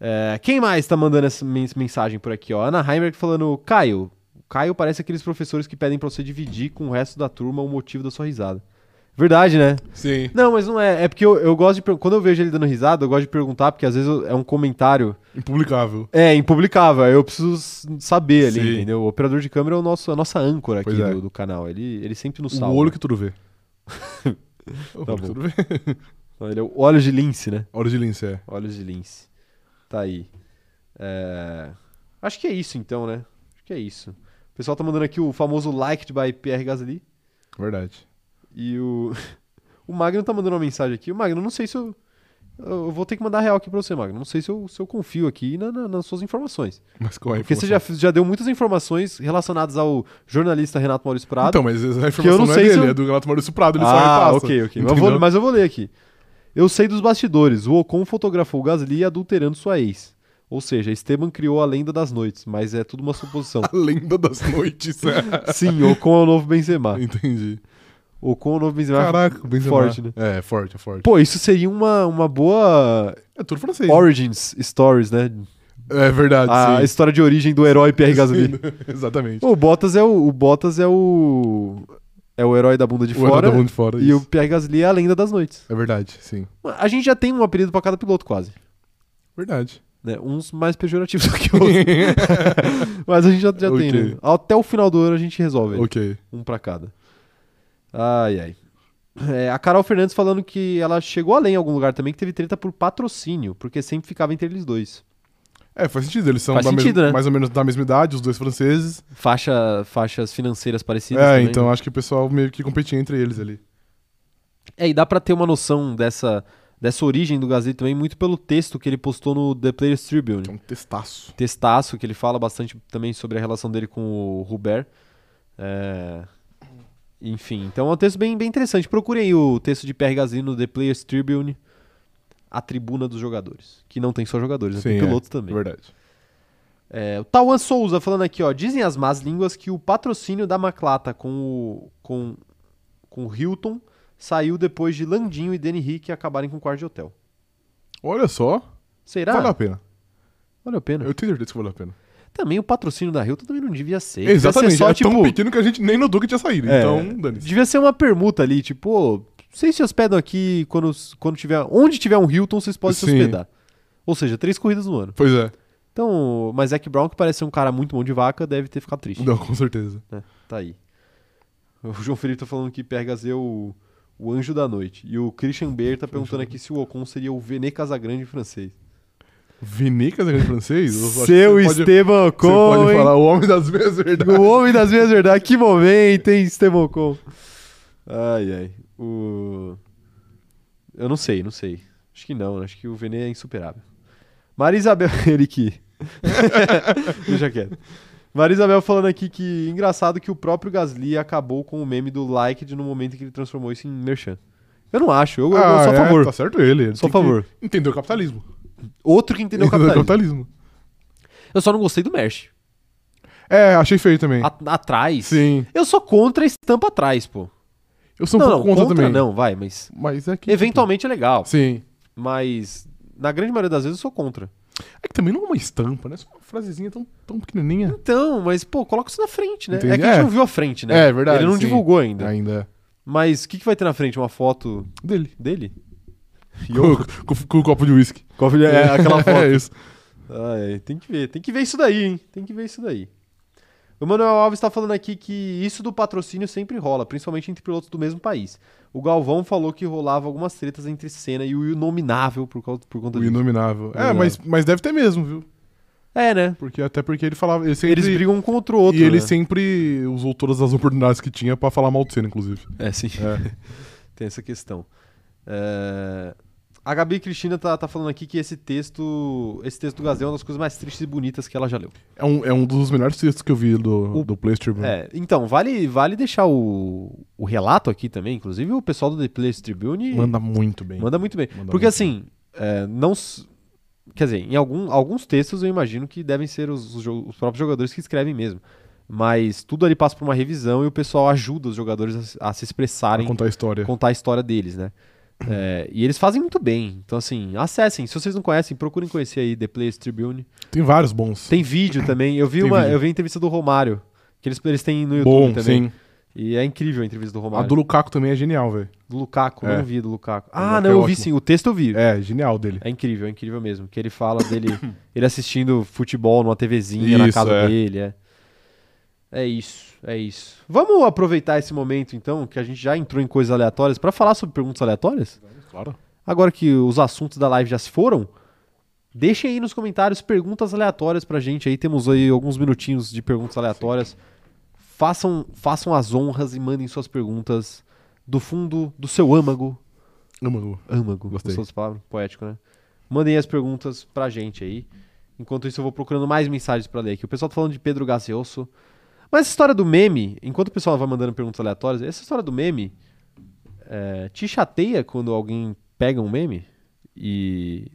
S1: É, quem mais tá mandando essa men- mensagem por aqui? Ó? Ana Heimberg falando, Caio. Caio parece aqueles professores que pedem pra você dividir com o resto da turma o motivo da sua risada. Verdade, né?
S2: Sim.
S1: Não, mas não é. É porque eu, eu gosto de. per- Quando eu vejo ele dando risada, eu gosto de perguntar, porque às vezes eu- é um comentário.
S2: Impublicável.
S1: É, impublicável. aí Eu preciso s- saber ali,
S2: Sim.
S1: entendeu? O operador de câmera é o nosso, a nossa âncora
S2: Pois
S1: aqui
S2: é.
S1: do, do canal. Ele, ele sempre nos
S2: O
S1: salva.
S2: olho que tudo vê. o olho
S1: Tá
S2: que
S1: bom.
S2: tudo vê.
S1: Então, Ele é o Olhos de Lince, né?
S2: Hora de lince, é.
S1: Olhos de Lince. Tá aí. É, Acho que é isso então, né? Acho que é isso. O pessoal tá mandando aqui o famoso liked by Pierre Gasly.
S2: Verdade.
S1: E o. O Magno tá mandando uma mensagem aqui. O Magno, não sei se eu. Eu vou ter que mandar real aqui pra você, Magno. Não sei se eu, se eu confio aqui na- na- nas suas informações.
S2: Mas qual é a
S1: Porque você já,
S2: informação?
S1: já deu muitas informações relacionadas ao jornalista Renato Maurício Prado.
S2: Então, mas a
S1: eu não
S2: informação não, é
S1: sei se
S2: dele,
S1: eu-
S2: é do Renato Maurício Prado, ele só
S1: ah,
S2: repassa.
S1: ok, ok. Eu
S2: Entendeu?
S1: vou- mas eu vou ler aqui. Eu sei dos bastidores. O Ocon fotografou Gasly adulterando sua ex. Ou seja, Esteban criou a lenda das noites, mas é tudo uma suposição.
S2: A lenda das noites. é.
S1: Sim, Ocon é o novo Benzema.
S2: Entendi.
S1: Ocon é o novo Benzema.
S2: Caraca, o Benzema.
S1: Forte, né?
S2: É, forte, é forte.
S1: Pô, isso seria uma, uma boa
S2: É tudo francês.
S1: Origins Stories, né?
S2: É verdade,
S1: A
S2: sim.
S1: história de é origem do herói Pierre Gasly.
S2: Exatamente.
S1: O Bottas é o, o Bottas é o é o herói da bunda de
S2: O herói
S1: fora.
S2: da bunda de fora,
S1: e
S2: isso.
S1: o Pierre Gasly é a lenda das noites.
S2: É verdade, sim.
S1: A gente já tem um apelido pra cada piloto, quase.
S2: Verdade.
S1: né? Uns mais pejorativos do que outros. Mas a gente já, já tem,
S2: Ok.
S1: né? Até o final do ano a gente resolve. ele.
S2: Ok.
S1: Um pra cada. Ai, ai. É, a Carol Fernandes falando que ela chegou além em algum lugar também, que teve treta por patrocínio, porque sempre ficava entre eles dois.
S2: É, faz sentido. Eles são
S1: Faz
S2: da mes-
S1: sentido, né?
S2: mais ou menos da mesma idade, os dois franceses.
S1: Faixa, faixas financeiras parecidas.
S2: é,
S1: também,
S2: então
S1: né?
S2: acho que o pessoal meio que competia entre eles ali.
S1: É, e dá pra ter uma noção dessa, dessa origem do Gasly também, muito pelo texto que ele postou no The Players Tribune.
S2: Que é um testaço.
S1: textaço que ele fala bastante também sobre a relação dele com o Hubert. É, Enfim, então é um texto bem, bem interessante. Procurem aí o texto de Pierre Gasly no The Players Tribune, A Tribuna dos Jogadores. Que não tem só jogadores, né? tem
S2: Sim, é.
S1: pilotos também.
S2: Verdade.
S1: É, o Tawan Souza falando aqui, ó. Dizem as más línguas que o patrocínio da Maclata com o, com, com o Hilton saiu depois de Landinho e Danny Rick acabarem com o quarto de hotel.
S2: Olha só.
S1: Será?
S2: Vale a pena.
S1: Valeu a pena.
S2: Eu tenho certeza que vale a pena.
S1: Também o patrocínio da Hilton também não devia ser. Devia ser
S2: Exatamente.
S1: só,
S2: é tão
S1: tipo,
S2: pequeno que a gente nem notou que tinha saído.
S1: É.
S2: Então, dane-se.
S1: Devia ser uma permuta ali, tipo, ô, vocês se hospedam aqui quando, quando tiver. Onde tiver um Hilton, vocês podem se
S2: Sim.
S1: hospedar. Ou seja, três corridas no ano.
S2: Pois é.
S1: Então, mas Zac Brown, que parece ser um cara muito mão de vaca, deve ter ficado triste.
S2: Não, com certeza.
S1: Tá aí. O João Felipe tá falando que Pergas é o, o anjo da noite. E o Christian Baer tá perguntando aqui se o Ocon seria o Vene Casagrande francês.
S2: Vené Casagrande é francês? Eu acho que
S1: Seu
S2: você pode-
S1: Esteban
S2: Você
S1: Ocon.
S2: pode
S1: hein?
S2: falar o homem das meias verdades.
S1: O homem das minhas verdades. Que momento, hein, Esteban Con. Ai, ai. O... Eu não sei, não sei. Acho que não, acho que o Vene é insuperável. Maria Isabel, ele que. Deixa quieto. Maria Isabel falando aqui que engraçado que o próprio Gasly acabou com o meme do liked no momento em que ele transformou isso em merchan. Eu não acho, eu, eu sou a
S2: é,
S1: favor.
S2: Tá certo ele. ele
S1: Sou a
S2: tem que
S1: favor.
S2: Entender o capitalismo.
S1: Outro que
S2: Tá.
S1: entendeu o capitalismo.
S2: capitalismo.
S1: Eu só não gostei do merch.
S2: É, achei feio também.
S1: A- atrás.
S2: Sim.
S1: Eu sou contra a estampa atrás, pô.
S2: Eu sou um
S1: não, não,
S2: pouco contra, também.
S1: não, vai, mas
S2: Mas é que.
S1: Eventualmente é legal,
S2: Sim.
S1: mas na grande maioria das vezes eu sou contra.
S2: É que também não é uma estampa, né? É só uma frasezinha tão, tão pequenininha.
S1: Então, mas pô, coloca isso na frente, né?
S2: Entendi.
S1: É que a gente
S2: É.
S1: não viu a frente, né?
S2: É, verdade,
S1: Ele não
S2: sim.
S1: divulgou ainda.
S2: Ainda.
S1: Mas o que, que vai ter na frente? Uma foto
S2: Dele.
S1: dele?
S2: Com, com- com o copo de uísque.
S1: É, aquela foto.
S2: é isso.
S1: Ah, é, tem que ver, tem que ver isso daí, hein? Tem que ver isso daí. O Manuel Alves tá falando aqui que isso do patrocínio sempre rola, principalmente entre pilotos do mesmo país. O Galvão falou que rolava algumas tretas entre Senna e o Inominável por, causa, por conta
S2: O
S1: disso.
S2: inominável. É,
S1: Inominável.
S2: mas, mas deve ter mesmo, viu?
S1: É, né?
S2: Porque até porque ele falava. Ele sempre,
S1: Eles brigam um contra o outro.
S2: E ele
S1: né?
S2: sempre usou todas as oportunidades que tinha pra falar mal do Senna, inclusive.
S1: É, sim. Tem essa questão. É, A Gabi Cristina tá, tá falando aqui que esse texto, esse texto do Gazel é uma das coisas mais tristes e bonitas que ela já leu.
S2: É um, é um dos melhores textos que eu vi do,
S1: O-
S2: do Playstribune.
S1: É, então, vale, vale deixar o, o relato aqui também. Inclusive, o pessoal do The Players Tribune manda,
S2: Manda muito bem.
S1: muito bem.
S2: Manda
S1: Porque
S2: muito
S1: assim, é, não. s- Quer dizer, em algum, alguns textos eu imagino que devem ser os, os jo- os próprios jogadores que escrevem mesmo. Mas tudo ali passa por uma revisão e o pessoal ajuda os jogadores a se- a, se
S2: Pra
S1: expressarem
S2: contar a história.
S1: contar a história deles, né? É, e eles fazem muito bem. Então, assim, acessem. Se vocês não conhecem, procurem conhecer aí The Players Tribune.
S2: Tem vários bons.
S1: Tem vídeo também. Eu vi
S2: Tem
S1: uma,
S2: vídeo.
S1: eu vi a entrevista do Romário, que eles, eles têm no YouTube
S2: Bom,
S1: também.
S2: sim.
S1: E é incrível a entrevista do
S2: A
S1: Romário.
S2: do Lukaku também é genial, velho.
S1: Do Lukaku, eu
S2: É.
S1: não vi do Lukaku.
S2: Lukaku
S1: Ah,
S2: é
S1: não, eu vi
S2: ótimo.
S1: sim. O texto eu vi. É.
S2: É, genial dele.
S1: incrível, é incrível mesmo. Que ele fala dele, ele assistindo futebol numa TVzinha na
S2: Isso,
S1: casa
S2: é.
S1: dele, é. É isso, é isso. Vamos aproveitar esse momento então, que a gente já entrou em coisas aleatórias, pra falar sobre perguntas aleatórias?
S2: Claro.
S1: Agora que os assuntos da live já se foram, deixem aí nos comentários perguntas aleatórias pra gente aí. Temos aí alguns minutinhos de perguntas aleatórias. Façam, façam as honras e mandem suas perguntas do fundo do seu âmago.
S2: Amo.
S1: Âmago,
S2: Gostei.
S1: gostou dessa palavra? Poético, né? Mandem as perguntas pra gente aí. Enquanto isso, eu vou procurando mais mensagens pra ler aqui. O pessoal tá falando de Pedro Gaseoso. Mas essa história do meme, enquanto o pessoal vai mandando perguntas aleatórias, essa história do meme é, te chateia quando alguém pega um meme e,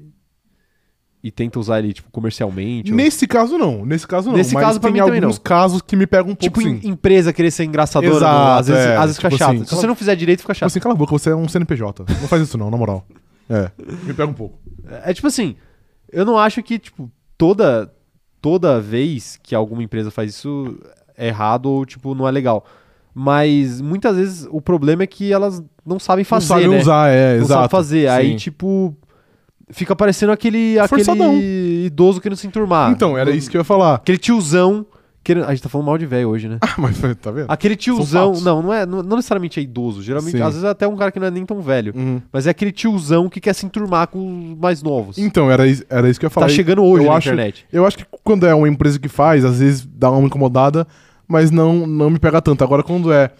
S1: e tenta usar ele tipo, comercialmente? ou-
S2: Nesse caso, não. Nesse caso, não.
S1: Nesse
S2: Mas
S1: caso, pra
S2: tem
S1: mim, também
S2: alguns
S1: não.
S2: casos que me pegam um pouco,
S1: Tipo, em-
S2: sim.
S1: empresa querer ser engraçadora.
S2: Exato,
S1: não? às vezes,
S2: é.
S1: às vezes fica
S2: Tipo
S1: chato.
S2: assim,
S1: Se você não fizer direito, fica
S2: Tipo
S1: chato.
S2: assim, cala a boca, você é um CNPJ. Não faz isso não, na moral. É, me pega um pouco.
S1: É tipo assim, eu não acho que, tipo, toda, toda vez que alguma empresa faz isso é errado ou, tipo, não é legal. Mas muitas vezes o problema é que elas não sabem fazer,
S2: não sabe
S1: né?
S2: usar, é,
S1: não
S2: exato.
S1: sabe fazer. Aí,
S2: Sim.
S1: tipo, fica parecendo aquele,
S2: Forçadão.
S1: aquele idoso querendo se enturmar.
S2: Então, era isso que eu ia falar.
S1: Aquele tiozão. querendo- A gente tá falando mal de velho hoje, né?
S2: Ah, mas tá vendo?
S1: Aquele tiozão.
S2: fatos.
S1: Não, não é. Não, não necessariamente é idoso. Geralmente,
S2: Sim.
S1: às vezes é até um cara que não é nem tão velho.
S2: Uhum.
S1: Mas é aquele tiozão que quer se enturmar com os mais novos.
S2: Então, era, is- era isso que eu ia falar.
S1: tá chegando hoje
S2: eu
S1: na
S2: acho-
S1: internet.
S2: Eu acho que quando é uma empresa que faz, às vezes dá uma incomodada, mas não, não me pega tanto. Agora, quando é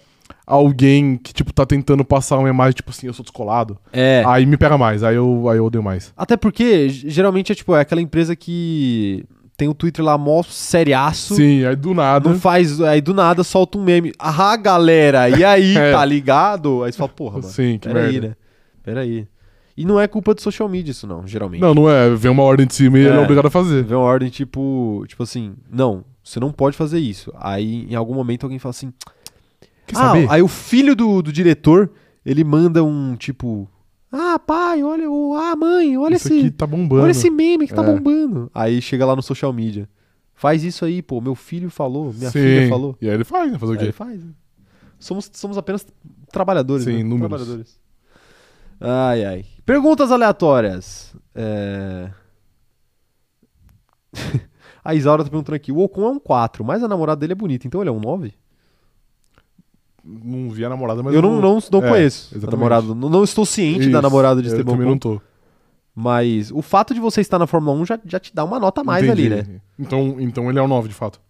S2: alguém que, tipo, tá tentando passar uma imagem, tipo assim, eu sou descolado,
S1: É.
S2: aí me pega mais, aí eu, aí eu odeio mais.
S1: Até porque, g- geralmente, é tipo, é aquela empresa que tem o Twitter lá mó seriaço.
S2: Sim, né? aí do nada.
S1: Não faz. Aí do nada solta um meme. Ah, galera, e aí,
S2: É.
S1: tá ligado? Aí você fala, porra, mano.
S2: Sim, que
S1: Peraí,
S2: merda.
S1: né? Peraí. E não é culpa do social media isso, não, geralmente.
S2: Não, não é. Vem uma ordem de cima e ele é
S1: né? É.
S2: obrigado a fazer.
S1: Vem uma ordem tipo, tipo assim, não, você não pode fazer isso. Aí em algum momento alguém fala assim,
S2: Quer
S1: ah,
S2: saber?
S1: aí o filho do, do diretor, ele manda um tipo, ah, pai, olha, o ah, mãe, olha
S2: isso
S1: esse,
S2: aqui tá bombando.
S1: olha esse meme que tá
S2: É.
S1: bombando. Aí chega lá no social media. Faz isso aí, pô, meu filho falou, minha
S2: Sim.
S1: filha falou.
S2: E aí ele faz, né? Fazer o
S1: Aí ele
S2: quê?
S1: faz. né? Somos, somos apenas trabalhadores,
S2: Sim,
S1: né?
S2: números.
S1: Trabalhadores. Ai, ai. Perguntas aleatórias. É... a Isaura tá perguntando aqui. O Ocon é um 4, mas a namorada dele é bonita, então ele é um 9?
S2: Não vi a namorada, mas
S1: eu não, não, não
S2: é,
S1: conheço.
S2: exatamente.
S1: a namorada. Não, não estou ciente
S2: Isso,
S1: da namorada de Tá
S2: eu
S1: Esteban
S2: também
S1: Ocon.
S2: não tô.
S1: Mas o fato de você estar na Fórmula 1 já, já te dá uma nota a mais
S2: Entendi.
S1: ali, né?
S2: Então, então ele é o 9, de fato.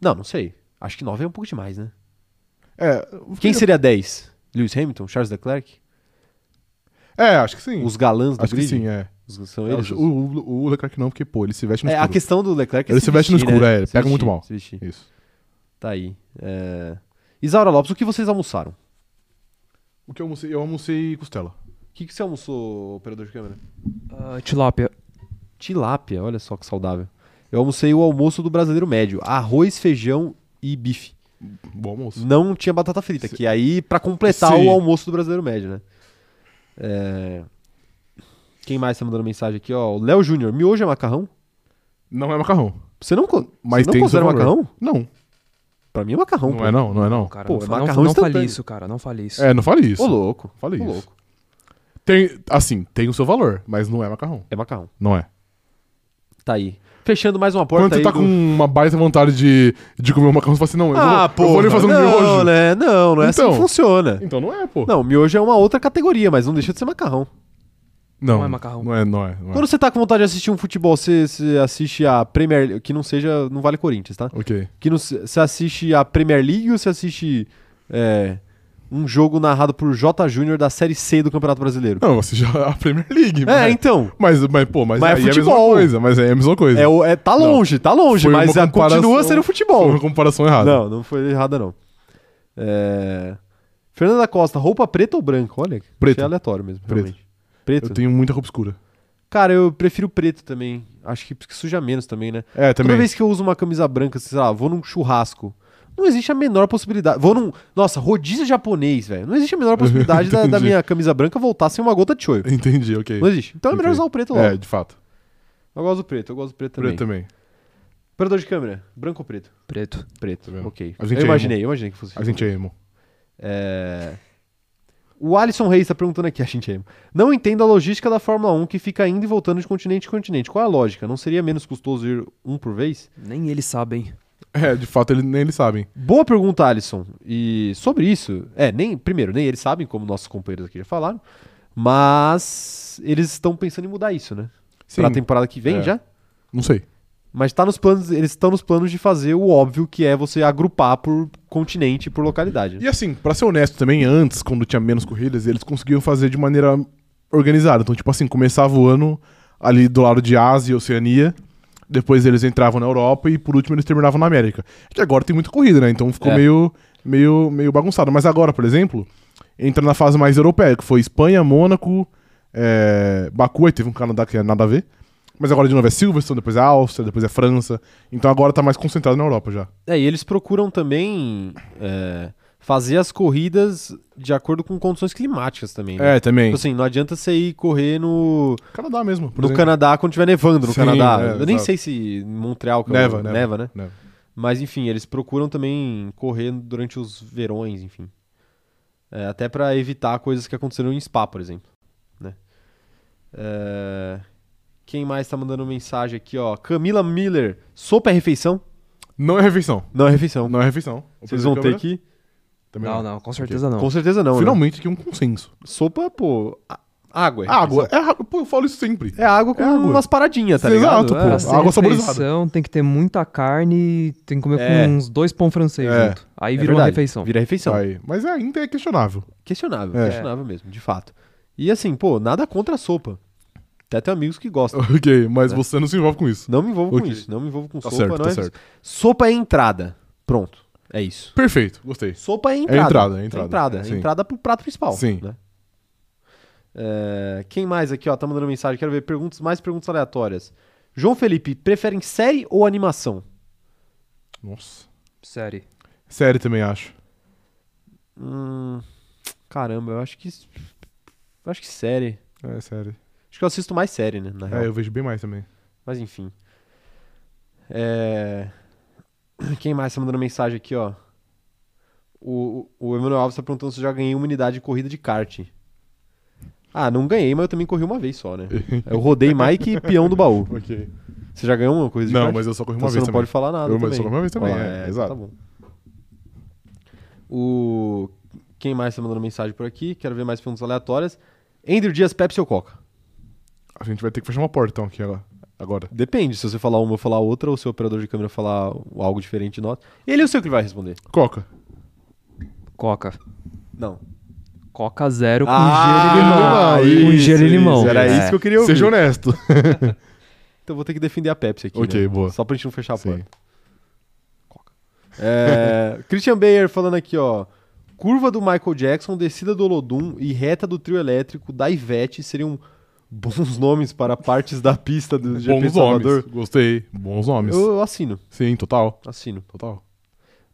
S1: Não, não sei. Acho que 9 é um pouco demais, né?
S2: É,
S1: Quem seria 10? Lewis Hamilton? Charles Leclerc?
S2: é acho que sim.
S1: Os galãs do
S2: acho que
S1: grid?
S2: sim, é.
S1: Os- São
S2: É,
S1: eles?
S2: o, o, o Leclerc não, porque, pô, ele se veste no
S1: É, a
S2: escuro.
S1: questão do Leclerc é
S2: Ele se veste no
S1: vestir,
S2: escuro,
S1: né?
S2: é, ele
S1: Se
S2: pega muito
S1: vestir,
S2: mal.
S1: se vestir.
S2: Isso.
S1: Tá aí. É... Isaura Lopes, o que vocês almoçaram?
S2: O que eu almocei? Eu almocei costela.
S1: O que, que você almoçou, operador de câmera?
S3: Ah, tilápia.
S1: Tilápia, olha só que saudável. Eu almocei o almoço do brasileiro médio: arroz, feijão e bife.
S2: Bom almoço.
S1: Não tinha batata frita, que aí pra completar
S2: Sim.
S1: o almoço do brasileiro médio, né? É... Quem mais tá mandando mensagem aqui? Ó, o Léo Júnior, miojo é macarrão?
S2: Não é macarrão.
S1: Você não, co-
S2: Mas
S1: você não
S2: tem o seu
S1: considera
S2: valor.
S1: macarrão?
S2: Não.
S1: Pra mim é macarrão.
S2: Não
S1: pô.
S2: é não, não é não.
S3: Cara,
S1: Pô,
S3: não,
S1: é
S3: fa- não,
S1: macarrão
S3: não fale
S1: instantâneo.
S3: isso, cara. Não fale isso.
S2: É, não fale isso.
S1: Ô louco.
S2: Fale
S1: ô
S2: isso.
S1: louco.
S2: Tem, assim, tem o seu valor, mas não é macarrão.
S1: É macarrão.
S2: Não é.
S1: Tá aí. Fechando mais uma porta
S2: Quando você
S1: aí
S2: tá
S1: do-
S2: com uma baita vontade de, de comer um macarrão, você fala assim, não, eu
S1: Ah,
S2: vou,
S1: pô.
S2: eu vou ali fazer um
S1: não,
S2: miojo.
S1: Né? Não, não é assim
S2: Então.
S1: que funciona.
S2: Então não é, pô.
S1: Não, miojo é uma outra categoria, mas não deixa de ser macarrão.
S2: Não,
S3: Não é macarrão.
S2: Não é, não é. não é.
S1: Quando você tá com vontade de assistir um futebol, você, você assiste a Premier League, que não seja, não vale Corinthians, tá?
S2: Ok.
S1: Que não, se- você assiste a Premier League ou você assiste é, um jogo narrado por J. Júnior da Série C do Campeonato Brasileiro?
S2: Não, você já a Premier League.
S1: é,
S2: mas,
S1: então.
S2: mas, mas, pô, mas,
S1: Mas é
S2: aí é, a mesma
S1: futebol.
S2: coisa. Mas aí é a mesma coisa.
S1: É, o- é- tá longe, tá longe,
S2: Foi uma
S1: mas é- continua
S2: comparação-
S1: sendo
S2: Foi
S1: futebol.
S2: uma comparação errada.
S1: Não, não foi errada, não. É... Fernanda Costa, roupa preta ou branca? Olha,
S2: Preto.
S1: achei aleatório mesmo,
S2: Preto.
S1: realmente. Preto?
S2: Eu tenho muita roupa escura.
S1: Cara, eu prefiro preto também. Acho que porque suja menos também, né?
S2: É,
S1: Toda
S2: também.
S1: vez que eu uso uma camisa branca, assim, sei lá, vou num churrasco, não existe a menor possibilidade. Vou num... Nossa, rodízio japonês, velho. Não existe a menor possibilidade da, da
S2: Entendi.
S1: minha camisa branca voltar sem uma gota de choio.
S2: Entendi, ok.
S1: Não existe. Então é melhor
S2: Ok.
S1: usar o preto logo.
S2: É, de fato.
S1: Eu gosto do preto, eu gosto do preto também.
S2: Preto também.
S1: Operador de câmera, branco ou preto?
S3: Preto.
S1: Preto,
S2: vendo?
S1: ok.
S2: A gente
S1: eu
S2: é
S1: imaginei, eu imaginei que fosse.
S2: A gente é emo.
S1: É... O Alisson Reis tá perguntando aqui, a gente é. Não entendo a logística da Fórmula 1 que fica indo e voltando de continente em continente. Qual é a lógica? Não seria menos custoso ir um por vez?
S3: Nem eles sabem.
S2: É, de fato, ele, nem eles sabem.
S1: Boa pergunta, Alisson. E sobre isso, é, nem primeiro, nem eles sabem, como nossos companheiros aqui já falaram, mas eles estão pensando em mudar isso, né?
S2: Sim.
S1: Pra temporada que vem
S2: É.
S1: já?
S2: Não sei.
S1: Mas tá nos planos, eles estão nos planos de fazer o óbvio, que é você agrupar por continente, por localidade. né?
S2: E assim, pra ser honesto também, antes, quando tinha menos corridas, eles conseguiam fazer de maneira organizada. Então, tipo assim, começava o ano ali do lado de Ásia e Oceania. Depois eles entravam na Europa e por último eles terminavam na América. Que agora tem muita corrida, né? Então ficou
S1: É.
S2: meio, meio, meio bagunçado. Mas agora, por exemplo, entra na fase mais europeia, que foi Espanha, Mônaco, é, Baku, aí teve um Canadá que é nada a ver. Mas agora de novo é Silverstone, depois é Áustria, depois é França. Então agora tá mais concentrado na Europa já.
S1: É, e eles procuram também é, fazer as corridas de acordo com condições climáticas também. né?
S2: É, também.
S1: Tipo assim, não adianta você ir correr no,
S2: Canadá mesmo. por
S1: no
S2: exemplo.
S1: Canadá quando tiver nevando no
S2: Sim,
S1: Canadá.
S2: é,
S1: Eu nem
S2: exato.
S1: sei se em Montreal que é o-
S2: Neva, neva,
S1: neva, né?
S2: neva.
S1: Mas enfim, eles procuram também correr durante os verões, enfim. É, até para evitar coisas que aconteceram em Spa, por exemplo. Né? É, Quem mais tá mandando mensagem aqui, ó? Camila Miller, sopa é refeição?
S2: Não é refeição.
S1: Não é refeição.
S2: Não é refeição. O
S1: Vocês vão ter
S2: presidente
S1: que.
S2: Câmara também
S3: Não, não, com certeza não.
S1: Com certeza não. né?
S2: Finalmente que um consenso.
S1: Sopa, pô. a- Água. é
S2: Água. É, água. pô, eu falo isso sempre.
S1: É água com
S2: É água.
S1: umas paradinhas, tá
S2: Exato,
S1: ligado?
S2: pô.
S1: É.
S3: Pra ser
S2: água saborizada.
S3: refeição, tem que ter muita carne, tem que comer
S1: É.
S3: com uns dois pão francês
S2: É.
S3: junto. Aí
S1: É
S3: virou uma
S1: verdade,
S3: refeição.
S1: Vira refeição.
S2: Aí. Mas ainda é questionável.
S1: Questionável,
S2: É.
S1: questionável mesmo, de fato. E assim, pô, nada contra a sopa. Até tem amigos que gostam.
S2: Ok, mas
S1: É.
S2: você não se envolve com isso.
S1: Não me envolvo
S2: Ok.
S1: com isso, não me envolvo com
S2: Tá
S1: sopa.
S2: certo,
S1: não
S2: tá
S1: é...
S2: certo.
S1: Sopa é entrada. Pronto, é isso.
S2: Perfeito, gostei.
S1: Sopa é
S2: entrada,
S1: entrada.
S2: é entrada.
S1: É entrada,
S2: Sim.
S1: entrada pro prato principal.
S2: Sim.
S1: né? É, quem mais aqui, ó, tá mandando mensagem? Quero ver perguntas, mais perguntas aleatórias. João Felipe, preferem série ou animação?
S2: Nossa.
S3: Sério.
S2: Série também acho.
S1: Hum, caramba, eu acho que. Eu acho que série.
S2: É, série.
S1: Acho que eu assisto mais série, né? Na real.
S2: É, eu vejo bem mais também.
S1: Mas enfim. É... Quem mais tá mandando mensagem aqui, ó? O, o Emanuel Alves tá perguntando se eu já ganhei uma unidade de corrida de kart. Ah, não ganhei, mas eu também corri uma vez só, né? Eu rodei Mike e peão do baú.
S2: Ok.
S1: Você já ganhou uma coisa de
S2: Não,
S1: kart?
S2: mas eu só corri
S1: Então
S2: uma
S1: você
S2: vez
S1: não
S2: também.
S1: pode falar nada
S2: Eu-
S1: também.
S2: mas só corri uma vez também,
S1: Ó,
S2: é, exato.
S1: Tá bom. O... Quem mais tá mandando mensagem por aqui? Quero ver mais perguntas aleatórias. Andrew Dias, Pepsi ou Coca?
S2: A gente vai ter que fechar uma porta então aqui agora. Agora.
S1: Depende, se você falar uma, eu falar outra, ou se o operador de câmera falar algo diferente de nós. Ele é o seu que vai responder.
S2: Coca.
S3: Coca.
S1: Não.
S3: Coca zero com gelo e limão.
S2: Ah,
S3: com
S2: isso,
S3: gelo e
S2: isso,
S3: limão.
S1: Era
S3: É.
S1: isso que eu queria ouvir.
S2: Seja honesto.
S1: Então eu vou ter que defender a Pepsi aqui.
S2: Ok,
S1: né?
S2: boa.
S1: Só pra gente não fechar a
S2: Sim.
S1: porta. É, Christian Bayer falando aqui, ó. Curva do Michael Jackson, descida do Olodum e reta do trio elétrico da Ivete seriam bons nomes para partes da pista do GP
S2: Bons
S1: Salvador.
S2: homens. Gostei. Bons homens.
S1: Eu, eu assino,
S2: Sim, total.
S1: assino.
S2: Total.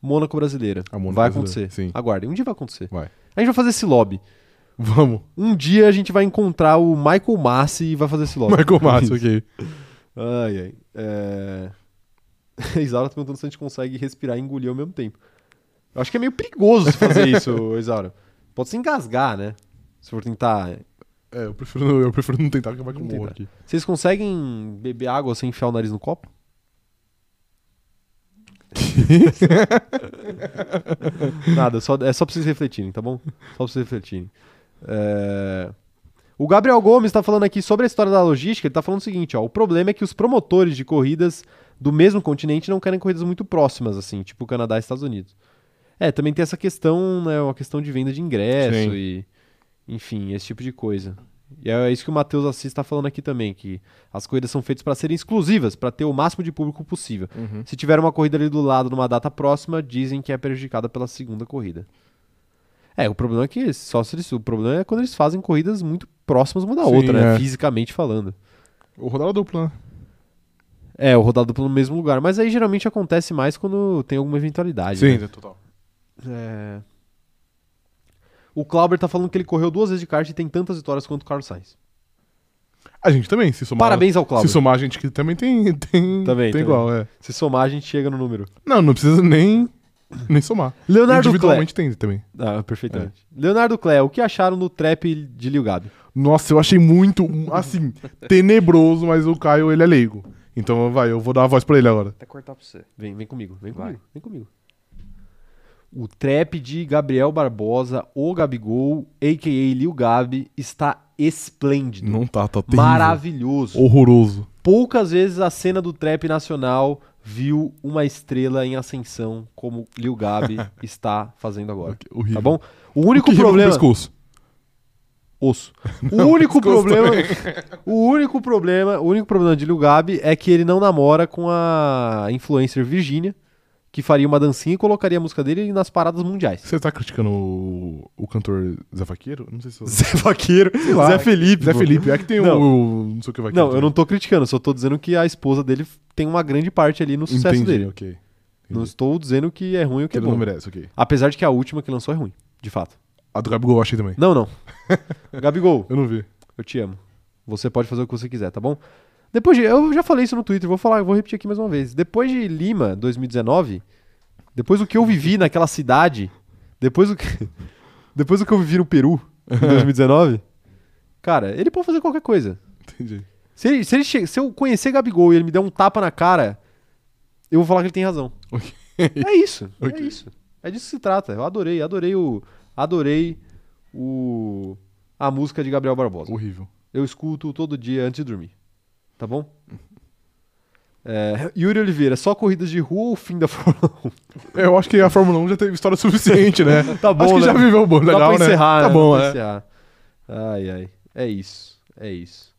S1: Mônaco brasileira.
S2: A Mônaco
S1: vai
S2: brasileira,
S1: acontecer.
S2: sim.
S1: Aguardem, um dia vai acontecer.
S2: Vai.
S1: A gente vai fazer esse lobby.
S2: Vamos.
S1: Um dia a gente vai encontrar o Michael Massi e vai fazer esse lobby.
S2: Michael Massa,
S1: Isso.
S2: ok.
S1: Ai, ai. É... A Isaura tá perguntando se a gente consegue respirar e engolir ao mesmo tempo. Eu acho que é meio perigoso fazer isso, Isaura. Pode se engasgar, né? Se for tentar.
S2: É, eu prefiro, eu prefiro não tentar, porque vai que eu
S1: Não
S2: morro
S1: tentar.
S2: aqui.
S1: Vocês conseguem beber água sem enfiar o nariz no copo? Nada, só, é só pra vocês refletirem, tá bom? Só pra vocês refletirem. É, O Gabriel Gomes tá falando aqui sobre a história da logística, ele tá falando o seguinte, ó. O problema é que os promotores de corridas do mesmo continente não querem corridas muito próximas, assim, tipo Canadá e Estados Unidos. É, também tem essa questão, né, uma questão de venda de ingresso
S2: Sim.
S1: e... Enfim, esse tipo de coisa. E é isso que o Matheus Assis tá falando aqui também, que as corridas são feitas para serem exclusivas, para ter o máximo de público possível.
S2: Uhum.
S1: Se tiver uma corrida ali do lado numa data próxima, dizem que é prejudicada pela segunda corrida. É, o problema é que só se eles, o problema é quando eles fazem corridas muito próximas uma da
S2: Sim,
S1: outra, né?
S2: é.
S1: fisicamente falando.
S2: O rodada dupla, né?
S1: É, o rodado pelo mesmo lugar, mas aí geralmente acontece mais quando tem alguma eventualidade. né?
S2: Sim, total.
S1: É. O Clauber tá falando que ele correu duas vezes de kart e tem tantas vitórias quanto o Carlos Sainz.
S2: A gente também, se somar.
S1: Parabéns ao Clauber.
S2: Se somar a gente que também tem. Tem,
S1: Também, também.
S2: tem igual, é.
S1: Se somar, a gente chega no número.
S2: Não, não precisa nem, nem somar.
S1: Leonardo Clé.
S2: Individualmente tem também.
S1: Ah, perfeitamente. Leonardo Clé, o que acharam do trap de Lil Gabi?
S2: Nossa, eu achei muito, um, assim, tenebroso, mas o Caio, ele é leigo. Então vai, eu vou dar a voz pra ele agora.
S3: Até cortar pra você.
S1: Vem, vem comigo, vem
S3: Vai.
S1: comigo, vem comigo. O trap de Gabriel Barbosa, o Gabigol, a.k.a. Lil Gabi, está esplêndido.
S2: Não tá, tá terrível.
S1: Maravilhoso.
S2: Horroroso.
S1: Poucas vezes a cena do trap nacional viu uma estrela em ascensão como Lil Gabi está fazendo agora.
S2: Ok, Horrível.
S1: Tá bom? O
S2: O
S1: único
S2: que problema...
S1: problema.
S2: pescoço?
S1: Osso. O único
S2: pescoço
S1: problema. O único problema, o único problema de Lil Gabi é que ele não namora com a influencer Virgínia, que faria uma dancinha e colocaria a música dele nas paradas mundiais.
S2: Você tá criticando o, o cantor Zé Vaqueiro? Não sei se eu...
S1: Zé Vaqueiro,
S2: lá.
S1: Zé Felipe.
S2: Zé
S1: pô.
S2: Felipe, é que tem
S1: Não.
S2: o, o- Não sei o que vai
S1: Não, eu não tô criticando, só tô dizendo que a esposa dele tem uma grande parte ali no sucesso
S2: Entendi,
S1: dele.
S2: ok.
S1: Não estou dizendo que é ruim ou que
S2: Que
S1: é
S2: ele não
S1: bom.
S2: merece, ok.
S1: Apesar de que a última que lançou é ruim, de fato.
S2: A do Gabigol eu achei também.
S1: Não, não. Gabigol,
S2: Eu não vi.
S1: eu te amo. Você pode fazer o que você quiser, tá bom? Depois de, eu já falei isso no Twitter, vou falar, vou repetir aqui mais uma vez. Depois de Lima, 2019, depois do que eu vivi naquela cidade, depois do que, depois do que eu vivi no Peru em 2019, cara, ele pode fazer qualquer coisa.
S2: Entendi.
S1: Se, ele, se, ele che- se eu conhecer Gabigol e ele me der um tapa na cara, eu vou falar que ele tem razão.
S2: Ok.
S1: É isso, é
S2: Ok.
S1: isso. É disso que se trata. Eu adorei, adorei o. Adorei o. A música de Gabriel Barbosa.
S2: Horrível.
S1: Eu escuto todo dia antes de dormir. Tá bom? É, Yuri Oliveira, só corridas de rua ou fim da Fórmula 1?
S2: É, Eu acho que a Fórmula 1 já teve história suficiente, né?
S1: Tá
S2: acho que já viveu bom,
S1: Dá
S2: legal,
S1: pra encerrar,
S2: né? Tá
S1: né?
S2: bom,
S1: Dá pra
S2: é.
S1: encerrar. Ai, ai. É isso, é isso.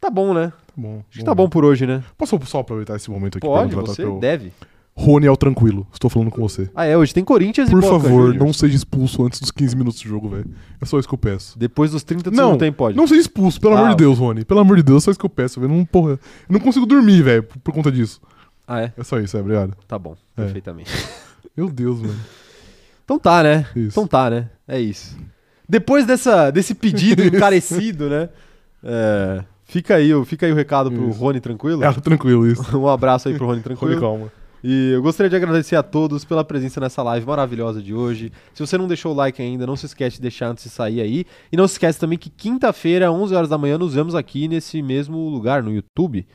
S1: Tá bom, né?
S2: Tá bom.
S1: Acho que tá bom por hoje, né?
S2: Posso só aproveitar esse momento aqui
S1: Pode,
S2: pra tratar
S1: você
S2: teu-
S1: deve.
S2: Rony é o tranquilo. Estou falando com você.
S1: Ah, é, hoje tem Corinthians
S2: Por
S1: e Boca
S2: favor,
S1: Juniors.
S2: não seja expulso antes dos 15 minutos do jogo, velho. É só isso que eu peço.
S1: Depois dos 30 do
S2: Não,
S1: segundo tempo, pode.
S2: não seja expulso, pelo amor
S1: Ah.
S2: de Deus, Rony. Pelo amor de Deus, é só isso que eu peço, velho. Não, porra, eu não consigo dormir, velho, por, por conta disso.
S1: Ah, é?
S2: É só isso, é, obrigado.
S1: Tá bom,
S2: É.
S1: perfeitamente.
S2: Meu Deus, mano.
S1: Então tá, né?
S2: Isso.
S1: Então tá, né? É isso. Depois dessa, desse pedido encarecido, né? É, fica, aí, o- fica aí o recado pro
S2: Isso.
S1: Rony Tranquilo.
S2: Era É, tranquilo isso.
S1: Um abraço aí pro Rony Tranquilo.
S2: Rony, calma.
S1: E eu gostaria de agradecer a todos pela presença nessa live maravilhosa de hoje. Se você não deixou o like ainda, não se esquece de deixar antes de sair aí. E não se esquece também que quinta-feira, 11 horas da manhã, nos vemos aqui nesse mesmo lugar, no YouTube.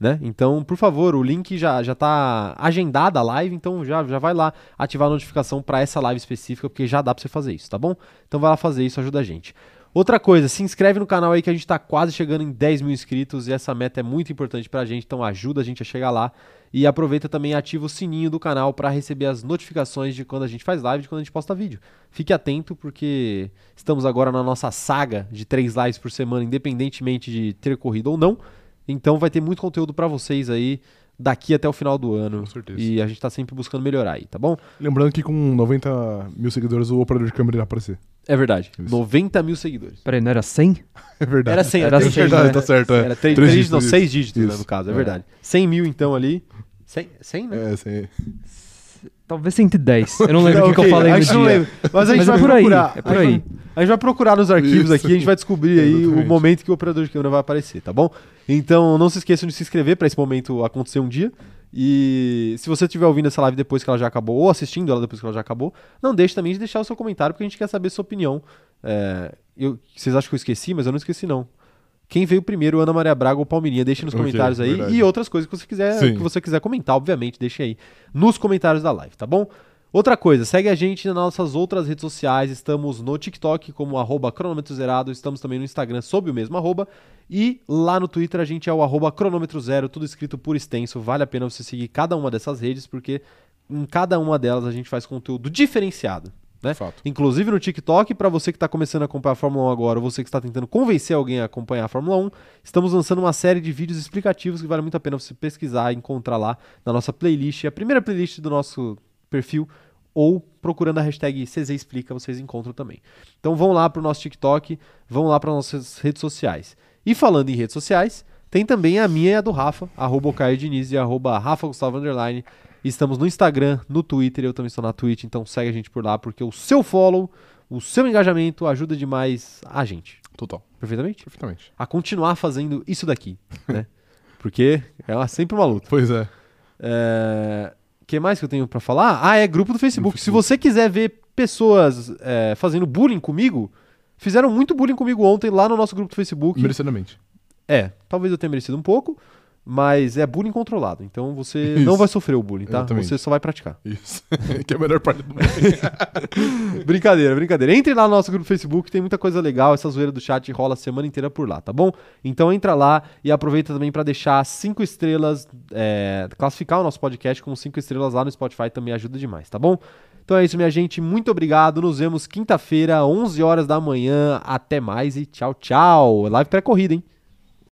S1: Né? Então, por favor, o link já, já tá agendada a live, então já, já vai lá ativar a notificação para essa live específica, porque já dá para você fazer isso, tá bom? Então vai lá fazer isso, ajuda a gente. Outra coisa, se inscreve no canal aí que a gente tá quase chegando em 10 mil inscritos e essa meta é muito importante pra gente, então ajuda a gente a chegar lá. E aproveita também e ativa o sininho do canal pra receber as notificações de quando a gente faz live, de quando a gente posta vídeo. Fique atento porque estamos agora na nossa saga de três lives por semana, independentemente de ter corrido ou não. Então vai ter muito conteúdo pra vocês aí daqui até o final do ano.
S2: Com certeza.
S1: E a gente tá sempre buscando melhorar aí, tá bom?
S2: Lembrando que com 90 mil seguidores o operador de câmera irá aparecer.
S1: É verdade.
S2: Isso.
S1: 90 mil seguidores.
S3: Peraí, não era 100?
S2: É verdade.
S1: Era 100,
S3: Era
S1: era 100,
S3: 100,
S2: verdade,
S3: né?
S2: tá certo. É.
S1: Era 3,
S2: Três dígitos,
S1: não,
S2: isso.
S1: 6 dígitos, né,
S2: Isso.
S1: no caso, é,
S2: É.
S1: verdade. 100 mil, então, ali. 100, 100 né?
S2: É, sim.
S3: Talvez 110. Eu não lembro o
S1: Não,
S3: que, que
S1: ok,
S3: eu falei
S1: a
S3: no
S1: gente não
S3: dia.
S1: lembra. Mas a gente
S3: Mas é
S1: vai
S3: por aí,
S1: procurar.
S3: é por
S1: a,
S3: aí.
S1: gente vai, a gente vai procurar nos arquivos
S2: Isso.
S1: aqui, a gente vai descobrir aí o
S2: Exatamente.
S1: momento que o operador de câmera vai aparecer, tá bom? Então não se esqueçam de se inscrever para esse momento acontecer um dia. E se você estiver ouvindo essa live depois que ela já acabou, ou assistindo ela depois que ela já acabou, não deixe também de deixar o seu comentário, porque a gente quer saber a sua opinião. É, eu, vocês acham que eu esqueci, mas eu não esqueci, não. Quem veio primeiro, Ana Maria Braga ou Palmirinha, deixe nos
S2: Ok,
S1: comentários aí.
S2: verdade.
S1: E outras coisas que você quiser,
S2: Sim.
S1: que você quiser comentar, obviamente, deixe aí nos comentários da live, tá bom? Outra coisa, segue a gente nas nossas outras redes sociais. Estamos no TikTok como arroba cronômetro zerado, estamos também no Instagram sob o mesmo arroba. E lá no Twitter a gente é o arroba cronômetro zero, tudo escrito por extenso. Vale a pena você seguir cada uma dessas redes, porque em cada uma delas a gente faz conteúdo diferenciado. Né?
S2: Fato.
S1: Inclusive no TikTok, para você que está começando a acompanhar a Fórmula 1 agora, ou você que está tentando convencer alguém a acompanhar a Fórmula 1, estamos lançando uma série de vídeos explicativos que vale muito a pena você pesquisar e encontrar lá na nossa playlist, É a primeira playlist do nosso perfil, ou procurando a hashtag CZ Explica, vocês encontram também. Então vão lá para o nosso TikTok, vão lá para nossas redes sociais. E falando em redes sociais, tem também a minha e a do Rafa, arroba o Caio Diniz e arroba Rafa Gustavo Underline. Estamos no Instagram, no Twitter, eu também estou na Twitch, então segue a gente por lá, porque o seu follow, o seu engajamento ajuda demais a gente,
S2: Total.
S1: perfeitamente?
S2: Perfeitamente.
S1: A continuar fazendo isso daqui, né? Porque é uma- sempre uma luta.
S2: Pois é.
S1: É... que mais que eu tenho pra falar? Ah, é grupo do Facebook. Se você quiser ver pessoas é, fazendo bullying comigo, fizeram muito bullying comigo ontem lá no nosso grupo do Facebook.
S2: Merecidamente.
S1: É, talvez eu tenha merecido um pouco, mas é bullying controlado. Então você
S2: Isso.
S1: não vai sofrer o bullying, tá?
S2: Exatamente.
S1: Você só vai praticar.
S2: Isso. que é a melhor parte do mundo.
S1: brincadeira, brincadeira. Entre lá no nosso grupo do Facebook, tem muita coisa legal. Essa zoeira do chat rola a semana inteira por lá, tá bom? Então entra lá e aproveita também pra deixar cinco estrelas, é, classificar o nosso podcast como cinco estrelas lá no Spotify também ajuda demais, tá bom? Então é isso, minha gente. Muito obrigado. Nos vemos quinta-feira, 11 horas da manhã. Até mais e tchau, tchau. Live pré-corrida, hein?